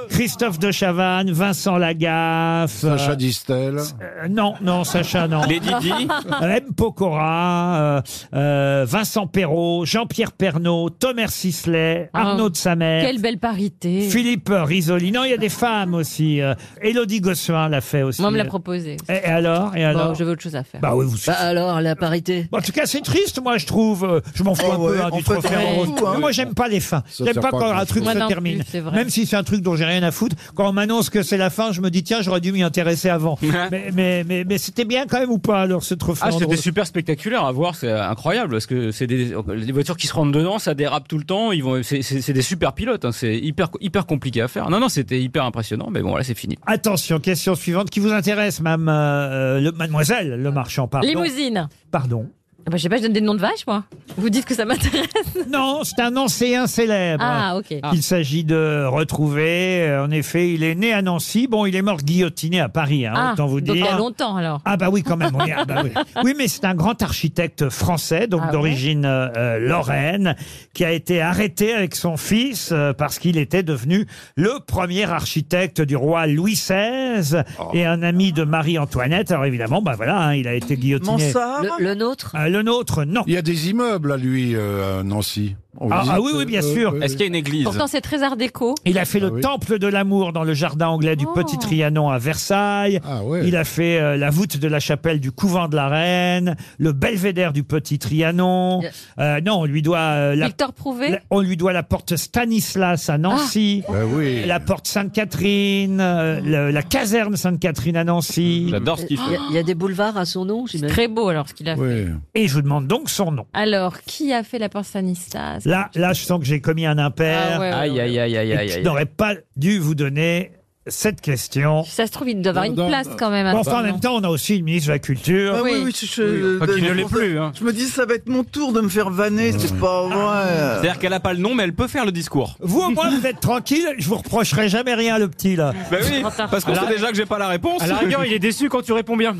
Speaker 2: Christophe de Chavannes, Vincent Lagaffe.
Speaker 6: Sacha
Speaker 2: euh,
Speaker 6: Distel.
Speaker 2: Euh, non, non, Sacha, non.
Speaker 6: Les Didi.
Speaker 2: M. Pokora, euh, euh, Vincent Perrault, Jean-Pierre Pernaud, Thomas Sisley,
Speaker 3: Ah.
Speaker 2: Arnaud de Samer.
Speaker 3: Oh. Quelle belle parité
Speaker 2: Philippe Risoli. Non, il y a des femmes aussi. euh, Élodie Gossuin l'a fait aussi.
Speaker 3: Moi, on me l'a proposé.
Speaker 2: Et, et alors Et alors
Speaker 3: Bon, j'avais autre chose à faire.
Speaker 2: Bah oui, vous
Speaker 4: alors, la parité
Speaker 2: En tout cas, c'est triste, moi, je trouve. Euh, Je m'en fous
Speaker 4: Oh
Speaker 2: un
Speaker 4: ouais,
Speaker 2: peu hein,
Speaker 4: on
Speaker 2: du
Speaker 4: peut
Speaker 2: trophée
Speaker 4: faire
Speaker 2: en
Speaker 4: un
Speaker 2: rose.
Speaker 4: coup, hein.
Speaker 2: Moi, j'aime pas les fins.
Speaker 4: Ça
Speaker 2: J'aime
Speaker 4: sert
Speaker 2: pas
Speaker 4: pas à
Speaker 2: quand un
Speaker 4: grand-chose.
Speaker 2: truc
Speaker 4: Moi
Speaker 2: se
Speaker 4: non plus,
Speaker 2: termine.
Speaker 4: c'est vrai.
Speaker 2: Même si c'est un truc dont j'ai rien à foutre, quand on m'annonce que c'est la fin, je me dis, tiens, j'aurais dû m'y intéresser avant. mais mais, mais, mais c'était bien quand même ou pas, alors, ce trophée
Speaker 7: Ah,
Speaker 2: en
Speaker 7: c'était
Speaker 2: rose
Speaker 7: super spectaculaire à voir, c'est incroyable parce que c'est des, les voitures qui se rentrent dedans, ça dérape tout le temps, ils vont, c'est- c'est c'est des super pilotes, hein, c'est hyper, hyper compliqué à faire. Non, non, c'était hyper impressionnant, mais bon, là, c'est fini.
Speaker 2: Attention, question suivante qui vous intéresse, madame, euh, le, mademoiselle Le Marchand, pardon.
Speaker 3: Limousine.
Speaker 2: Pardon.
Speaker 3: Ah bah, je sais pas, je donne des noms de vaches, moi. Vous dites que ça m'intéresse.
Speaker 2: Non, Oh, c'est un ancien célèbre.
Speaker 3: Ah, ok.
Speaker 2: Il s'agit de retrouver. Euh, En effet, il est né à Nancy. Bon, il est mort guillotiné à Paris, hein,
Speaker 3: Ah,
Speaker 2: autant vous
Speaker 3: donc
Speaker 2: dire.
Speaker 3: il y a longtemps, alors.
Speaker 2: Ah bah oui, quand même. Oui, ah bah oui. Oui, mais c'est un grand architecte français, donc
Speaker 3: Ah ouais
Speaker 2: d'origine euh, euh, lorraine, qui a été arrêté avec son fils euh, parce qu'il était devenu le premier architecte du roi Louis XVI et un ami de Marie-Antoinette. Alors évidemment, bah voilà, hein, il a été guillotiné.
Speaker 4: Le, le nôtre
Speaker 2: Euh, le nôtre, non.
Speaker 6: Il y a des immeubles à lui, euh, à Nancy. On
Speaker 2: Ah,
Speaker 6: visite,
Speaker 2: ah oui, oui, bien
Speaker 6: euh,
Speaker 2: sûr.
Speaker 6: euh,
Speaker 5: Est-ce qu'il y a une église
Speaker 3: Pourtant, c'est très art déco.
Speaker 2: Il a fait le temple de l'amour dans le jardin anglais du
Speaker 4: Oh.
Speaker 2: Petit Trianon à Versailles. Il a fait euh, la voûte de la chapelle du couvent de la Reine, le belvédère du Petit Trianon.
Speaker 3: Yeah.
Speaker 2: Euh, non, on lui doit euh, la,
Speaker 3: Victor Prouvé
Speaker 2: la- on lui doit la porte Stanislas à Nancy,
Speaker 6: oui.
Speaker 2: la porte Sainte-Catherine, euh, le- la caserne Sainte-Catherine à Nancy.
Speaker 5: J'adore
Speaker 4: Oh. Il y, a, il y a des boulevards à son nom, j'imagine.
Speaker 3: Très beau, alors, ce qu'il a fait.
Speaker 2: Et je vous demande donc son nom.
Speaker 3: Alors, qui a fait la porte Stanislas
Speaker 2: Là, là, je sens que j'ai commis un impair.
Speaker 3: Ah ouais, ouais,
Speaker 7: Aïe, aïe, aïe, aïe,
Speaker 2: Et
Speaker 7: aïe,
Speaker 2: que
Speaker 7: aïe.
Speaker 2: Je n'aurais pas dû vous donner cette question.
Speaker 3: Ça se trouve, il doit avoir
Speaker 2: Euh,
Speaker 3: une place quand même. à
Speaker 2: Bon,
Speaker 3: ce
Speaker 2: enfin, en même
Speaker 3: moment.
Speaker 2: temps, on a aussi une ministre de la Culture.
Speaker 8: Ah oui, oui, je, je-
Speaker 7: Enfin, qu'il
Speaker 8: je
Speaker 7: ne l'est
Speaker 8: pensais-
Speaker 7: plus, hein.
Speaker 8: Je me dis, ça va être mon tour de me faire vanner, c'est pas vrai.
Speaker 5: C'est-à-dire qu'elle a pas le nom, mais elle peut faire le discours.
Speaker 2: Vous, au moins, vous êtes tranquille. Je vous reprocherai jamais rien, le petit, là.
Speaker 5: Bah oui, parce qu'on
Speaker 2: À la-
Speaker 5: sait déjà que j'ai pas la réponse.
Speaker 7: À la rigueur, il est déçu quand tu réponds bien.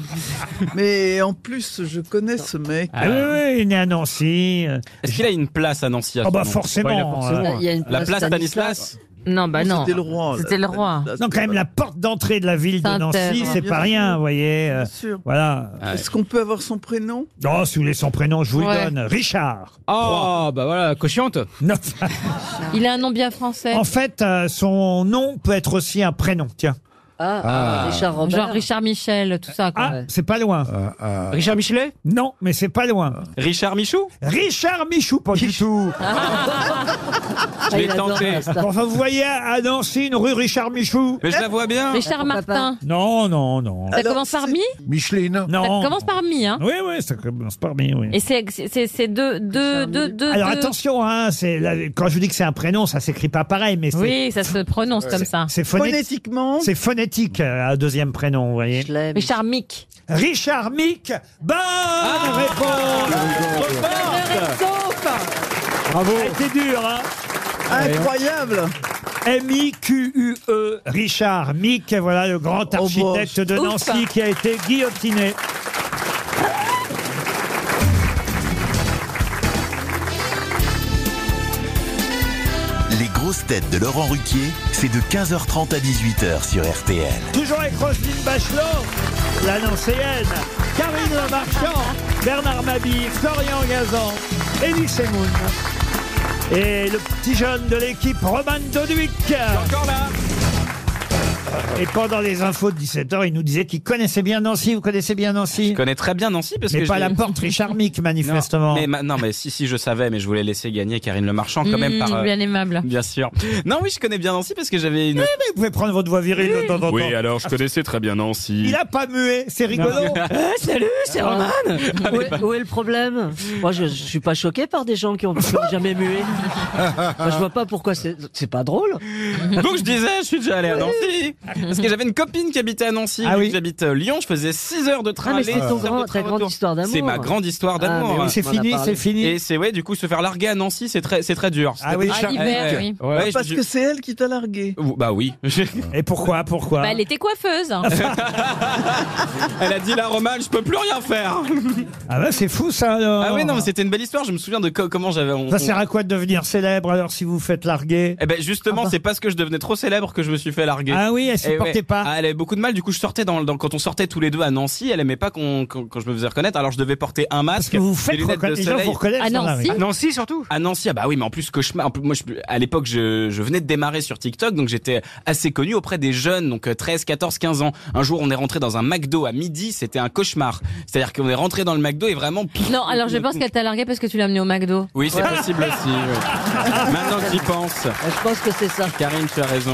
Speaker 8: Mais en plus, je connais ce mec.
Speaker 2: Ah oui, oui, il est né à Nancy. Euh,
Speaker 5: Est-ce qu'il a une place à Nancy à
Speaker 2: Ah
Speaker 5: ce
Speaker 2: bah,
Speaker 5: moment
Speaker 2: forcément,
Speaker 5: il a
Speaker 2: euh, il y a une
Speaker 5: La
Speaker 2: place
Speaker 5: place
Speaker 2: Stanislas.
Speaker 5: Stanislas
Speaker 3: Non, bah non.
Speaker 8: C'était le roi. là.
Speaker 3: C'était le roi. hein.
Speaker 2: Non, quand même, la porte d'entrée de la ville de
Speaker 3: Saint-Ève.
Speaker 2: Nancy, c'est
Speaker 8: Bien
Speaker 2: pas
Speaker 8: sûr.
Speaker 2: rien, vous voyez. euh,
Speaker 8: Bien sûr.
Speaker 2: Voilà.
Speaker 8: Est-ce qu'on peut avoir son prénom
Speaker 2: Non, si vous voulez son prénom, je vous
Speaker 3: Ouais.
Speaker 2: le donne. Richard.
Speaker 7: Oh, bah voilà, cochante.
Speaker 2: Non.
Speaker 3: Il a un nom bien français.
Speaker 2: en fait, euh, son nom peut être aussi un prénom, tiens.
Speaker 4: Ah,
Speaker 6: Ah.
Speaker 4: Richard Robert.
Speaker 3: Genre Richard Michel, tout ça. Quoi.
Speaker 2: Ah, c'est pas loin.
Speaker 7: Richard Michelet
Speaker 2: Non, mais c'est pas loin.
Speaker 5: Richard Michou Ah,
Speaker 2: Richard Michou, pas du tout.
Speaker 5: Je
Speaker 4: Ah,
Speaker 5: l'ai
Speaker 4: il adore
Speaker 5: tenté.
Speaker 4: la star.
Speaker 2: Enfin, vous voyez à Nancy une rue Richard Michou
Speaker 5: Mais je la vois bien.
Speaker 3: Richard Martin.
Speaker 2: Non, non, non.
Speaker 3: Ça commence par mi
Speaker 6: Micheline.
Speaker 2: Non.
Speaker 3: Ça commence par mi, hein
Speaker 2: Oui, oui, ça commence par mi, oui.
Speaker 3: Et c'est c'est- c'est deux, deux, deux, deux.
Speaker 2: Alors
Speaker 3: deux-
Speaker 2: attention, hein, c'est la- quand je vous dis que c'est un prénom, ça s'écrit pas pareil, mais c'est
Speaker 3: Oui, ça se prononce comme ça.
Speaker 2: c'est phonétique.
Speaker 8: Phonétiquement,
Speaker 2: C'est phonétique, euh, un deuxième prénom, vous voyez.
Speaker 4: Je l'aime.
Speaker 3: Richard Mick.
Speaker 2: Richard Mick, bonne réponse Bravo C'était dur, hein
Speaker 8: incroyable.
Speaker 2: M-I-Q-U-E, E. Richard Mick, voilà le grand
Speaker 8: Oh, bon.
Speaker 2: architecte de
Speaker 3: Ouf.
Speaker 2: Nancy qui a été guillotiné.
Speaker 1: Les grosses têtes de Laurent Ruquier, c'est de 15h30 à 18h sur RTL.
Speaker 2: Toujours avec Roselyne Bachelot, la Nancéenne, Karine Le Marchand, Bernard Mabille, Florian Gazan, Elie Semoun. Et le petit jeune de l'équipe, Roman Doduic.
Speaker 5: Encore là
Speaker 2: Et pendant les infos de 17h, il nous disait qu'il connaissait bien Nancy. Vous connaissez bien Nancy Je
Speaker 5: connais très bien Nancy parce
Speaker 2: mais
Speaker 5: que je
Speaker 2: pas
Speaker 5: l'ai-
Speaker 2: la porte Richard Mick, manifestement.
Speaker 5: Mais ma- non, mais si, si, je savais, mais je voulais laisser gagner Karine Le Marchand quand même
Speaker 3: Mmh,
Speaker 5: par. euh,
Speaker 3: Bien aimable.
Speaker 5: bien sûr. Non, oui, je connais bien Nancy parce que j'avais une.
Speaker 2: vous pouvez prendre votre voix virile de temps en temps.
Speaker 17: Oui, alors je connaissais très bien Nancy.
Speaker 2: Il a pas mué, c'est rigolo.
Speaker 5: Non. Ah,
Speaker 4: Eh, salut, c'est Roman où, est- où est le problème Moi, je, je suis pas choqué par des gens qui ont, qui ont jamais mué. Moi, je vois pas pourquoi c'est c'est pas drôle.
Speaker 5: Donc je disais, je suis déjà allé à Nancy. Parce que j'avais une copine qui habitait à Nancy.
Speaker 4: Ah
Speaker 5: vu
Speaker 4: oui.
Speaker 5: que J'habite euh, Lyon, je faisais 6 heures de train.
Speaker 4: Ah, mais
Speaker 5: aller,
Speaker 4: c'était ton
Speaker 5: six heures
Speaker 4: grand-
Speaker 5: de train
Speaker 4: ta grande
Speaker 5: retour.
Speaker 4: histoire d'amour.
Speaker 5: C'est ma grande histoire
Speaker 4: Ah,
Speaker 5: d'amour.
Speaker 4: mais oui, C'est on en a fini, parlé. c'est fini.
Speaker 5: Et c'est, ouais, du coup, se faire larguer à Nancy, c'est très, c'est très dur.
Speaker 2: Ah oui, Charles-
Speaker 5: Ouais, ouais. Ouais,
Speaker 8: Parce
Speaker 5: je-
Speaker 8: que c'est elle qui t'a largué.
Speaker 5: Bah oui.
Speaker 2: Et pourquoi Pourquoi
Speaker 3: Bah, elle était coiffeuse.
Speaker 5: Elle a dit la Romane, je peux plus rien faire.
Speaker 2: Ah bah c'est fou ça alors.
Speaker 5: Ah oui, non, mais c'était une belle histoire. Je me souviens de co- comment j'avais. on-
Speaker 2: Ça
Speaker 5: on-
Speaker 2: sert à quoi de devenir célèbre alors si vous vous faites larguer
Speaker 5: Eh ben justement, c'est parce que je devenais trop célèbre que je me suis fait larguer.
Speaker 2: bah. Ah oui, elle supportait
Speaker 5: Eh ouais.
Speaker 2: pas.
Speaker 5: Ah, elle avait beaucoup de mal. Du coup, je sortais dans, le- dans- quand on sortait tous les deux à Nancy, elle aimait pas qu'on qu'on- quand je me faisais reconnaître. Alors je devais porter un masque,
Speaker 2: que vous faites
Speaker 5: des lunettes de
Speaker 2: reconnaître- les gens
Speaker 5: soleil.
Speaker 2: vous reconnaissent À dans la Nancy rue.
Speaker 5: À
Speaker 7: Nancy surtout.
Speaker 5: À Nancy, ah bah oui, mais en plus cauchemar. En plus, moi, je, à l'époque, je, je venais de démarrer sur TikTok, donc j'étais assez connu auprès des jeunes, donc euh, 13, 14, 15 ans. Un jour, on est rentré dans un McDo à midi. C'était un cauchemar. C'est-à-dire qu'on est rentré dans le McDo et vraiment.
Speaker 3: Non, alors je pense qu'elle t'a largué parce que tu l'as amenée au McDo.
Speaker 5: Oui, c'est possible aussi. oui. Maintenant que j'y pense.
Speaker 4: Je pense que c'est ça.
Speaker 5: Karine, tu as raison.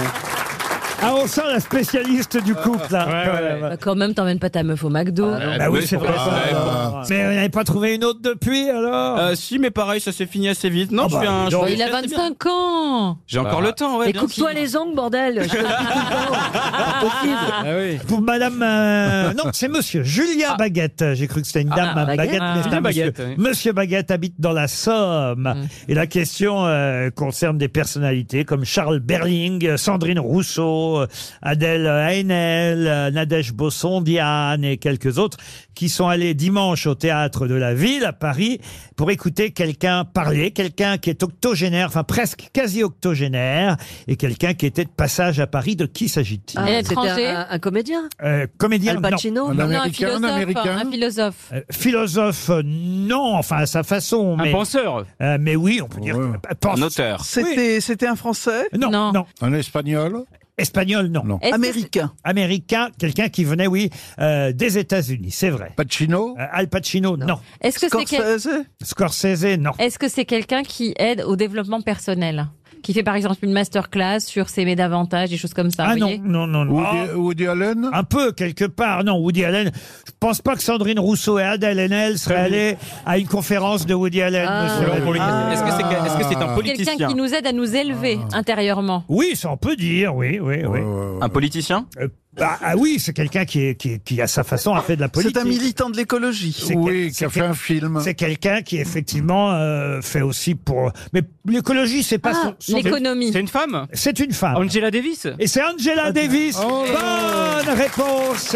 Speaker 2: Ah on sent la spécialiste du couple là. quand même.
Speaker 3: Bah, quand même, t'emmènes pas ta meuf au McDo.
Speaker 5: Ah,
Speaker 2: Bah oui, c'est vrai. ça. Mais vous n'avez pas trouvé une autre depuis alors
Speaker 5: Euh, si, mais pareil, ça s'est fini assez vite. Non,
Speaker 2: Ah
Speaker 5: je
Speaker 2: bah,
Speaker 5: suis un.
Speaker 2: dis
Speaker 5: je
Speaker 2: donc.
Speaker 5: suis
Speaker 3: Il a
Speaker 5: assez bien.
Speaker 3: 25 ans.
Speaker 5: J'ai encore le
Speaker 2: Ah
Speaker 5: temps, ouais.
Speaker 4: Mais
Speaker 5: bien
Speaker 4: coupe-toi
Speaker 5: sûr.
Speaker 4: les ongles, bordel. Je te le dis tout
Speaker 2: bah.
Speaker 4: le temps. C'est pas possible.
Speaker 2: Ah, Pour Madame, euh, non, c'est Monsieur Julien Baguette. J'ai cru que c'était une
Speaker 4: Ah,
Speaker 2: dame
Speaker 4: ah,
Speaker 2: Baguette,
Speaker 4: Baguette.
Speaker 2: mais
Speaker 4: Julien
Speaker 2: c'est un monsieur.
Speaker 4: Baguette, oui.
Speaker 2: Monsieur Baguette habite dans la Somme.
Speaker 3: Mmh.
Speaker 2: Et la question euh, concerne des personnalités comme Charles Berling, euh, Sandrine Rousseau, euh, Adèle Haenel, euh, Nadège Bosson, Diane et quelques autres qui sont allés dimanche au théâtre de la ville à Paris pour écouter quelqu'un parler, quelqu'un qui est octogénaire, enfin presque quasi octogénaire, et quelqu'un qui était de passage à Paris. De qui s'agit-il
Speaker 4: Ah, C'était un, un- un comédien
Speaker 2: euh, comédien
Speaker 4: Al Pacino
Speaker 2: non. hein,
Speaker 3: Non, un philosophe. Un philosophe.
Speaker 2: Euh, philosophe, euh, non, enfin à sa façon.
Speaker 7: Un
Speaker 2: mais,
Speaker 7: penseur.
Speaker 2: Euh, mais oui, on peut dire. que- pense-
Speaker 5: Un auteur.
Speaker 8: C'était c'était un Français
Speaker 2: Non, non.
Speaker 6: Un espagnol
Speaker 2: Espagnol, non.
Speaker 6: Non.
Speaker 8: Américain.
Speaker 2: Américain, quelqu'un qui venait, oui, euh, des États-Unis, c'est vrai. Euh,
Speaker 6: Pacino
Speaker 2: Al Pacino, non.
Speaker 3: Est-ce que c'est quel-
Speaker 2: Scorsese, non.
Speaker 3: Est-ce que c'est quelqu'un qui aide au développement personnel Qui fait par exemple une masterclass sur ses médavantages, des choses comme ça
Speaker 2: Ah
Speaker 3: vous
Speaker 2: non,
Speaker 3: voyez
Speaker 2: non, non, non.
Speaker 6: Woody, Woody Allen
Speaker 2: Un peu, quelque part. Non, Woody Allen. Je pense pas que Sandrine Rousseau et Adèle Haenel seraient allées à une conférence de Woody Allen, Ah. monsieur Laurent Ruquier.
Speaker 5: Ah. Est-ce que c'est est-ce que c'est un politicien
Speaker 3: Quelqu'un qui nous aide à nous élever intérieurement.
Speaker 2: Oui, ça on peut dire, oui, oui, oui.
Speaker 5: Un politicien
Speaker 2: Euh, bah, ah oui, c'est quelqu'un qui, est- qui, est- qui, à sa façon, a fait de la politique.
Speaker 8: C'est un militant de l'écologie.
Speaker 2: C'est quel-
Speaker 6: Oui, qui
Speaker 2: c'est
Speaker 6: a fait
Speaker 2: quel-
Speaker 6: un film.
Speaker 2: C'est quelqu'un qui, effectivement, euh, fait aussi pour. Mais l'écologie, c'est pas
Speaker 3: Ah,
Speaker 2: son- son.
Speaker 3: L'économie.
Speaker 7: C'est une femme
Speaker 2: C'est une femme.
Speaker 7: Angela Davis
Speaker 2: Ah.
Speaker 7: Ah, oh.
Speaker 2: Et c'est Angela Davis.
Speaker 6: Oh
Speaker 2: Bonne réponse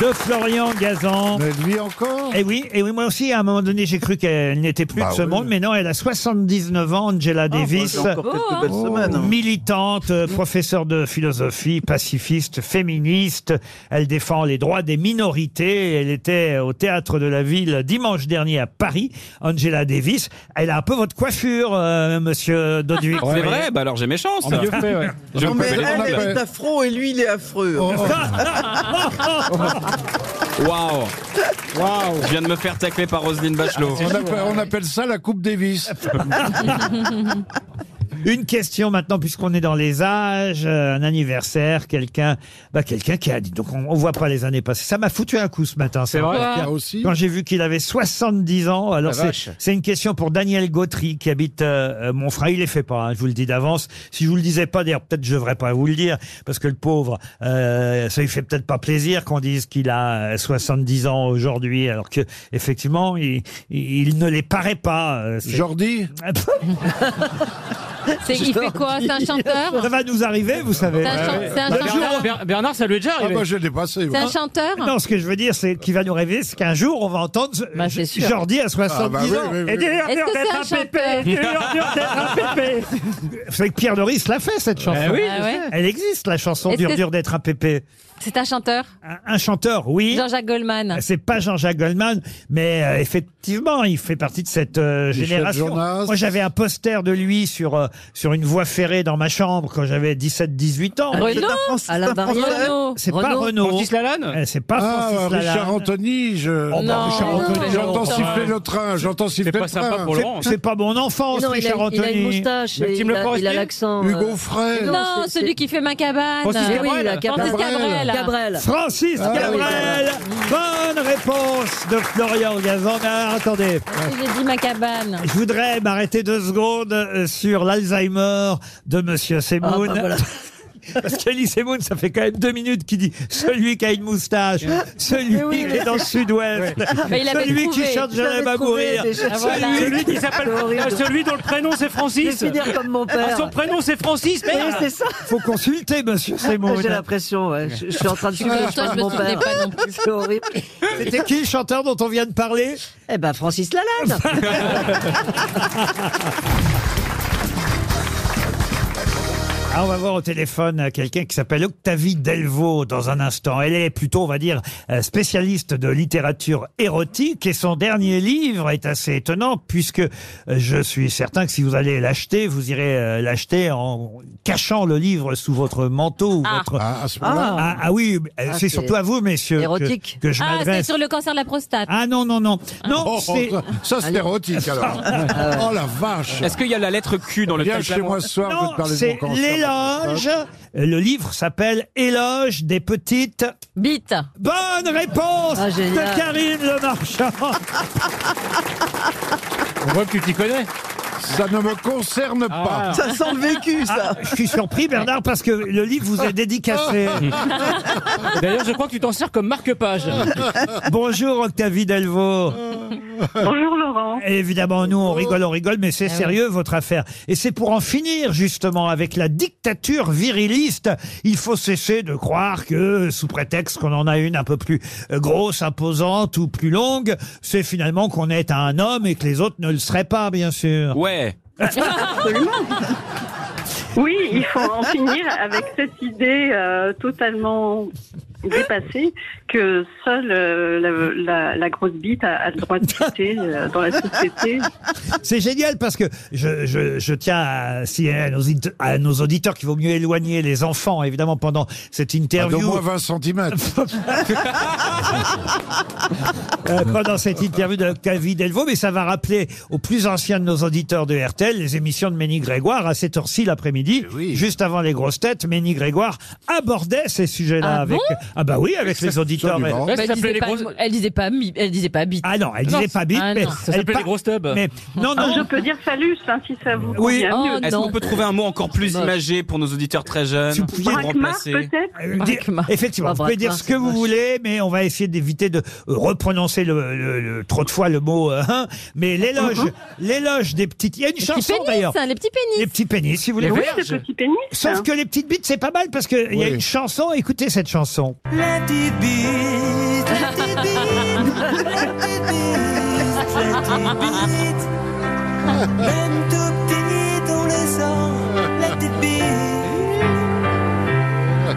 Speaker 2: de Florian Gazan.
Speaker 6: Mais lui encore
Speaker 2: Et oui, et oui, moi aussi, à un moment donné, j'ai cru qu'elle n'était plus
Speaker 6: Bah
Speaker 2: de ce
Speaker 6: oui.
Speaker 2: monde, mais non, elle a 79 ans, Angela Davis.
Speaker 8: Ah, bah,
Speaker 2: Oh.
Speaker 8: Encore quelques belles semaines. hein.
Speaker 2: Militante, euh, professeure de philosophie, pacifiste, féministe, elle défend les droits des minorités. Elle était au théâtre de la ville dimanche dernier à Paris. Angela Davis, elle a un peu votre coiffure, euh, monsieur Doduic.
Speaker 5: C'est vrai, bah alors j'ai mes chances.
Speaker 7: En mieux fait, ouais.
Speaker 5: Je
Speaker 8: Non,
Speaker 5: me
Speaker 8: mais
Speaker 5: fais
Speaker 8: elle,
Speaker 5: les
Speaker 8: elle,
Speaker 5: ongles.
Speaker 8: est afro et lui, il est affreux.
Speaker 2: Oh.
Speaker 5: Waouh. Waouh. Je viens de me faire tacler par Roselyne Bachelot.
Speaker 6: on, appelle, on appelle ça la Coupe Davis.
Speaker 2: Une question maintenant, puisqu'on est dans les âges, euh, un anniversaire, quelqu'un, bah quelqu'un qui a dit. Donc on, on voit pas les années passer. Ça m'a foutu un coup ce matin.
Speaker 7: C'est
Speaker 2: ça.
Speaker 7: vrai.
Speaker 6: Il y a aussi.
Speaker 2: Quand j'ai vu qu'il avait 70 ans, alors
Speaker 17: La
Speaker 2: c'est-
Speaker 17: vache.
Speaker 2: c'est une question pour Daniel Gautry qui habite euh, euh, Montfray. Il les fait pas, hein, je vous le dis d'avance. Si je vous le disais pas, d'ailleurs peut-être je devrais pas vous le dire parce que le pauvre, euh, ça lui fait peut-être pas plaisir qu'on dise qu'il a euh, 70 ans aujourd'hui, alors que effectivement il, il ne les paraît pas. euh, c'est-
Speaker 6: Jordi
Speaker 3: C'est- Il fait quoi C'est un chanteur
Speaker 2: Ça va nous arriver, vous savez.
Speaker 3: C'est un, chan- c'est un
Speaker 7: Bah,
Speaker 3: chanteur
Speaker 7: Bernard, Ber- Bernard, ça lui est déjà
Speaker 6: Ah
Speaker 7: arrivé.
Speaker 6: bah j'ai dépassé.
Speaker 3: C'est
Speaker 6: ouais.
Speaker 3: un chanteur
Speaker 2: Non, ce que je veux dire, c'est qu'il va nous rêver, c'est qu'un jour, on va entendre ce-
Speaker 3: Bah, c'est sûr.
Speaker 2: Jordi à 70
Speaker 6: Ah bah oui,
Speaker 2: ans.
Speaker 6: oui, oui.
Speaker 2: Et eh, dis-leur
Speaker 3: Est-ce
Speaker 2: dur
Speaker 3: que
Speaker 2: d'être
Speaker 3: c'est un
Speaker 2: un pépé, dis-leur dur d'être un pépé. Vous savez que Pierre Doris l'a fait, cette chanson.
Speaker 3: Ah ouais.
Speaker 2: Elle existe, la chanson
Speaker 3: Est-ce
Speaker 2: Dur
Speaker 3: que-
Speaker 2: dur d'être un pépé.
Speaker 3: C'est un chanteur
Speaker 2: Un chanteur, oui. Euh,
Speaker 3: Jean-Jacques Goldman.
Speaker 2: C'est pas Jean-Jacques Goldman, mais euh, effectivement, il fait partie de cette euh,
Speaker 6: Michel
Speaker 2: génération.
Speaker 6: Jonas.
Speaker 2: Moi, j'avais un poster de lui sur, euh, sur une voie ferrée dans ma chambre quand j'avais 17-18 ans.
Speaker 4: Renaud Alain Barrière Renaud
Speaker 2: C'est pas
Speaker 4: Renaud
Speaker 2: Renaud.
Speaker 4: Francis
Speaker 2: Lalanne C'est pas
Speaker 6: Ah,
Speaker 2: Francis Lalanne.
Speaker 6: Richard Anthony, je...
Speaker 2: Oh, bah, Non, Richard Anthony, non,
Speaker 6: j'entends
Speaker 2: non.
Speaker 6: siffler le train, j'entends siffler le train.
Speaker 2: C'est- C'est pas mon enfance,
Speaker 4: Non, il a-
Speaker 2: Richard
Speaker 4: il a
Speaker 2: Anthony.
Speaker 4: une moustache et Maxime il Le a- Forestier il a l'accent, euh,
Speaker 2: Hugo Frey.
Speaker 3: Non, celui qui fait ma cabane.
Speaker 2: Francis
Speaker 3: Eh oui,
Speaker 2: Cabrel.
Speaker 3: la cabane. Francis Cabrel.
Speaker 2: Francis
Speaker 3: Ah oui,
Speaker 2: Cabrel. Bonne réponse de Florian Gazan. Ah, attendez.
Speaker 3: J'ai dit ma cabane.
Speaker 2: Je voudrais m'arrêter deux secondes euh, sur l'Alzheimer de Monsieur Semoun.
Speaker 4: Ah, bah voilà.
Speaker 2: Parce qu'Elie Semoun, ça fait quand même deux minutes qu'il dit celui qui a une moustache, celui
Speaker 4: Mais Ah, oui,
Speaker 2: qui est dans le
Speaker 4: mais-
Speaker 2: sud-ouest,
Speaker 4: Mais il l'avait
Speaker 2: celui qui
Speaker 4: trouvé.
Speaker 2: chante
Speaker 4: Je l'avais
Speaker 2: J'allais pas
Speaker 4: trouvé
Speaker 2: mourir,
Speaker 4: déjà. Ah, voilà.
Speaker 7: Celui qui s'appelle
Speaker 4: C'est horrible.
Speaker 7: Ah, celui dont le prénom c'est Francis.
Speaker 4: Je vais finir comme mon père.
Speaker 7: Ah, son prénom c'est Francis.
Speaker 4: Oui,
Speaker 7: merde.
Speaker 4: c'est ça. Ah,
Speaker 2: Faut consulter, monsieur Semoun.
Speaker 4: J'ai l'impression, ouais. Je, je suis en train de suivre
Speaker 2: Ouais.
Speaker 4: le chemin
Speaker 2: Toi, je
Speaker 4: de
Speaker 2: me
Speaker 4: mon
Speaker 2: souvenais
Speaker 4: père.
Speaker 2: pas non
Speaker 4: C'est horrible.
Speaker 5: Oh.
Speaker 2: C'était qui le chanteur dont on vient de parler
Speaker 4: Eh ben, Francis Lalanne.
Speaker 2: Ah, on va voir au téléphone euh, quelqu'un qui s'appelle Octavie Delvaux dans un instant. Elle est plutôt, on va dire, euh, spécialiste de littérature érotique et son dernier livre est assez étonnant puisque euh, je suis certain que si vous allez l'acheter, vous irez euh, l'acheter en cachant le livre sous votre manteau ou
Speaker 3: Ah.
Speaker 2: votre...
Speaker 6: Ah, à ce
Speaker 3: moment-là.
Speaker 2: ah, ah oui, euh,
Speaker 3: Ah,
Speaker 2: c'est
Speaker 3: c'est
Speaker 2: surtout à vous, messieurs, que-
Speaker 3: érotique.
Speaker 2: Que, je
Speaker 3: ah, c'est
Speaker 2: m'adresse.
Speaker 3: sur le cancer de la prostate.
Speaker 2: Ah non, non, non. Non,
Speaker 6: Oh,
Speaker 2: c'est...
Speaker 6: ça, c'est érotique, alors.
Speaker 2: Ah
Speaker 6: oh, la vache
Speaker 5: Est-ce qu'il y a la lettre Q dans le
Speaker 6: Viens
Speaker 5: tableau
Speaker 6: chez moi ce soir, je vais te parler de mon
Speaker 2: C'est
Speaker 6: cancer.
Speaker 2: l'éloge. Euh, Le livre s'appelle Éloge des petites
Speaker 3: bites.
Speaker 2: Bonne réponse
Speaker 4: Ah, génial.
Speaker 2: de Karine Le Marchand.
Speaker 6: On voit que tu t'y connais. Ça ne me concerne pas.
Speaker 8: Ça sent le vécu, ça.
Speaker 2: Ah, je suis surpris Bernard parce que le livre vous est dédicacé.
Speaker 7: D'ailleurs, je crois que tu t'en sers comme marque-page.
Speaker 2: Bonjour Octavie Delvaux.
Speaker 12: Bonjour Laurent. Ah
Speaker 2: Évidemment, nous on rigole, on rigole, mais c'est sérieux votre affaire. Et c'est pour en finir justement avec la dictature viriliste. Il faut cesser de croire que sous prétexte qu'on en a une un peu plus euh, grosse, imposante ou plus longue, c'est finalement qu'on est un homme et que les autres ne le seraient pas, bien sûr.
Speaker 5: Ouais.
Speaker 12: Oui, il faut en finir avec cette idée euh, totalement dépassée que seule euh, la, la- la grosse bite a, a le droit de citer euh, dans la société.
Speaker 2: C'est génial parce que je, je, je tiens à, si- à nos, audite- à nos auditeurs qu'il vaut mieux éloigner les enfants, évidemment, pendant cette
Speaker 6: Ah, D'au
Speaker 2: interview.
Speaker 6: moins 20 cm.
Speaker 2: euh, pendant cette interview de David Delvaux, mais ça va rappeler aux plus anciens de nos auditeurs de RTL les émissions de Ménie Grégoire à cette heure-ci l'après-midi,
Speaker 6: Eh
Speaker 2: juste avant les grosses têtes. Ménie Grégoire abordait ces sujets-là
Speaker 3: Ah
Speaker 2: avec.
Speaker 3: bon
Speaker 2: ah bah oui, avec les auditeurs.
Speaker 6: Absolument.
Speaker 7: Ouais, ça
Speaker 3: Bah, elle,
Speaker 7: s'appelait
Speaker 3: disait
Speaker 7: les
Speaker 3: pas,
Speaker 7: grosses-
Speaker 3: elle disait pas mi- elle disait pas bite.
Speaker 2: Ah non, elle disait
Speaker 3: Non.
Speaker 2: pas bite,
Speaker 3: Ah
Speaker 2: mais
Speaker 3: non.
Speaker 7: Ça
Speaker 2: elle
Speaker 7: s'appelle
Speaker 2: par-
Speaker 7: les grosses tubs.
Speaker 2: Mais non,
Speaker 12: Ah,
Speaker 2: non.
Speaker 12: je peux dire salut, hein, si ça vous
Speaker 2: Oui.
Speaker 12: convient
Speaker 3: Oh,
Speaker 12: mieux.
Speaker 5: Est-ce
Speaker 3: Non.
Speaker 5: qu'on peut trouver un mot encore plus imagé pour nos auditeurs très jeunes
Speaker 2: Si vous pouviez-
Speaker 5: pour
Speaker 12: Braquemar,
Speaker 5: remplacer
Speaker 12: peut-être
Speaker 2: Euh, dire-
Speaker 3: Braquemar.
Speaker 2: effectivement,
Speaker 4: Ah,
Speaker 2: vous pouvez
Speaker 4: braquemar,
Speaker 2: dire ce
Speaker 4: c'est
Speaker 2: que vous
Speaker 4: moche.
Speaker 2: voulez, mais on va essayer d'éviter de euh, reprononcer le, le- le- trop de fois le mot euh, hein. Mais l'éloge,
Speaker 12: Uh-huh.
Speaker 2: l'éloge des petites. Il y a une
Speaker 3: Les petits
Speaker 2: chanson d'ailleurs.
Speaker 3: pénis, hein, les petits
Speaker 2: Les
Speaker 3: pénis.
Speaker 2: petits pénis, si vous voulez.
Speaker 7: Les
Speaker 12: Oui,
Speaker 7: verges.
Speaker 12: ce petit pénis.
Speaker 2: Sauf
Speaker 12: hein.
Speaker 2: que les petites bites, c'est pas mal parce qu'il y a
Speaker 6: Oui.
Speaker 2: une chanson. Écoutez cette chanson.
Speaker 13: La petite bite, la petite bite, la petite bite, la petite bite. Même tout petit, on le sent, la petite bite.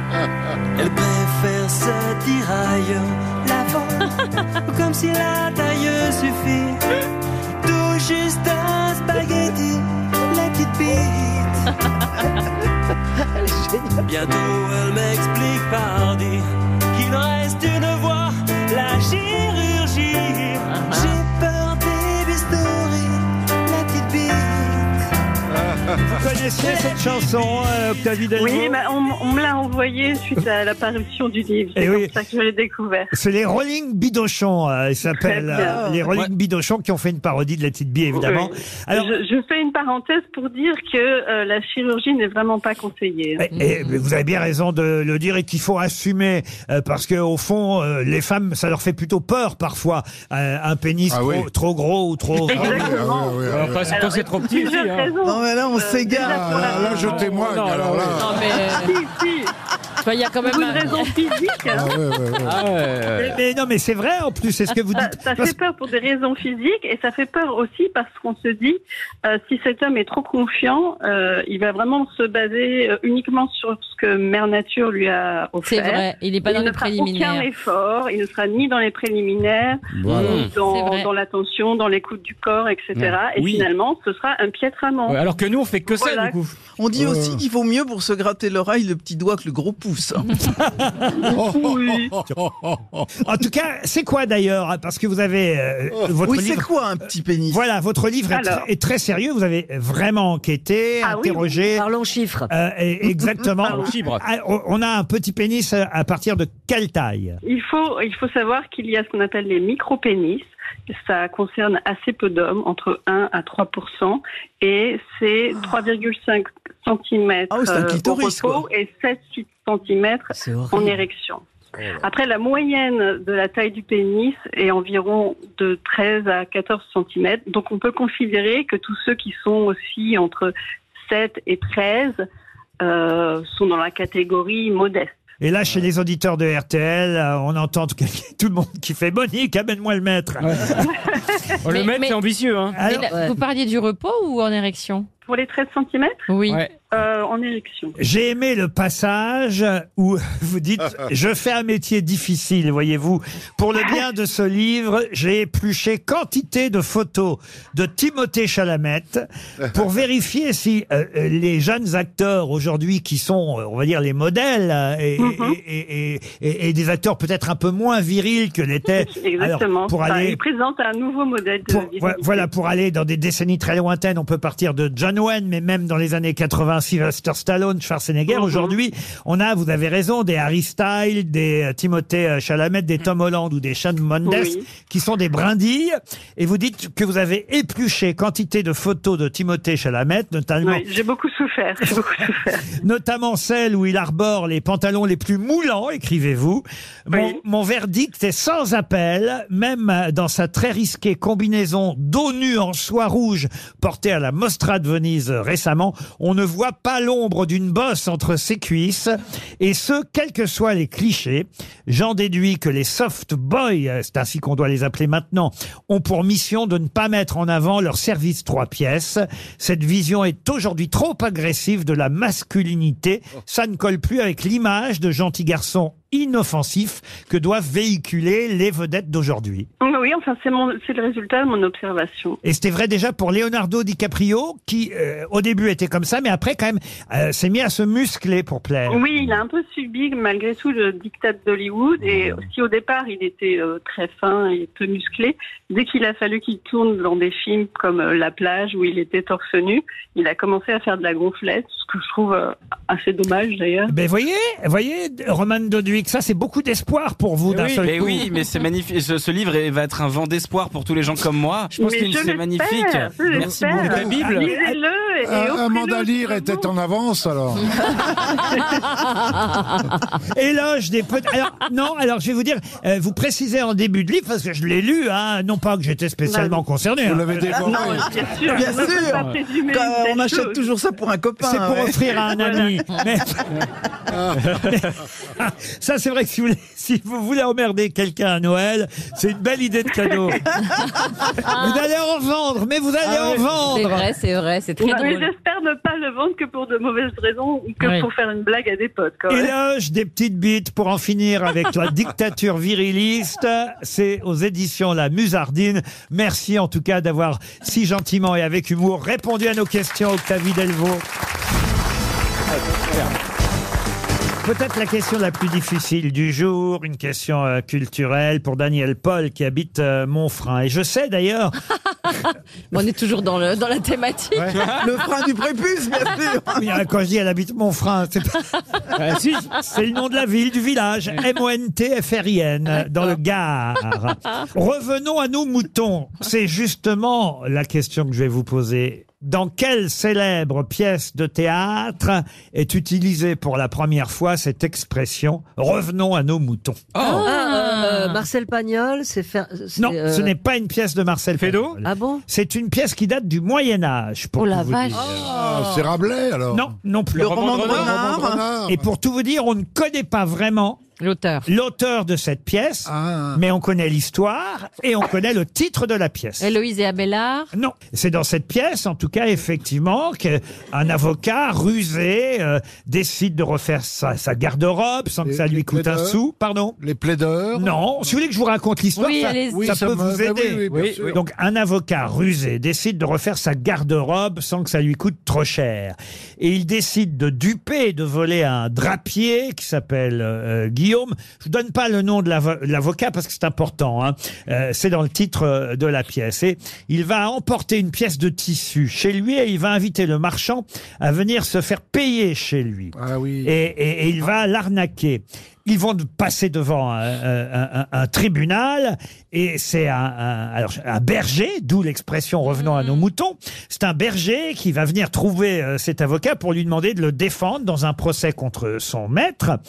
Speaker 13: Elle préfère se tiraille l'avant, comme si la taille suffit. Tout juste un spaghetti, la petite bite. Bientôt elle m'explique pardi qu'il reste une voie, la chirurgie.
Speaker 2: Uh-huh.
Speaker 13: J'ai peur des bistouri, la petite bite.
Speaker 2: Vous connaissiez cette chanson, euh, Octavie Delvaux
Speaker 12: Oui, bah, on, on me l'a envoyé suite à l'apparition du livre.
Speaker 2: Eh
Speaker 12: C'est
Speaker 2: oui.
Speaker 12: comme ça que je l'ai découvert.
Speaker 2: C'est les Rolling Bidochons, euh, ils s'appellent.
Speaker 12: Très bien.
Speaker 2: euh, les Rolling Bidochons qui ont fait une parodie de la petite bille, évidemment.
Speaker 12: Oui.
Speaker 2: Alors,
Speaker 12: Je, je fais une parenthèse pour dire que euh, la chirurgie n'est vraiment pas conseillée.
Speaker 2: Et- et Eh,
Speaker 8: Mm-hmm.
Speaker 2: vous avez bien raison de le dire et qu'il faut assumer euh, parce que au fond euh, les femmes ça leur fait plutôt peur parfois euh, un pénis
Speaker 6: Ah
Speaker 2: trop,
Speaker 6: oui.
Speaker 2: trop gros ou trop
Speaker 6: Ah oui,
Speaker 12: Exactement.
Speaker 6: ah oui, ah
Speaker 7: Alors,
Speaker 6: oui.
Speaker 7: pas- quand c'est trop petit.
Speaker 12: Plusieurs
Speaker 7: si, hein.
Speaker 12: raisons.
Speaker 8: Non, mais là, on
Speaker 12: Euh,
Speaker 8: s'égare.
Speaker 12: déjà pour la-
Speaker 6: Ah, là, je témoigne.
Speaker 7: Non,
Speaker 6: alors
Speaker 7: non,
Speaker 6: là,
Speaker 3: Non, mais.
Speaker 12: Si, si.
Speaker 3: Enfin, il y a quand même
Speaker 12: Pour une
Speaker 3: un-
Speaker 12: raison physique.
Speaker 3: Ah ouais, ouais, ouais. Ah ouais.
Speaker 2: Mais non, mais c'est vrai en plus, c'est ce que vous
Speaker 12: Ça-
Speaker 2: dites.
Speaker 12: Ça, fait peur pour des raisons physiques et ça fait peur aussi parce qu'on se dit euh, si cet homme est trop confiant, euh, il va vraiment se baser euh, uniquement sur ce que Mère Nature lui a offert.
Speaker 3: vrai, il est pas dans les
Speaker 12: ne fera
Speaker 3: préliminaires.
Speaker 12: Aucun effort, il ne sera ni dans les préliminaires,
Speaker 7: Voilà.
Speaker 12: ni
Speaker 7: C'est
Speaker 12: dans,
Speaker 7: vrai.
Speaker 12: dans l'attention, dans l'écoute du corps, etc.
Speaker 7: Ouais.
Speaker 12: Et
Speaker 7: Oui.
Speaker 12: finalement, ce sera un piètre amant.
Speaker 7: Ouais, alors que nous, on fait que ça,
Speaker 12: Voilà.
Speaker 7: du coup.
Speaker 8: On dit
Speaker 7: Euh.
Speaker 8: aussi qu'il vaut mieux pour se gratter l'oreille le petit doigt que le gros pouce. hein.
Speaker 2: En tout cas, c'est quoi d'ailleurs Parce que vous avez euh,
Speaker 8: Oh.
Speaker 2: votre
Speaker 8: Oui, c'est
Speaker 2: livre.
Speaker 8: quoi un petit pénis
Speaker 2: Voilà, votre livre est,
Speaker 8: Alors. Ah
Speaker 2: tr- est très sérieux. Vous avez vraiment enquêté, interrogé. Euh,
Speaker 4: Parlons chiffres.
Speaker 2: exactement.
Speaker 4: Parlons chiffres.
Speaker 2: Ah, on- On a un petit pénis à- à partir de quelle taille
Speaker 12: Il faut, il faut savoir qu'il y a ce qu'on appelle les micro-pénis. Ça concerne assez peu d'hommes, entre 1 à 3 et c'est 3,5 cm
Speaker 8: Ah oui, c'est un clitoris,
Speaker 12: euh, au repos
Speaker 8: quoi.
Speaker 12: et 7 cm
Speaker 8: C'est horrible.
Speaker 12: en érection. Après, la moyenne de la taille du pénis est environ de 13 à 14 cm. Donc, on peut considérer que tous ceux qui sont aussi entre 7 et 13 euh, sont dans la catégorie modeste.
Speaker 2: Et là, chez les auditeurs de RTL, euh, on entend tout tout le monde qui fait Monique, amène-moi le maître.
Speaker 7: Oh, le maître, c'est ambitieux. Hein.
Speaker 3: Mais là, Vous parliez du repos ou en érection
Speaker 12: Pour les 13 cm
Speaker 3: Oui.
Speaker 12: Euh, en érection.
Speaker 2: J'ai aimé le passage où vous dites Je fais un métier difficile, voyez-vous. Pour le bien de ce livre, j'ai épluché quantité de photos de Timothée Chalamette pour vérifier si euh, euh, les jeunes acteurs aujourd'hui qui sont, euh, on va dire, les modèles euh, et,
Speaker 12: Mm-hmm.
Speaker 2: et- et- et- et des acteurs peut-être un peu moins virils que l'étaient.
Speaker 12: Exactement.
Speaker 2: Alors, pour
Speaker 12: Enfin,
Speaker 2: aller
Speaker 12: Il présente un nouveau modèle de
Speaker 2: pour- voi- voilà, pour aller dans des décennies très lointaines, on peut partir de John Wayne, mais même dans les années 80, Sylvester Stallone,
Speaker 12: Mhm.
Speaker 2: Schwarzenegger. Aujourd'hui, on a, vous avez raison, des Harry Styles, des euh, Timothée euh, Chalamet, des Tom Holland ou des Sean Mendes,
Speaker 12: Mhm. Oui.
Speaker 2: qui sont des brindilles. Et vous dites que vous avez épluché quantité de photos de Timothée Chalamet, notamment
Speaker 12: Oui, j'ai beaucoup souffert. j'ai beaucoup souffert.
Speaker 2: notamment celle où il arbore les pantalons les plus moulants, écrivez-vous. Mon, mon verdict est sans appel, même dans sa très risquée combinaison dos nu en soie rouge portée à la Mostra de Venise récemment, on ne voit pas l'ombre d'une bosse entre ses cuisses. Et ce, quels que soient les clichés, j'en déduis que les soft boys, euh, c'est ainsi qu'on doit les appeler maintenant, ont pour mission de ne pas mettre en avant leur service trois pièces. Cette vision est aujourd'hui trop agressive de la masculinité. Ça ne colle plus avec l'image de gentils garçons inoffensifs que doivent véhiculer les vedettes d'aujourd'hui.
Speaker 12: oui, enfin, c'est mon- c'est le résultat de mon observation.
Speaker 2: Et c'était vrai déjà pour Leonardo DiCaprio, qui euh, au début était comme ça, mais après quand même euh, s'est mis à se muscler pour plaire.
Speaker 12: Oui, il a un peu subi malgré tout le diktat d'Hollywood. Et si au départ il était euh, très fin et peu musclé, dès qu'il a fallu qu'il tourne dans des films comme euh, La plage où il était torse nu, il a commencé à faire de la gonflette, ce que je trouve euh, assez dommage d'ailleurs.
Speaker 2: Ben voyez, voyez, Roman Doduic, ça c'est beaucoup d'espoir pour vous d'un
Speaker 5: Eh oui,
Speaker 2: seul
Speaker 5: mais
Speaker 2: coup.
Speaker 5: oui, mais c'est magnifique. Ce, ce livre va être un vent d'espoir pour tous les gens comme moi. Je pense
Speaker 12: Mais
Speaker 5: qu'il
Speaker 12: je
Speaker 5: c'est
Speaker 12: l'espère,
Speaker 5: magnifique.
Speaker 12: je
Speaker 5: Merci
Speaker 12: l'espère.
Speaker 5: beaucoup.
Speaker 12: La Bible. Lisez-le et
Speaker 6: Ah,
Speaker 12: offrez-le
Speaker 6: Amanda
Speaker 12: au
Speaker 6: Lear était en avance alors.
Speaker 2: Éloge des petits. Alors, non, alors je vais vous dire, euh, vous précisez en début de livre, parce que je l'ai lu, hein, non pas que j'étais
Speaker 3: Bah
Speaker 2: spécialement concerné. hein.
Speaker 8: Bien sûr. Quand on achète toujours ça pour un copain.
Speaker 2: C'est pour
Speaker 8: ouais.
Speaker 2: offrir à un ami. Mais- ça, c'est vrai que si vous, voulez- si vous voulez emmerder quelqu'un à Noël, c'est une belle idée de cadeau.
Speaker 3: Ah.
Speaker 2: vous allez en vendre, mais vous allez en vendre.
Speaker 3: C'est vrai, c'est vrai, c'est très
Speaker 12: Ouais, mais
Speaker 3: drôle.
Speaker 12: J'espère ne pas le vendre que pour de mauvaises raisons ou que
Speaker 2: Ouais.
Speaker 12: pour faire une blague à des potes. Quand même.
Speaker 2: Éloge des petites bites pour en finir avec la dictature viriliste. C'est aux éditions La Musardine. Merci en tout cas d'avoir si gentiment et avec humour répondu à nos questions, Octavie Delvaux. Peut-être la question la plus difficile du jour, une question euh, culturelle pour Daniel Paul qui habite euh, Montfrin. Et je sais d'ailleurs
Speaker 3: Bon, on est toujours dans, le, dans la thématique.
Speaker 2: le frein du prépuce, bien sûr. quand je dis elle habite mon frein, c'est pas-
Speaker 13: Ah, si.
Speaker 2: C'est le nom de la ville, du village. M-O-N-T-F-R-I-N, dans le Gard. Revenons à nos moutons. C'est justement la question que je vais vous poser. Dans quelle célèbre pièce de théâtre est utilisée pour la première fois cette expression Revenons à nos moutons
Speaker 13: Ah, euh,
Speaker 4: euh, Marcel Pagnol, c'est faire. c'est,
Speaker 2: Non,
Speaker 4: euh,
Speaker 2: ce n'est pas une pièce de Marcel Fédot. Ah bon C'est une pièce qui date du Moyen Âge. Pour
Speaker 4: Oh
Speaker 2: tout
Speaker 4: la
Speaker 2: vous
Speaker 4: vache.
Speaker 2: dire.
Speaker 4: Ah, c'est
Speaker 6: Rabelais, alors
Speaker 2: Oh. Non, non plus.
Speaker 6: Le roman de Le roman de Renard. Renard.
Speaker 2: Et pour tout vous dire, on ne connaît pas vraiment l'auteur. L'auteur de cette pièce,
Speaker 6: Ah.
Speaker 2: mais on connaît l'histoire et on connaît le titre de la pièce.
Speaker 3: Héloïse et Abélard.
Speaker 2: Non, c'est dans cette pièce, en tout cas, effectivement, qu'un avocat rusé euh, décide de refaire sa, sa garde-robe sans que ça lui coûte un
Speaker 6: plaideurs
Speaker 2: sou. Pardon
Speaker 6: Les plaideurs
Speaker 2: Non, si vous voulez que je vous raconte l'histoire,
Speaker 6: Oui,
Speaker 2: ça,
Speaker 6: allez-y.
Speaker 2: ça
Speaker 6: Oui, ça
Speaker 2: peut
Speaker 6: me-
Speaker 2: vous
Speaker 6: bah
Speaker 2: aider.
Speaker 6: oui, oui, bien sûr.
Speaker 2: Donc, un avocat rusé décide de refaire sa garde-robe sans que ça lui coûte trop cher. Et il décide de duper et de voler un drapier qui s'appelle euh, Guillaume. Je vous donne pas le nom de l'avo- l'avocat parce que c'est important. hein. Euh, c'est dans le titre euh, de la pièce. Et il va emporter une pièce de tissu chez lui et il va inviter le marchand à venir se faire payer chez lui.
Speaker 6: Ah
Speaker 2: Et, et- et il va l'arnaquer. Ils vont passer devant un, un- un- un tribunal et c'est un, un- alors, un berger, d'où l'expression revenant à nos moutons. C'est un berger qui va venir trouver euh, cet avocat pour lui demander de le défendre dans un procès contre son maître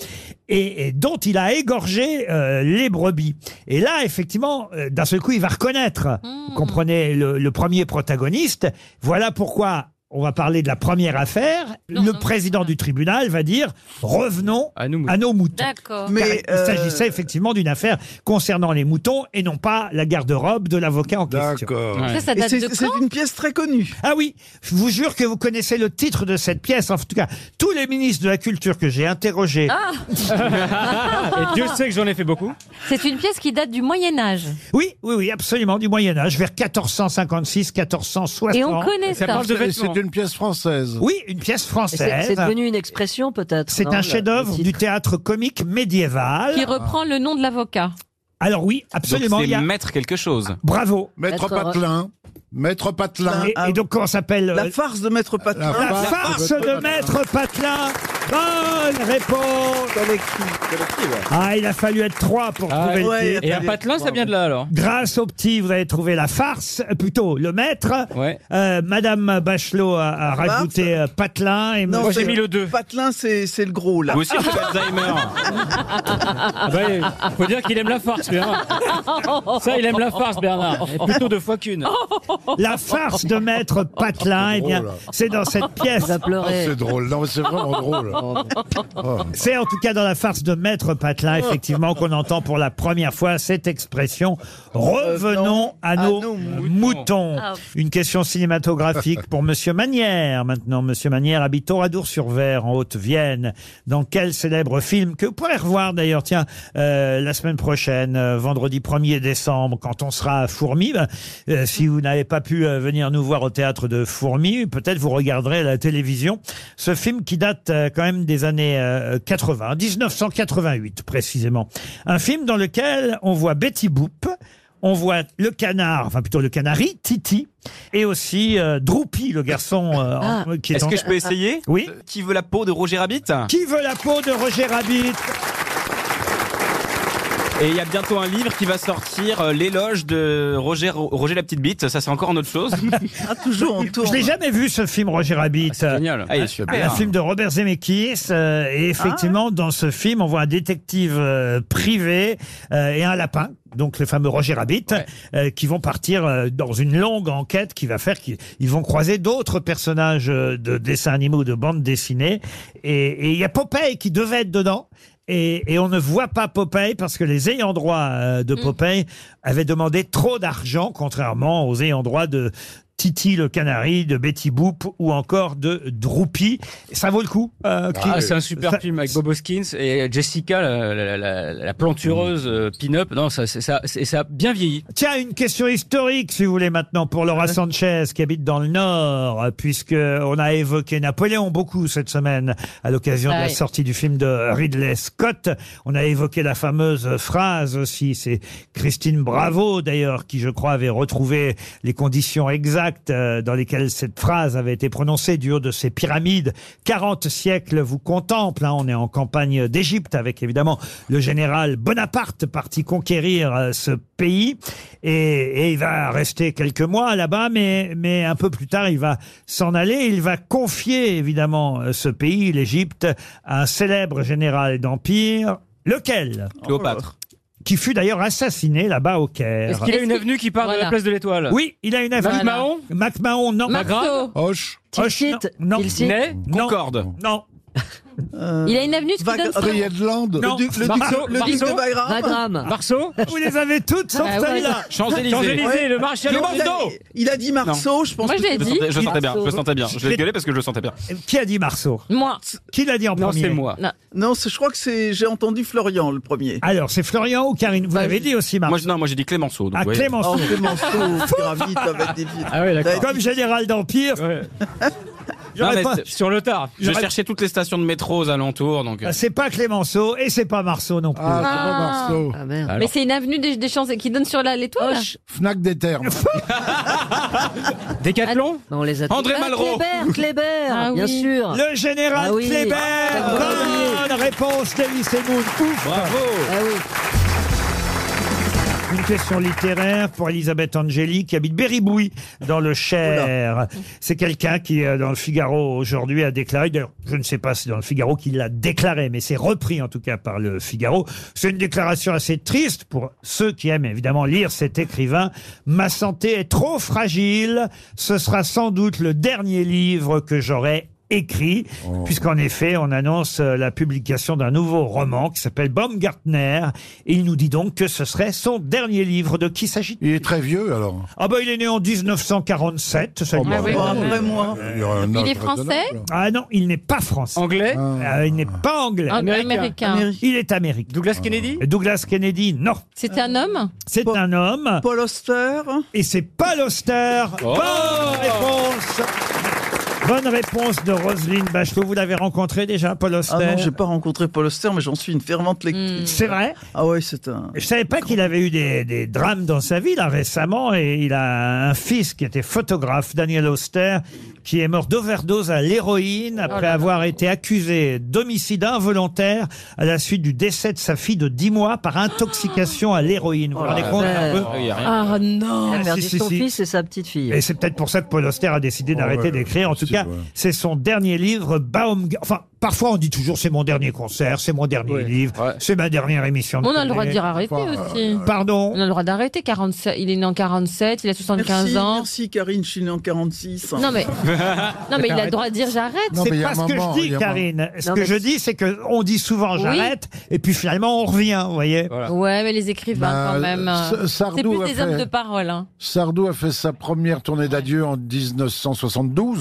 Speaker 2: et, et dont il a égorgé euh, les brebis. Et là, effectivement, euh, d'un seul coup, il va reconnaître, vous comprenez, le, le premier protagoniste. Voilà pourquoi on va parler de la première affaire. le président du tribunal va dire revenons à, nos moutons.
Speaker 3: D'accord.
Speaker 2: Car
Speaker 3: Mais,
Speaker 2: il s'agissait effectivement d'une affaire concernant les moutons et non pas la garde-robe de l'avocat en question.
Speaker 8: Ça, ça date Et c'est- de c'est quand
Speaker 2: une pièce très connue. Ah oui, je vous jure que vous connaissez le titre de cette pièce. En tout cas, tous les ministres de la culture que j'ai interrogés.
Speaker 3: Ah Et Dieu sait
Speaker 2: que j'en ai fait beaucoup.
Speaker 3: C'est une pièce qui date du Moyen Âge.
Speaker 2: Oui, oui, oui, absolument, du Moyen Âge, vers 1456, 1460.
Speaker 3: Et on connaît Ça ça. parle de
Speaker 2: C'est-
Speaker 3: vêtements.
Speaker 2: C'est une pièce française. Mmh. Oui, une pièce
Speaker 4: c'est-
Speaker 2: française.
Speaker 4: C'est devenu une expression peut-être.
Speaker 2: C'est
Speaker 4: non,
Speaker 2: un
Speaker 4: le-
Speaker 2: chef-d'œuvre du théâtre comique médiéval. Ah.
Speaker 3: Qui reprend le nom de l'avocat.
Speaker 2: Alors oui,
Speaker 5: Donc
Speaker 2: absolument.
Speaker 5: c'est
Speaker 2: il y a-
Speaker 5: mettre quelque chose.
Speaker 2: Bravo.
Speaker 6: Maître Patelin. Maître Patelin.
Speaker 2: Et, et donc comment s'appelle
Speaker 8: euh,
Speaker 6: La
Speaker 2: farce de Maître Patelin. La,
Speaker 6: farce
Speaker 2: farce
Speaker 6: de
Speaker 2: de Maître Patelin. Bonne réponse. Ah, il a fallu être trois pour
Speaker 7: Ah,
Speaker 2: trouver
Speaker 7: ouais,
Speaker 2: le titre.
Speaker 7: et un patelin, ça vient de là alors.
Speaker 2: Grâce au petit, vous avez trouvé la farce, euh, plutôt le maître. Euh, Madame Bachelot a, a
Speaker 8: farce.
Speaker 2: rajouté euh, Patelin. Et
Speaker 8: Non,
Speaker 2: monsieur-
Speaker 8: c'est- Patelin, c'est c'est le gros, là.
Speaker 2: Vous aussi, vous avez Alzheimer.
Speaker 7: Ah, faut dire qu'il aime la farce, Bernard. Ça, il aime la farce, Bernard. Et plutôt deux fois qu'une.
Speaker 2: La farce de Maître Patelin, eh bien,
Speaker 6: drôle.
Speaker 2: c'est dans cette pièce.
Speaker 6: Vous a pleuré. Oh, c'est drôle. Non, mais c'est vraiment drôle. Oh.
Speaker 2: C'est en tout cas dans la farce de Maître Patelin, effectivement, qu'on entend pour la première fois cette expression Revenons à nos, moutons.
Speaker 13: Ah.
Speaker 2: Une question cinématographique pour Monsieur Manière. Maintenant, Monsieur Manière habite Oradour-sur-Ver, en Haute-Vienne. Dans quel célèbre film que vous pourrez revoir d'ailleurs, tiens, euh, la semaine prochaine, euh, vendredi 1er décembre, quand on sera à Fourmi. Ben, euh, si vous n'avez pas pu euh, venir nous voir au théâtre de Fourmi, peut-être vous regarderez à la télévision ce film qui date euh, quand même des années euh, 80, 1988 précisément. Un film dans lequel on voit Betty Boop. On voit le canard, enfin plutôt le canari, Titi, et aussi euh, Droopy, le garçon euh, en- qui est
Speaker 5: Est-ce
Speaker 2: en-
Speaker 5: que je peux essayer Euh,
Speaker 2: Oui.
Speaker 5: Qui veut la peau de Roger Rabbit
Speaker 2: Qui veut la peau de Roger Rabbit
Speaker 5: Et il y a bientôt un livre qui va sortir, euh, l'éloge de Roger, Roger la petite bite. Ça, c'est encore une autre chose.
Speaker 2: toujours Je l'ai jamais vu ce film Roger Rabbit.
Speaker 5: génial. Ah, il est super.
Speaker 2: Un film de Robert Zemeckis. euh, et effectivement, dans ce film, on voit un détective euh, privé euh, et un lapin. Donc le fameux Roger Rabbit, euh, qui vont partir euh, dans une longue enquête qui va faire qu'ils ils vont croiser d'autres personnages euh, de dessins animaux, de bandes dessinées. Et et il y a Popeye qui devait être dedans. Et, et on ne voit pas Popeye parce que les ayants droit euh, de Popeye avaient demandé trop d'argent, contrairement aux ayants droit de Titi le Canari, de Betty Boop ou encore de Droopy. Ça vaut le coup. euh, qui-
Speaker 7: Ah, c'est un super film avec Bob Hoskins et Jessica, la, la- la- la
Speaker 2: Mm.
Speaker 7: plantureuse euh, pin-up. Non, ça, c'est- ça, c'est- ça a bien vieilli.
Speaker 2: Tiens, une question historique, si vous voulez, maintenant, pour Laura Sanchez, qui habite dans le Nord, euh, puisque on a évoqué Napoléon beaucoup cette semaine, à l'occasion de
Speaker 18: Ah
Speaker 2: la
Speaker 18: oui.
Speaker 2: sortie du film de Ridley Scott. On a évoqué la fameuse phrase aussi, c'est Christine Bravo, d'ailleurs, qui, je crois, avait retrouvé les conditions exactes euh, dans lesquelles cette phrase avait été prononcée du haut de ces pyramides. 40 siècles vous contemplent, hein. on est en campagne d'Égypte, avec évidemment le général Bonaparte parti conquérir euh, ce pays et, et il va rester quelques mois là-bas, mais, mais un peu plus tard, il va s'en aller. Il va confier évidemment euh, ce pays, l'Égypte, à un célèbre général d'empire. Lequel
Speaker 5: Cléopâtre.
Speaker 2: qui fut d'ailleurs assassiné là-bas au Caire.
Speaker 7: Est-ce qu'il a une avenue qui part de la place de l'Étoile
Speaker 2: Oui, il a une avenue.
Speaker 7: MacMahon
Speaker 2: MacMahon, non.
Speaker 7: Marceau. Magra-
Speaker 2: Hoche.
Speaker 4: Tilsit.
Speaker 2: non.
Speaker 4: Tilsit. Ney.
Speaker 2: Concorde. Non.
Speaker 9: Euh,
Speaker 3: Il a une avenue qui
Speaker 2: Vague-
Speaker 8: Ah,
Speaker 3: donne
Speaker 2: Vague-
Speaker 3: sur-
Speaker 2: Friedland. Non.
Speaker 8: duc- le duc-
Speaker 2: Marceau,
Speaker 8: le duc de
Speaker 2: Marceau,
Speaker 8: Wagram.
Speaker 4: Wagram.
Speaker 7: Marceau
Speaker 2: Vous les avez toutes sauf
Speaker 3: Ah ouais.
Speaker 2: celle-là.
Speaker 5: Champs-Élysées.
Speaker 7: Champs-Élysées, le
Speaker 8: Il
Speaker 7: maréchal
Speaker 8: a-
Speaker 7: Pédo
Speaker 8: Il a dit Marceau, je pense.
Speaker 3: Moi, je l'ai
Speaker 5: Je
Speaker 3: dit.
Speaker 5: sentais, je sentais bien, je sentais bien. Je l'ai
Speaker 2: Mais-
Speaker 5: gueulé parce que je le sentais bien.
Speaker 2: Qui a dit Marceau
Speaker 3: Moi.
Speaker 2: Qui l'a dit en
Speaker 7: Non,
Speaker 2: premier
Speaker 7: c'est moi.
Speaker 3: Non.
Speaker 8: Non, c'est- je crois que c'est. J'ai entendu Florian le premier. Bah,
Speaker 2: Alors, c'est Florian ou Karine Vous avez dit aussi Marceau.
Speaker 5: Moi, je- non, moi j'ai dit Clémenceau. donc,
Speaker 2: Ah,
Speaker 5: ouais.
Speaker 2: Clémenceau.
Speaker 8: Oh, Clémenceau, tu iras vite avec des vies.
Speaker 7: Ah oui, d'accord.
Speaker 2: Comme général d'Empire,
Speaker 5: Non,
Speaker 2: j'aurais
Speaker 5: mais
Speaker 2: pas-
Speaker 5: c'est-
Speaker 7: Sur le tard.
Speaker 5: je cherchais toutes les stations de métro aux alentours, donc. euh,
Speaker 2: Ah, c'est pas Clémenceau et c'est pas Marceau non plus.
Speaker 6: Ah,
Speaker 3: Ah.
Speaker 6: c'est pas Marceau.
Speaker 4: Ah merde.
Speaker 3: Mais c'est une avenue des, des Champs qui donne sur la- l'étoile.
Speaker 6: Fnac des termes.
Speaker 7: Décathlon
Speaker 4: Non, on les a
Speaker 5: André
Speaker 4: Ah,
Speaker 5: Malraux.
Speaker 4: Kléber, Kléber,
Speaker 3: Ah
Speaker 4: bien
Speaker 3: oui.
Speaker 4: sûr.
Speaker 2: Le général
Speaker 4: Ah oui.
Speaker 2: Kléber
Speaker 4: Ah,
Speaker 2: Bonne réponse d'Elie Semoun. Ouf
Speaker 5: Bravo.
Speaker 4: Ah oui.
Speaker 2: Une question littéraire pour Elisabeth Angeli qui habite Berribouy dans le Cher. C'est quelqu'un qui, euh, dans le Figaro aujourd'hui, a déclaré, d'ailleurs, je ne sais pas si c'est dans le Figaro qu'il l'a déclaré, mais c'est repris en tout cas par le Figaro. C'est une déclaration assez triste pour ceux qui aiment évidemment lire cet écrivain. Ma santé est trop fragile. Ce sera sans doute le dernier livre que j'aurai écrit, puisqu'en effet, on annonce euh, la publication d'un nouveau roman qui s'appelle Baumgartner, et il nous dit donc que ce serait son dernier livre. De qui s'agit-il
Speaker 6: Il est très vieux, alors.
Speaker 2: Ah bah il est né en 1947, ça dit-
Speaker 6: bah,
Speaker 3: Ah oui,
Speaker 8: Oh,
Speaker 3: quand même.
Speaker 8: après moi.
Speaker 6: Il, y aura un
Speaker 3: Il
Speaker 6: âge
Speaker 3: est français
Speaker 6: raisonnable.
Speaker 2: Ah non, il n'est pas français.
Speaker 7: Anglais
Speaker 2: Euh, il n'est pas anglais.
Speaker 3: Un
Speaker 7: Américain.
Speaker 3: Ah, américain.
Speaker 2: Il est américain.
Speaker 7: Douglas Kennedy
Speaker 2: Douglas Kennedy, non.
Speaker 3: C'était un homme
Speaker 2: C'est
Speaker 8: Paul-
Speaker 2: un homme,
Speaker 8: Paul Auster.
Speaker 2: et c'est pas l'Auster.
Speaker 5: Oh
Speaker 2: Bonne réponse Bonne réponse de Roselyne Bachelot. Vous l'avez rencontré déjà, Paul Auster
Speaker 8: Ah non, j'ai pas rencontré Paul Auster, mais j'en suis une fervente lectrice.
Speaker 3: Hmm.
Speaker 2: C'est vrai
Speaker 8: Ah ouais, c'est un.
Speaker 2: Je savais pas qu'il avait eu des, des drames dans sa vie là récemment et il a un fils qui était photographe, Daniel Auster, qui est mort d'overdose à l'héroïne après avoir été accusé d'homicide involontaire à la suite du décès de sa fille de 10 mois par intoxication à l'héroïne. Vous vous rendez compte un peu
Speaker 5: oh, il y a rien.
Speaker 3: Ah
Speaker 4: Il
Speaker 3: non
Speaker 4: a perdu
Speaker 2: si, si,
Speaker 4: son
Speaker 2: si.
Speaker 4: fils et sa petite fille.
Speaker 2: et c'est peut-être pour ça que Paul Auster a décidé d'arrêter
Speaker 6: Oh, ouais,
Speaker 2: d'écrire. En tout
Speaker 6: possible,
Speaker 2: cas,
Speaker 6: ouais.
Speaker 2: c'est son dernier livre, Baumgartner. Enfin, parfois on dit toujours c'est mon dernier concert, c'est mon dernier livre, c'est ma dernière émission. de
Speaker 3: On a le droit de
Speaker 2: télé.
Speaker 3: dire arrêter
Speaker 6: euh,
Speaker 3: aussi.
Speaker 2: Pardon.
Speaker 3: euh, On a le droit d'arrêter. 47 Il est né en 47, il a 75
Speaker 8: Merci,
Speaker 3: ans.
Speaker 8: merci Karine, je suis né en 46.
Speaker 3: Non mais, non mais il a le droit de dire j'arrête.
Speaker 6: Non, mais il
Speaker 2: C'est
Speaker 6: y a
Speaker 2: pas
Speaker 6: un
Speaker 2: ce que
Speaker 6: moment,
Speaker 2: je
Speaker 6: il
Speaker 2: dis,
Speaker 6: y a un
Speaker 2: Karine. Ce
Speaker 4: Non,
Speaker 2: que
Speaker 4: mais
Speaker 2: je
Speaker 4: c'est-
Speaker 2: dis, c'est que on dit souvent
Speaker 3: Oui.
Speaker 2: j'arrête, et puis finalement on revient, vous voyez.
Speaker 5: Voilà.
Speaker 3: Ouais, mais les écrivains
Speaker 6: Bah,
Speaker 3: quand même.
Speaker 6: S-
Speaker 3: euh,
Speaker 6: Sardou
Speaker 3: C'est plus
Speaker 6: a
Speaker 3: des
Speaker 6: fait-
Speaker 3: hommes de parole. hein.
Speaker 6: Sardou a fait sa première tournée d'adieu en 1972.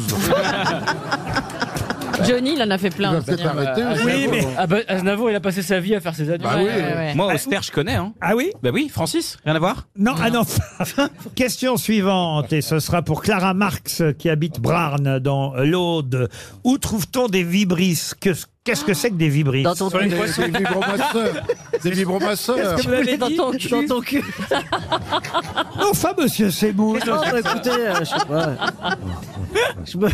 Speaker 3: Johnny, il en a fait
Speaker 6: Il
Speaker 3: plein.
Speaker 6: va peut-être
Speaker 3: aussi, hein.
Speaker 6: arrêter aussi.
Speaker 2: Oui, mais-
Speaker 7: Ah bah, Aznavour, il a passé sa vie à faire ses adieux.
Speaker 6: Bah oui.
Speaker 5: Moi, Auster, je connais. Hein.
Speaker 2: Ah oui
Speaker 5: Bah oui, Francis, rien à voir.
Speaker 2: non, ah non. Question suivante, et ce sera pour Clara Marx qui habite Brarn dans l'Aude. Où trouve-t-on des vibrisses Que- Qu'est-ce que c'est que des vibrisses
Speaker 4: Dans ton
Speaker 6: Des,
Speaker 4: cul.
Speaker 6: des vibromasseurs. Des vibromasseurs.
Speaker 2: Vous l'avez
Speaker 4: Dans
Speaker 2: dit
Speaker 4: ton cul. Dans ton cul.
Speaker 2: Enfin, monsieur Seymour.
Speaker 4: Non, bah, écoutez, euh, je sais pas. Je me-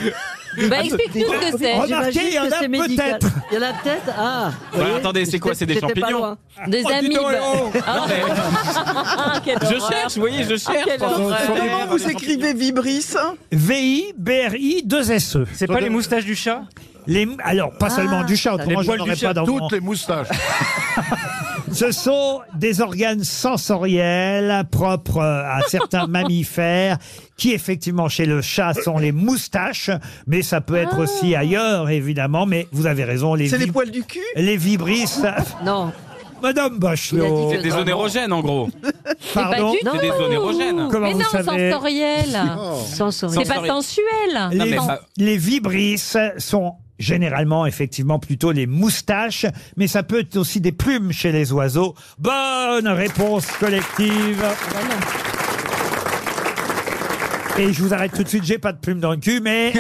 Speaker 3: Bah, explique-nous ce que c'est.
Speaker 2: Remarquez,
Speaker 4: J'imagine
Speaker 2: il y en
Speaker 4: que
Speaker 2: a
Speaker 4: c'est médical.
Speaker 2: peut-être.
Speaker 4: Il y en a peut-être. Ah. vous
Speaker 5: Ouais,
Speaker 4: voyez,
Speaker 5: attendez, c'est quoi,
Speaker 4: j'étais-
Speaker 5: c'est des
Speaker 4: j'étais pas
Speaker 5: champignons
Speaker 4: loin.
Speaker 3: Des
Speaker 2: Oh, dis
Speaker 3: amibes.
Speaker 2: donc, oh.
Speaker 3: Ah, ah, quelle
Speaker 5: Je
Speaker 3: horreur. Ah,
Speaker 5: cherche, vous voyez, je cherche.
Speaker 3: quelle
Speaker 5: Pendant-
Speaker 3: horreur.
Speaker 5: pendant-
Speaker 8: Comment vous écrivez Vibris
Speaker 2: V-I-B-R-I-2-S-E.
Speaker 7: C'est pas les moustaches du chat
Speaker 2: E. Les- alors,
Speaker 4: Ah,
Speaker 2: pas seulement Ah, du chat, autrement
Speaker 7: les
Speaker 2: je
Speaker 7: poils
Speaker 2: n'aurais
Speaker 7: du chat,
Speaker 2: pas dans mon-
Speaker 6: Toutes les moustaches.
Speaker 2: Ce sont des organes sensoriels propres à certains mammifères qui, effectivement, chez le chat, sont les moustaches, mais ça peut être aussi ailleurs, évidemment. Mais vous avez raison, les,
Speaker 8: C'est les
Speaker 2: vib-
Speaker 8: poils du cul
Speaker 2: les vibrisses.
Speaker 4: Non.
Speaker 2: Madame Bachelot,
Speaker 4: Il a
Speaker 5: C'est des onérogènes, en gros.
Speaker 3: C'est pas
Speaker 2: pardon.
Speaker 3: du
Speaker 5: C'est des
Speaker 3: tout.
Speaker 5: onérogènes.
Speaker 2: Comment
Speaker 3: mais
Speaker 2: vous
Speaker 3: non,
Speaker 2: savez
Speaker 3: sensoriel.
Speaker 4: Sensoriel.
Speaker 3: C'est pas
Speaker 5: Sensoriel.
Speaker 3: sensuel.
Speaker 5: Non,
Speaker 2: Les,
Speaker 5: mais ça-
Speaker 2: les vibrisses sont généralement, effectivement, plutôt les moustaches, mais ça peut être aussi des plumes chez les oiseaux. Bonne réponse collective. Et je vous arrête tout de suite, j'ai pas de plumes dans le cul, mais.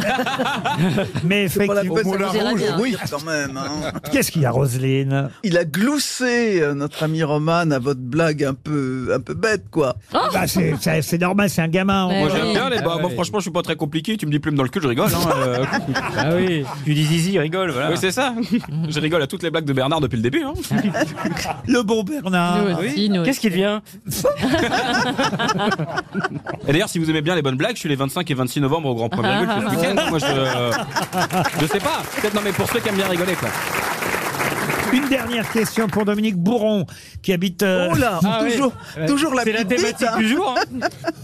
Speaker 2: mais
Speaker 8: C'est pas la
Speaker 2: effectivement.
Speaker 8: peine, ça
Speaker 4: Moulin
Speaker 8: vous ira
Speaker 4: Rouge,
Speaker 8: bien,
Speaker 4: oui.
Speaker 8: quand même. hein.
Speaker 2: Qu'est-ce qu'il y a, Roselyne
Speaker 8: Il a gloussé, euh, notre ami Roman, à votre blague un peu, un peu bête, quoi.
Speaker 3: Oh
Speaker 2: Bah, c'est- C'est c'est normal, c'est un gamin.
Speaker 3: Ouais.
Speaker 5: Moi,
Speaker 3: Ah
Speaker 5: j'aime
Speaker 3: oui.
Speaker 5: bien les. Bah,
Speaker 7: Ah
Speaker 5: moi,
Speaker 7: oui.
Speaker 5: franchement, je suis pas très compliqué. Tu me dis plume dans le cul, je rigole. Hein, euh.
Speaker 7: Ah oui. Tu dis zizi, rigole, voilà.
Speaker 5: Oui, c'est ça. Je rigole à toutes les blagues de Bernard depuis le début. Hein.
Speaker 2: Le bon Bernard.
Speaker 3: Nous aussi, nous
Speaker 7: Qu'est-ce
Speaker 3: aussi.
Speaker 7: qui devient
Speaker 5: Et d'ailleurs, si vous aimez bien les bonnes blagues, je suis les 25 et 26 novembre au Grand Point Virgule je
Speaker 2: Ah.
Speaker 5: suis ce week-end. Moi, je, je sais pas. Peut-être non, mais pour ceux qui aiment bien rigoler, quoi.
Speaker 2: Une dernière question pour Dominique Bourron, qui habite. euh,
Speaker 8: Oh là,
Speaker 6: Ah
Speaker 8: toujours, toujours la petite bite, hein.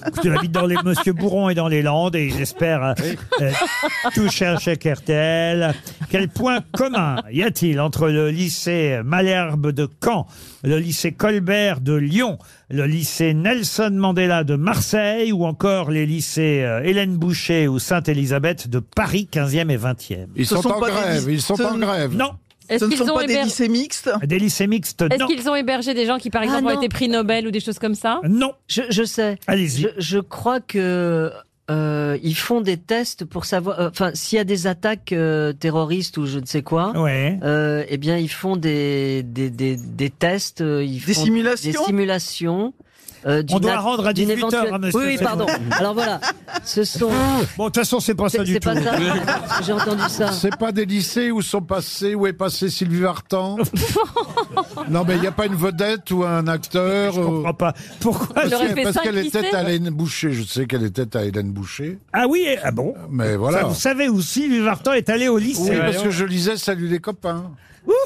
Speaker 2: Écoutez, j'habite dans les Monsieur Bourron et dans les Landes et j'espère euh, euh, toucher un chèque RTL. Quel point commun y a-t-il entre le lycée Malherbe de Caen, le lycée Colbert de Lyon, le lycée Nelson Mandela de Marseille ou encore les lycées euh, Hélène Boucher ou Sainte-Élisabeth de Paris 15e et 20e
Speaker 6: Ils Ce sont sont en pas des grève, lyc- ils sont ce en ne- grève.
Speaker 2: Non.
Speaker 3: Est-ce Ce ne qu'ils sont ont pas des héber- lycées
Speaker 8: mixtes
Speaker 2: Des lycées mixtes,
Speaker 3: Est-ce
Speaker 2: non.
Speaker 3: qu'ils ont hébergé des gens qui,
Speaker 6: Ah,
Speaker 3: par exemple, ont été prix Nobel ou des choses comme ça
Speaker 2: Non.
Speaker 4: Je, je sais.
Speaker 2: Allez-y.
Speaker 4: Je, je crois que euh, ils font des tests pour savoir. euh, Enfin, s'il y a des attaques euh, terroristes ou je ne sais quoi,
Speaker 2: Ouais.
Speaker 4: euh, eh bien, ils font des des, des, des tests. euh, Ils
Speaker 8: Des
Speaker 4: font
Speaker 8: simulations
Speaker 4: Des simulations. euh, d'une
Speaker 2: On doit
Speaker 4: atta-
Speaker 2: rendre à
Speaker 4: d'une
Speaker 2: 18 heures,
Speaker 4: éventuelle-
Speaker 2: hein, monsieur,
Speaker 4: Oui, oui,
Speaker 2: c'est
Speaker 4: pardon.
Speaker 2: bon.
Speaker 4: Alors voilà, ce sont.
Speaker 2: Bon, de toute façon, c'est pas
Speaker 4: C'est-
Speaker 2: ça du
Speaker 4: c'est
Speaker 2: tout.
Speaker 4: pas ça. J'ai entendu ça.
Speaker 6: C'est pas des lycées où sont passés, où est passé Sylvie Vartan Non, mais il n'y a pas une vedette ou un acteur. Je comprends
Speaker 2: pas. Pourquoi
Speaker 6: Parce,
Speaker 2: Il aurait
Speaker 6: que-
Speaker 2: fait
Speaker 6: parce
Speaker 2: cinq
Speaker 6: qu'elle était
Speaker 2: lycées
Speaker 6: à Hélène Boucher. Je sais qu'elle était à Hélène Boucher.
Speaker 2: Ah oui, eh, ah bon
Speaker 6: Mais voilà.
Speaker 2: Ça, vous savez où Sylvie Vartan est allée au lycée
Speaker 6: Oui, parce que je lisais Salut les copains.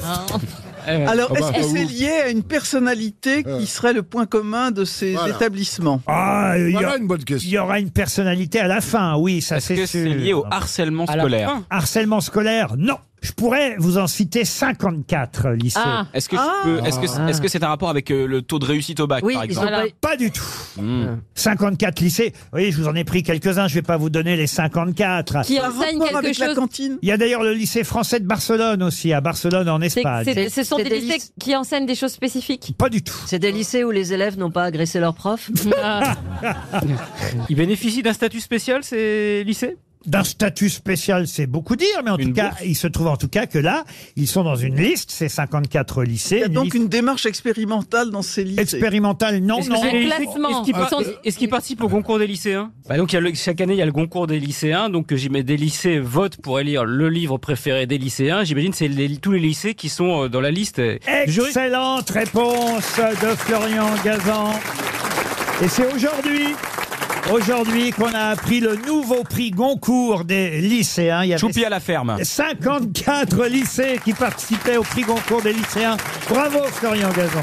Speaker 8: Alors,
Speaker 2: Euh,
Speaker 6: Ah
Speaker 8: est-ce
Speaker 6: bah,
Speaker 8: que
Speaker 6: pas
Speaker 8: c'est
Speaker 6: ouf.
Speaker 8: lié à une personnalité qui serait le point commun de ces
Speaker 2: Voilà.
Speaker 8: établissements
Speaker 2: Ah, il y a-
Speaker 6: bonne
Speaker 2: Il y aura une personnalité à la fin, oui, ça c'est
Speaker 5: que c'est
Speaker 2: sûr.
Speaker 5: lié au harcèlement
Speaker 2: À la
Speaker 5: scolaire
Speaker 2: fin. Harcèlement scolaire, non. Je pourrais vous en citer 54 lycées.
Speaker 3: Ah,
Speaker 5: Est-ce que je
Speaker 2: Ah.
Speaker 5: peux- est-ce que c'est est-ce que c'est un rapport avec euh, le taux de réussite au bac, par exemple Hmm.
Speaker 2: Pas du tout. 54 lycées. Oui, je vous en ai pris quelques-uns. Je vais pas vous donner les 54.
Speaker 3: Qui enseignent quelque
Speaker 8: avec la
Speaker 3: chose
Speaker 8: cantine
Speaker 2: Il y a d'ailleurs le lycée français de Barcelone aussi, à Barcelone en
Speaker 3: C'est-
Speaker 2: Espagne.
Speaker 3: c'est- Ce sont
Speaker 4: c'est
Speaker 3: des
Speaker 4: des
Speaker 3: lycées qui enseignent des choses spécifiques.
Speaker 2: Pas du tout.
Speaker 4: C'est des lycées où les élèves n'ont pas agressé leurs profs.
Speaker 7: Ils bénéficient d'un statut spécial, ces lycées
Speaker 2: D'un statut spécial, c'est beaucoup dire, mais en tout cas, il se trouve en tout cas que là, ils sont dans une liste, ces 54 lycées.
Speaker 8: Il y a donc
Speaker 2: liste
Speaker 8: une démarche expérimentale dans ces lycées.
Speaker 2: expérimentale, non,
Speaker 7: Est-ce que
Speaker 2: non. Ah, euh,
Speaker 7: c'est les lycées- Est-ce qu'ils par- est-ce qu'ils participent au concours des lycéens bah donc, il y a le- Chaque année, il y a le concours des lycéens. Donc, j'imagine des lycées votent pour élire le livre préféré des lycéens. J'imagine que c'est les- tous les lycées qui sont euh, dans la liste. euh, du jury.
Speaker 2: Excellente réponse de Florian Gazan. Et c'est aujourd'hui. Aujourd'hui qu'on a appris le nouveau prix Goncourt des lycéens. Il y avait
Speaker 5: Choupi à la ferme.
Speaker 2: 54 lycées qui participaient au prix Goncourt des lycéens. Bravo Florian Gazan.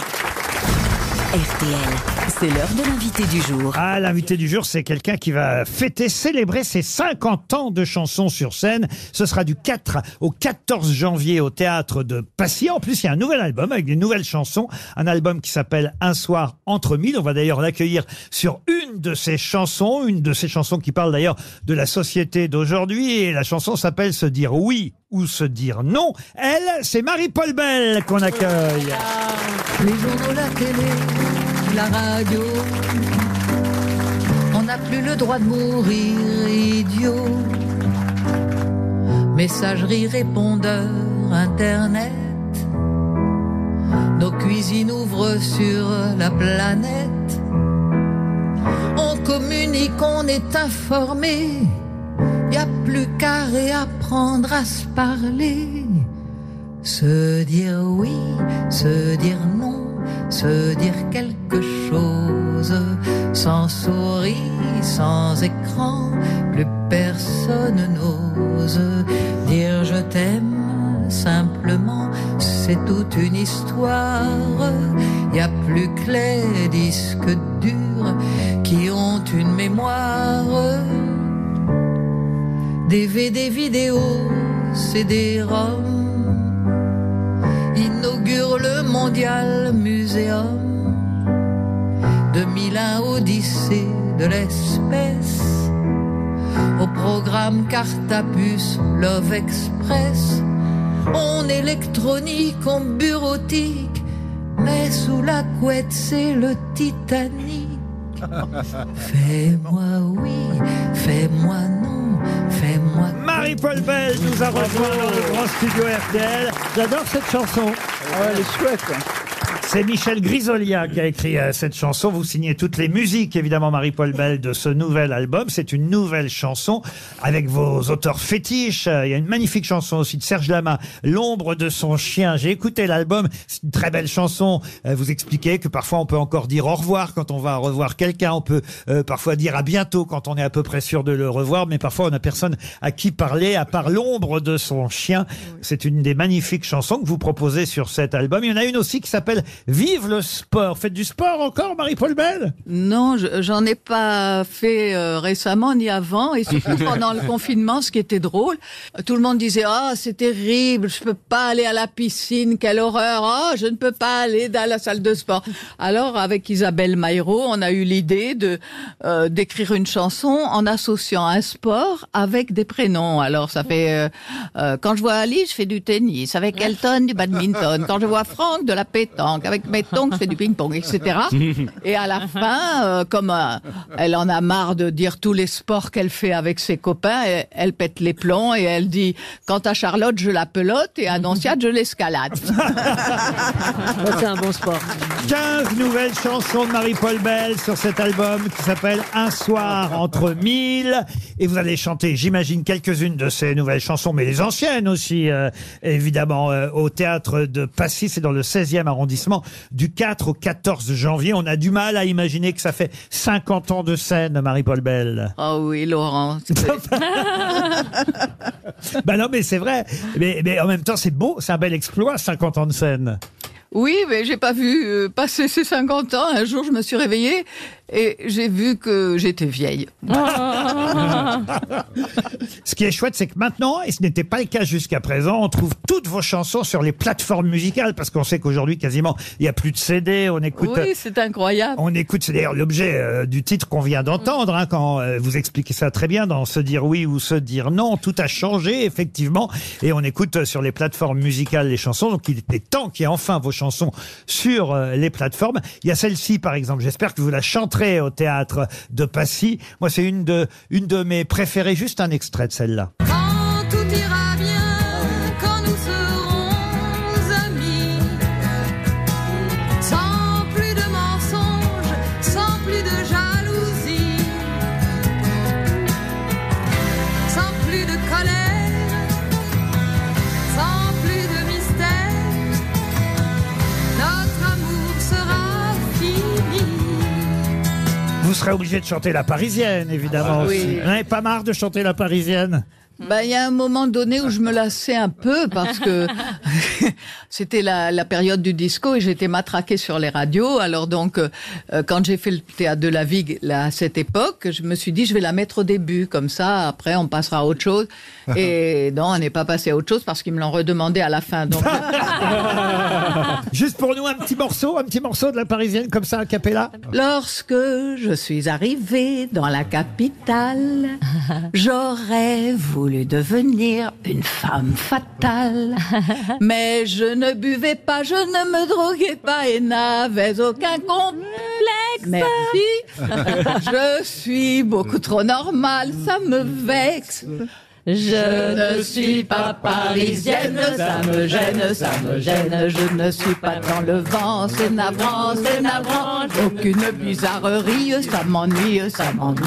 Speaker 10: RTL, c'est l'heure de l'invité du jour.
Speaker 2: Ah, l'invité du jour, c'est quelqu'un qui va fêter, célébrer ses 50 ans de chansons sur scène. Ce sera du 4 au 14 janvier au théâtre de Passy. En plus, il y a un nouvel album avec des nouvelles chansons. Un album qui s'appelle Un soir entre mille. On va d'ailleurs l'accueillir sur une de ses chansons, une de ses chansons qui parle d'ailleurs de la société d'aujourd'hui. Et la chanson s'appelle Se dire oui ou se dire non. Elle, c'est Marie-Paul Bell qu'on accueille.
Speaker 18: Les journaux, la télé, la radio. On n'a plus le droit de mourir, idiot. Messagerie, répondeur, internet. Nos cuisines ouvrent sur la planète. On communique, on est informé. Y a plus qu'à réapprendre à se parler. Se dire oui, se dire non, se dire quelque chose, sans souris, sans écran, plus personne n'ose dire je t'aime simplement, c'est toute une histoire. Y a plus que les disques durs qui ont une mémoire. DVD, vidéo, CD-ROM inaugure le mondial muséum 2001 Odyssée de l'espèce au programme carte à puce Love Express on électronique on bureautique mais sous la couette c'est le Titanic fais-moi oui fais-moi non fais-moi
Speaker 2: Marie-Paul Bell nous a rejoint dans le grand studio RTL. J'adore cette chanson. hein.
Speaker 8: elle est chouette.
Speaker 2: C'est Michel Grisolia qui a écrit euh, cette chanson. Vous signez toutes les musiques, évidemment, Marie-Paul Bell, de ce nouvel album. C'est une nouvelle chanson avec vos auteurs fétiches. Euh, Il y a une magnifique chanson aussi de Serge Lama, L'ombre de son chien. J'ai écouté l'album. C'est une très belle chanson. Euh, Vous expliquez que parfois on peut encore dire au revoir quand on va revoir quelqu'un. On peut euh, parfois dire à bientôt quand on est à peu près sûr de le revoir. Mais parfois on n'a personne à qui parler à part l'ombre de son chien. C'est une des magnifiques chansons que vous proposez sur cet album. Il y en a une aussi qui s'appelle Vive le sport. Faites du sport encore, Marie-Paul Bell
Speaker 19: Non, je- j'en ai pas fait euh, récemment ni avant, et surtout pendant le confinement, ce qui était drôle. Tout le monde disait Ah, c'est terrible, je peux pas aller à la piscine, quelle horreur Ah, je ne peux pas aller dans la salle de sport. Alors, avec Isabelle Maillot, on a eu l'idée de euh, d'écrire une chanson en associant un sport avec des prénoms. Alors, ça fait euh, euh, quand je vois Ali, je fais du tennis, avec Elton du badminton. Quand je vois Franck, de la pétanque, avec Metton, je fais du ping-pong, etc. Et à la fin, euh, comme euh, elle en a marre de dire tous les sports qu'elle fait avec ses copains, elle, elle pète les plombs et elle dit Quant à Charlotte, je la pelote et à Annonciade, je l'escalade.
Speaker 4: c'est un bon sport.
Speaker 2: 15 nouvelles chansons de Marie-Paul Bell sur cet album qui s'appelle Un soir entre mille. Et vous allez chanter, j'imagine, quelques-unes de ces nouvelles chansons, mais les anciennes aussi, euh, évidemment, euh, au théâtre de Passy. C'est dans le 16e arrondissement du 4 au 14 janvier. On a du mal à imaginer que ça fait 50 ans de scène, Marie-Paul Bell.
Speaker 19: Oh oui, Laurent. c'est-
Speaker 2: bah non, mais c'est vrai. Mais, mais en même temps, c'est beau, c'est un bel exploit, 50 ans de scène.
Speaker 19: Oui, mais j'ai pas vu euh, passer ces 50 ans. Un jour, je me suis réveillée et j'ai vu que j'étais vieille.
Speaker 2: Ce qui est chouette, c'est que maintenant, et ce n'était pas le cas jusqu'à présent, on trouve toutes vos chansons sur les plateformes musicales, parce qu'on sait qu'aujourd'hui, quasiment, il n'y a plus de CD, on écoute...
Speaker 19: oui, c'est incroyable.
Speaker 2: on écoute, c'est d'ailleurs l'objet euh, du titre qu'on vient d'entendre, hein, quand euh, vous expliquez ça très bien, dans se dire oui ou se dire non, tout a changé, effectivement, et on écoute euh, sur les plateformes musicales les chansons, donc il était temps qu'il y ait enfin vos chansons sur euh, les plateformes. Il y a celle-ci, par exemple, j'espère que vous la chanterez au théâtre de Passy. Moi, c'est une de, une de mes préférées, juste un extrait de celle-là.
Speaker 13: Quand tout ira bien, quand nous serons amis, sans plus de mensonges, sans plus de jalousie, sans plus de colère, sans plus de mystère, notre amour sera fini.
Speaker 2: Vous serez obligé de chanter la parisienne, évidemment.
Speaker 19: Ah,
Speaker 2: aussi.
Speaker 19: oui.
Speaker 2: Vous n'en avez pas marre de chanter la parisienne
Speaker 19: Ben, il y a un moment donné où je me lassais un peu parce que c'était la, la période du disco et j'étais matraquée sur les radios. Alors donc, euh, euh, quand j'ai fait le théâtre de la Vigue là, à cette époque, je me suis dit je vais la mettre au début comme ça. Après, on passera à autre chose. Et non, on n'est pas passé à autre chose parce qu'ils me l'ont redemandé à la fin. Donc, Ah.
Speaker 2: Juste pour nous, un petit morceau, un petit morceau de la parisienne comme ça, a cappella
Speaker 19: Lorsque je suis arrivée dans la capitale, j'aurais voulu devenir une femme fatale. Mais je ne buvais pas, je ne me droguais pas et n'avais aucun complexe. Merci. Je suis beaucoup trop normale, ça me vexe. Je ne suis pas parisienne, ça me gêne, ça me gêne. Je ne suis pas dans le vent, c'est navrant, c'est navrant. Aucune bizarrerie, ça m'ennuie, ça m'ennuie.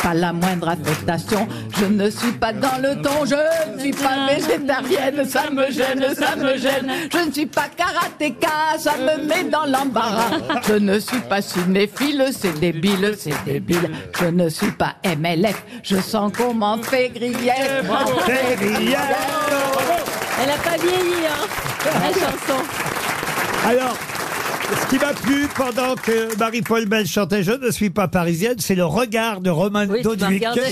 Speaker 19: Pas la moindre affectation, je ne suis pas dans le ton, je ne suis pas végétarienne, ça me gêne, ça me gêne. Je ne suis pas karatéka, ça me met dans l'embarras. Je ne suis pas cinéphile, c'est débile, c'est débile. Je ne suis pas MLF, je sens qu'on m'en fait grief.
Speaker 13: Bravo. Fait grief.
Speaker 19: Oh, Elle a pas vieilli, hein, la chanson.
Speaker 2: Alors, ce qui m'a plu pendant que Marie-Paul Bell chantait Je ne suis pas parisienne, c'est le regard de Roman
Speaker 4: Oui, tu m'as
Speaker 2: Doduic.
Speaker 4: regardé.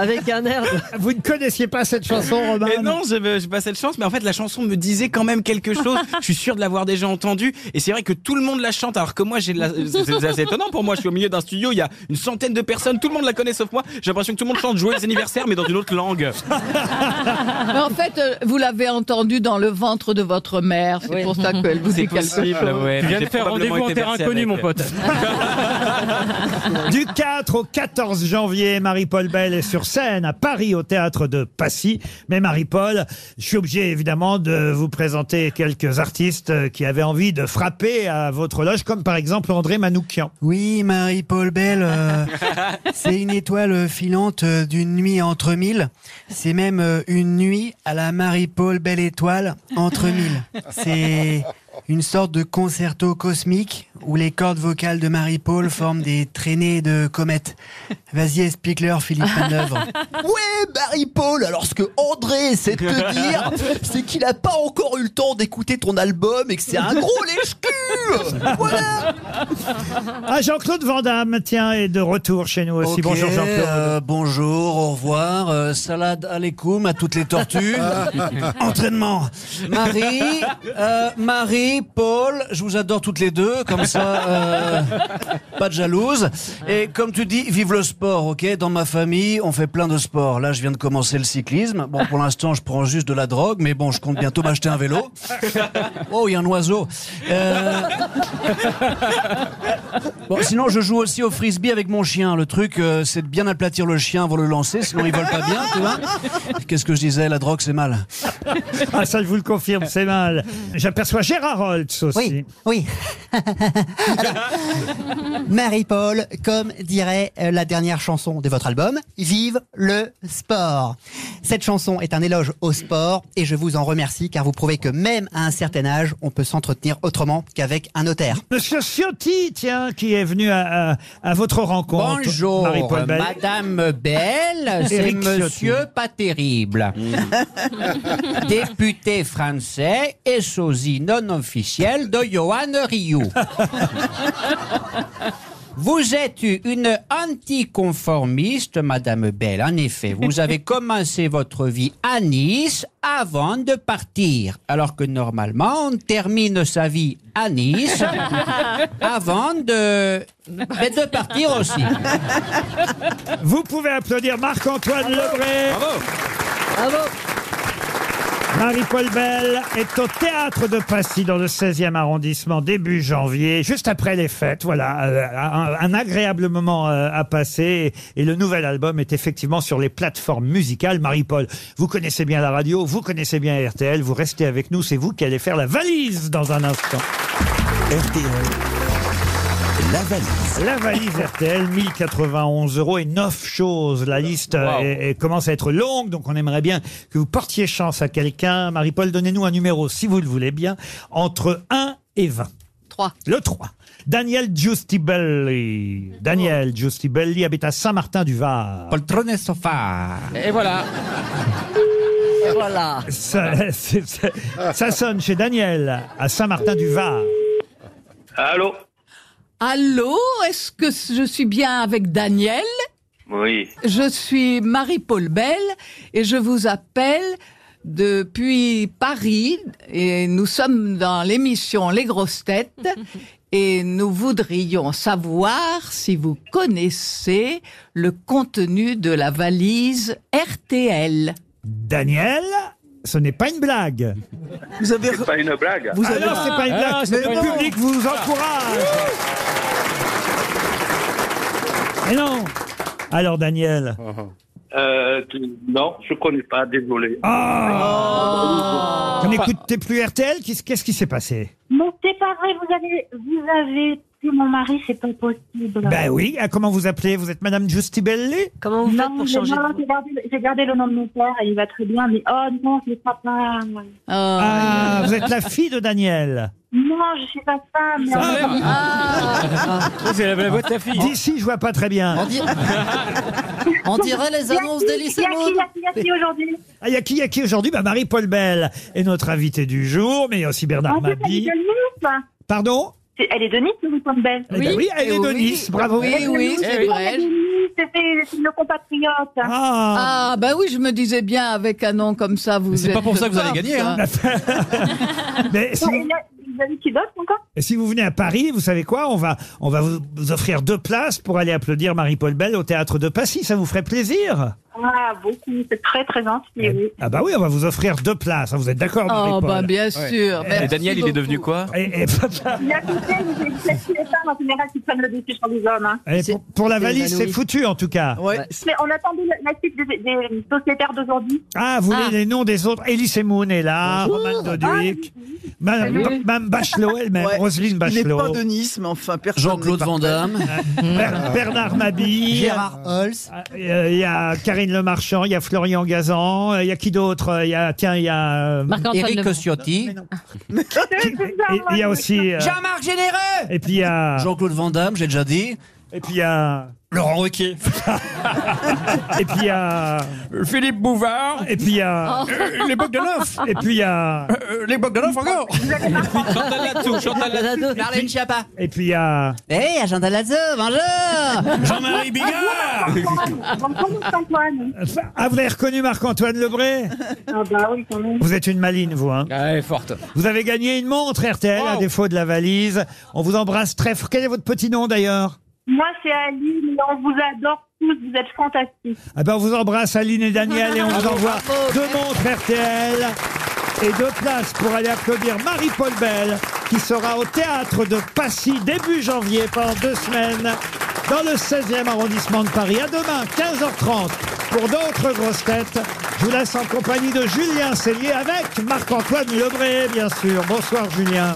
Speaker 4: Avec un air
Speaker 2: Vous ne connaissiez pas cette chanson, Roman
Speaker 5: Mais non, je- j'ai pas cette chance, mais en fait, la chanson me disait quand même quelque chose. je suis sûr de l'avoir déjà entendue. Et c'est vrai que tout le monde la chante, alors que moi, j'ai de la... c'est c'est assez étonnant pour moi. Je suis au milieu d'un studio, il y a une centaine de personnes, tout le monde la connaît sauf moi. J'ai l'impression que tout le monde chante Joyeux anniversaire, mais dans une autre langue.
Speaker 19: Mais en fait, euh, vous l'avez entendu dans le ventre de votre mère, c'est pour ça qu'elle vous dit
Speaker 5: C'est
Speaker 19: quelque
Speaker 5: possible,
Speaker 19: chose.
Speaker 5: ouais.
Speaker 7: Tu viens allez faire rendez-vous en terrain inconnu, mon pote.
Speaker 2: Du 4 au 14 janvier, Marie-Paul Bell est sur scène à Paris au théâtre de Passy. Mais Marie-Paul, je suis obligé évidemment de vous présenter quelques artistes euh, qui avaient envie de frapper à votre loge, comme par exemple André Manoukian.
Speaker 20: Oui, Marie-Paul Bell, euh, c'est une étoile euh, filante euh, d'une nuit entre mille. C'est même euh, une nuit à la Marie-Paul Belle Étoile entre mille. C'est une sorte de concerto cosmique où les cordes vocales de Marie-Paul forment des traînées de comètes. Vas-y, explique-leur, Philippe Manœuvre.
Speaker 21: Ouais, Marie-Paul, alors ce que André essaie de te dire, c'est qu'il a pas encore eu le temps d'écouter ton album et que c'est un gros lèche-cul Voilà
Speaker 2: Ah, Jean-Claude Van Damme, tiens, est de retour chez nous aussi.
Speaker 20: Ok,
Speaker 2: Bonjour Jean-Claude.
Speaker 20: euh, bonjour, au revoir, euh, salade alaikum à toutes les tortues. Entraînement. Marie, euh, Marie, Paul, je vous adore toutes les deux, comme ça, euh, pas de jalouse. Et comme tu dis, vive le sport, ok Dans ma famille, on fait plein de sports. Là, je viens de commencer le cyclisme. Bon, pour l'instant, je prends juste de la drogue, mais bon, je compte bientôt m'acheter un vélo. Oh, il y a un oiseau. Euh, Bon, sinon, je joue aussi au frisbee avec mon chien. Le truc, euh, c'est de bien aplatir le chien avant de le lancer, sinon il vole pas bien, tu vois. Qu'est-ce que je disais La drogue, c'est mal.
Speaker 2: Ah, ça, je vous le confirme, c'est mal. J'aperçois Gérard Holtz aussi.
Speaker 22: Oui, oui. Marie-Paul, comme dirait euh, la dernière chanson de votre album, Vive le sport. Cette chanson est un éloge au sport et je vous en remercie car vous prouvez que même à un certain âge, on peut s'entretenir autrement qu'avec un notaire.
Speaker 2: Monsieur Ciotti, tiens, qui est venu à, à- à votre rencontre.
Speaker 22: Bonjour,
Speaker 2: Marie-Paul Bell.
Speaker 22: Madame Belle, c'est
Speaker 2: Éric Ciotti.
Speaker 22: Monsieur pas terrible.
Speaker 2: Mm.
Speaker 22: Député français et sosie non officiel de Johan Rioux. Vous êtes une anticonformiste, Madame Belle. En effet, vous avez commencé votre vie à Nice avant de partir, alors que normalement on termine sa vie à Nice avant de, mais de partir aussi.
Speaker 2: Vous pouvez applaudir Marc-Antoine Lebré. Bravo. Marie-Paul Bell est au théâtre de Passy dans le 16e arrondissement début janvier, juste après les fêtes. Voilà, euh, un, un agréable moment euh, à passer. Et, et le nouvel album est effectivement sur les plateformes musicales. Marie-Paul, vous connaissez bien la radio, vous connaissez bien RTL, vous restez avec nous, c'est vous qui allez faire la valise dans un instant.
Speaker 1: La valise.
Speaker 2: La valise RTL, 1091 euros et 9 choses. La liste euh, est- est- commence à être longue, donc on aimerait bien que vous portiez chance à quelqu'un. Marie-Paul, donnez-nous un numéro, si vous le voulez bien, entre 1 et 20. 3. Le 3. Daniel Giustibelli. Daniel Giustibelli habite à Saint-Martin-du-Var.
Speaker 22: Poltrone sofa.
Speaker 7: Et voilà.
Speaker 4: Voilà.
Speaker 2: Ça, c'est- c'est- ça sonne chez Daniel, à Saint-Martin-du-Var.
Speaker 21: Allô
Speaker 19: Allô, est-ce que je suis bien avec Daniel
Speaker 21: Oui.
Speaker 19: Je suis Marie-Paul Bell et je vous appelle depuis Paris et nous sommes dans l'émission Les Grosses Têtes et nous voudrions savoir si vous connaissez le contenu de la valise RTL.
Speaker 2: Daniel, ce n'est pas une blague. Vous avez...
Speaker 21: C'est pas une blague.
Speaker 2: Vous avez... Ah c'est pas une blague. le public vous encourage. Mais non Alors, Daniel
Speaker 21: Euh, tu- non, je connais pas, désolé.
Speaker 2: Ah. Vous n'écoutez plus RTL Qu'est-ce qu'est-ce qui s'est passé
Speaker 15: Non, c'est pas vrai, vous avez, vous avez tué mon mari, c'est pas possible.
Speaker 2: Ben oui, ah, comment vous appelez Vous êtes Madame Giustibelli
Speaker 19: Comment
Speaker 15: Non, j'ai- non, j'ai gardé, j'ai gardé le nom de mon père et il va très bien, mais oh non, je ne crois pas. euh,
Speaker 2: Ah, vous êtes la fille de Daniel
Speaker 15: Non, je suis pas femme.
Speaker 2: Sa
Speaker 15: mais-
Speaker 2: mère.
Speaker 15: Ah.
Speaker 2: C'est la voix de ta fille D'ici, je vois pas très bien.
Speaker 15: On
Speaker 2: dirait les annonces d'Elysée Maud.
Speaker 15: Il y a qui, il y a qui, il y a qui aujourd'hui
Speaker 2: Ah, il y a qui, il y a qui aujourd'hui bah, Marie-Paul Bell est notre invitée du jour, mais il y a aussi Bernard
Speaker 15: En fait, elle est
Speaker 2: Mabille.
Speaker 15: de Nice. là.
Speaker 2: Pardon
Speaker 15: C'est- Elle est de Nice, Marie-Paul Bell.
Speaker 2: Eh ben Oui. oui, elle est de
Speaker 15: Oui.
Speaker 2: Nice, bravo.
Speaker 15: Elle est de
Speaker 2: Oui, oui,
Speaker 15: Nice,
Speaker 2: c'est vrai.
Speaker 15: elle est de Nice, C'est c'est nos compatriotes.
Speaker 19: Ah, ben oui, je me disais bien avec un nom comme ça, vous êtes de force, hein.
Speaker 5: hein.
Speaker 2: Mais si,
Speaker 15: Et là, Vous avez qui d'autre encore
Speaker 2: et si vous venez à Paris, vous savez quoi On va, on va vous, vous offrir deux places pour aller applaudir Marie-Paul Bell au théâtre de Passy. Ça vous ferait
Speaker 15: Ah
Speaker 2: plaisir
Speaker 15: Ah, beaucoup. C'est très, très gentil, oui.
Speaker 2: Ah bah oui, on va vous offrir deux places. hein, Vous êtes d'accord
Speaker 15: Oh,
Speaker 2: Marie-Paul
Speaker 15: bah, bien sûr.
Speaker 5: Et Daniel, il est devenu quoi
Speaker 2: Et- et-
Speaker 15: Il y a tout ça, vous avez placé les femmes en général qui prennent le dessus sur les hommes. hein.
Speaker 2: Allez, pour, pour la valise, c'est foutu en tout cas.
Speaker 15: Mais on attendait la- la suite des, des sociétaires d'aujourd'hui.
Speaker 2: Ah, vous voulez les noms des autres Elie Semoun est là, Roman Doduic, Madame
Speaker 8: Salut.
Speaker 2: Madame Bachelot elle-même,
Speaker 8: Ouais.
Speaker 2: Roselyne
Speaker 8: Il n'est
Speaker 2: Bachelot.
Speaker 8: pas de Nice, mais enfin, personne. Jean-Claude Van Damme.
Speaker 2: Ber- Bernard Mabille.
Speaker 8: Gérard
Speaker 2: Holz. Il y a Karine Le Marchand, il y a Florian Gazan, euh, il y a qui d'autre Il y a tiens, il y a euh,
Speaker 22: Eric Ciotti.
Speaker 2: Et- Il y a aussi euh,
Speaker 22: Jean-Marc Généreux
Speaker 2: et puis il y a
Speaker 22: Jean-Claude Van Damme, j'ai déjà dit.
Speaker 2: Et puis il y a
Speaker 22: Laurent Ruquier.
Speaker 2: et puis il y a
Speaker 22: Philippe Bouvard.
Speaker 2: Et puis il y a
Speaker 22: Oh. Euh, les Bogdanov.
Speaker 2: Et puis il y a
Speaker 22: les Bogdanov encore. Chantal
Speaker 2: Latsou, Chantal Latsou.
Speaker 22: Marlène Schiappa.
Speaker 2: Et puis il y a
Speaker 22: Eh, à Chantal Latsou, bonjour.
Speaker 2: Jean-Marie Bigard. Ah, vous avez reconnu Marc-Antoine Lebré
Speaker 15: Ah bah oui, quand même.
Speaker 2: Vous êtes une maline, vous. Hein
Speaker 22: Ah, forte.
Speaker 2: Vous avez gagné une montre RTL à défaut de la valise. On vous embrasse très fort. Quel est votre petit nom d'ailleurs
Speaker 15: Moi, c'est Ali, mais on vous adore tous, vous êtes fantastiques.
Speaker 2: Ah ben, on vous embrasse Aline et Daniel et on vous
Speaker 15: Bravo,
Speaker 2: envoie
Speaker 15: bravo.
Speaker 2: deux montres RTL et deux places pour aller applaudir Marie-Paul Bell qui sera au théâtre de Passy début janvier pendant deux semaines dans le 16e arrondissement de Paris. À demain, 15h30 pour d'autres grosses têtes. Je vous laisse en compagnie de Julien Cellier avec Marc-Antoine Lebré, bien sûr. Bonsoir Julien.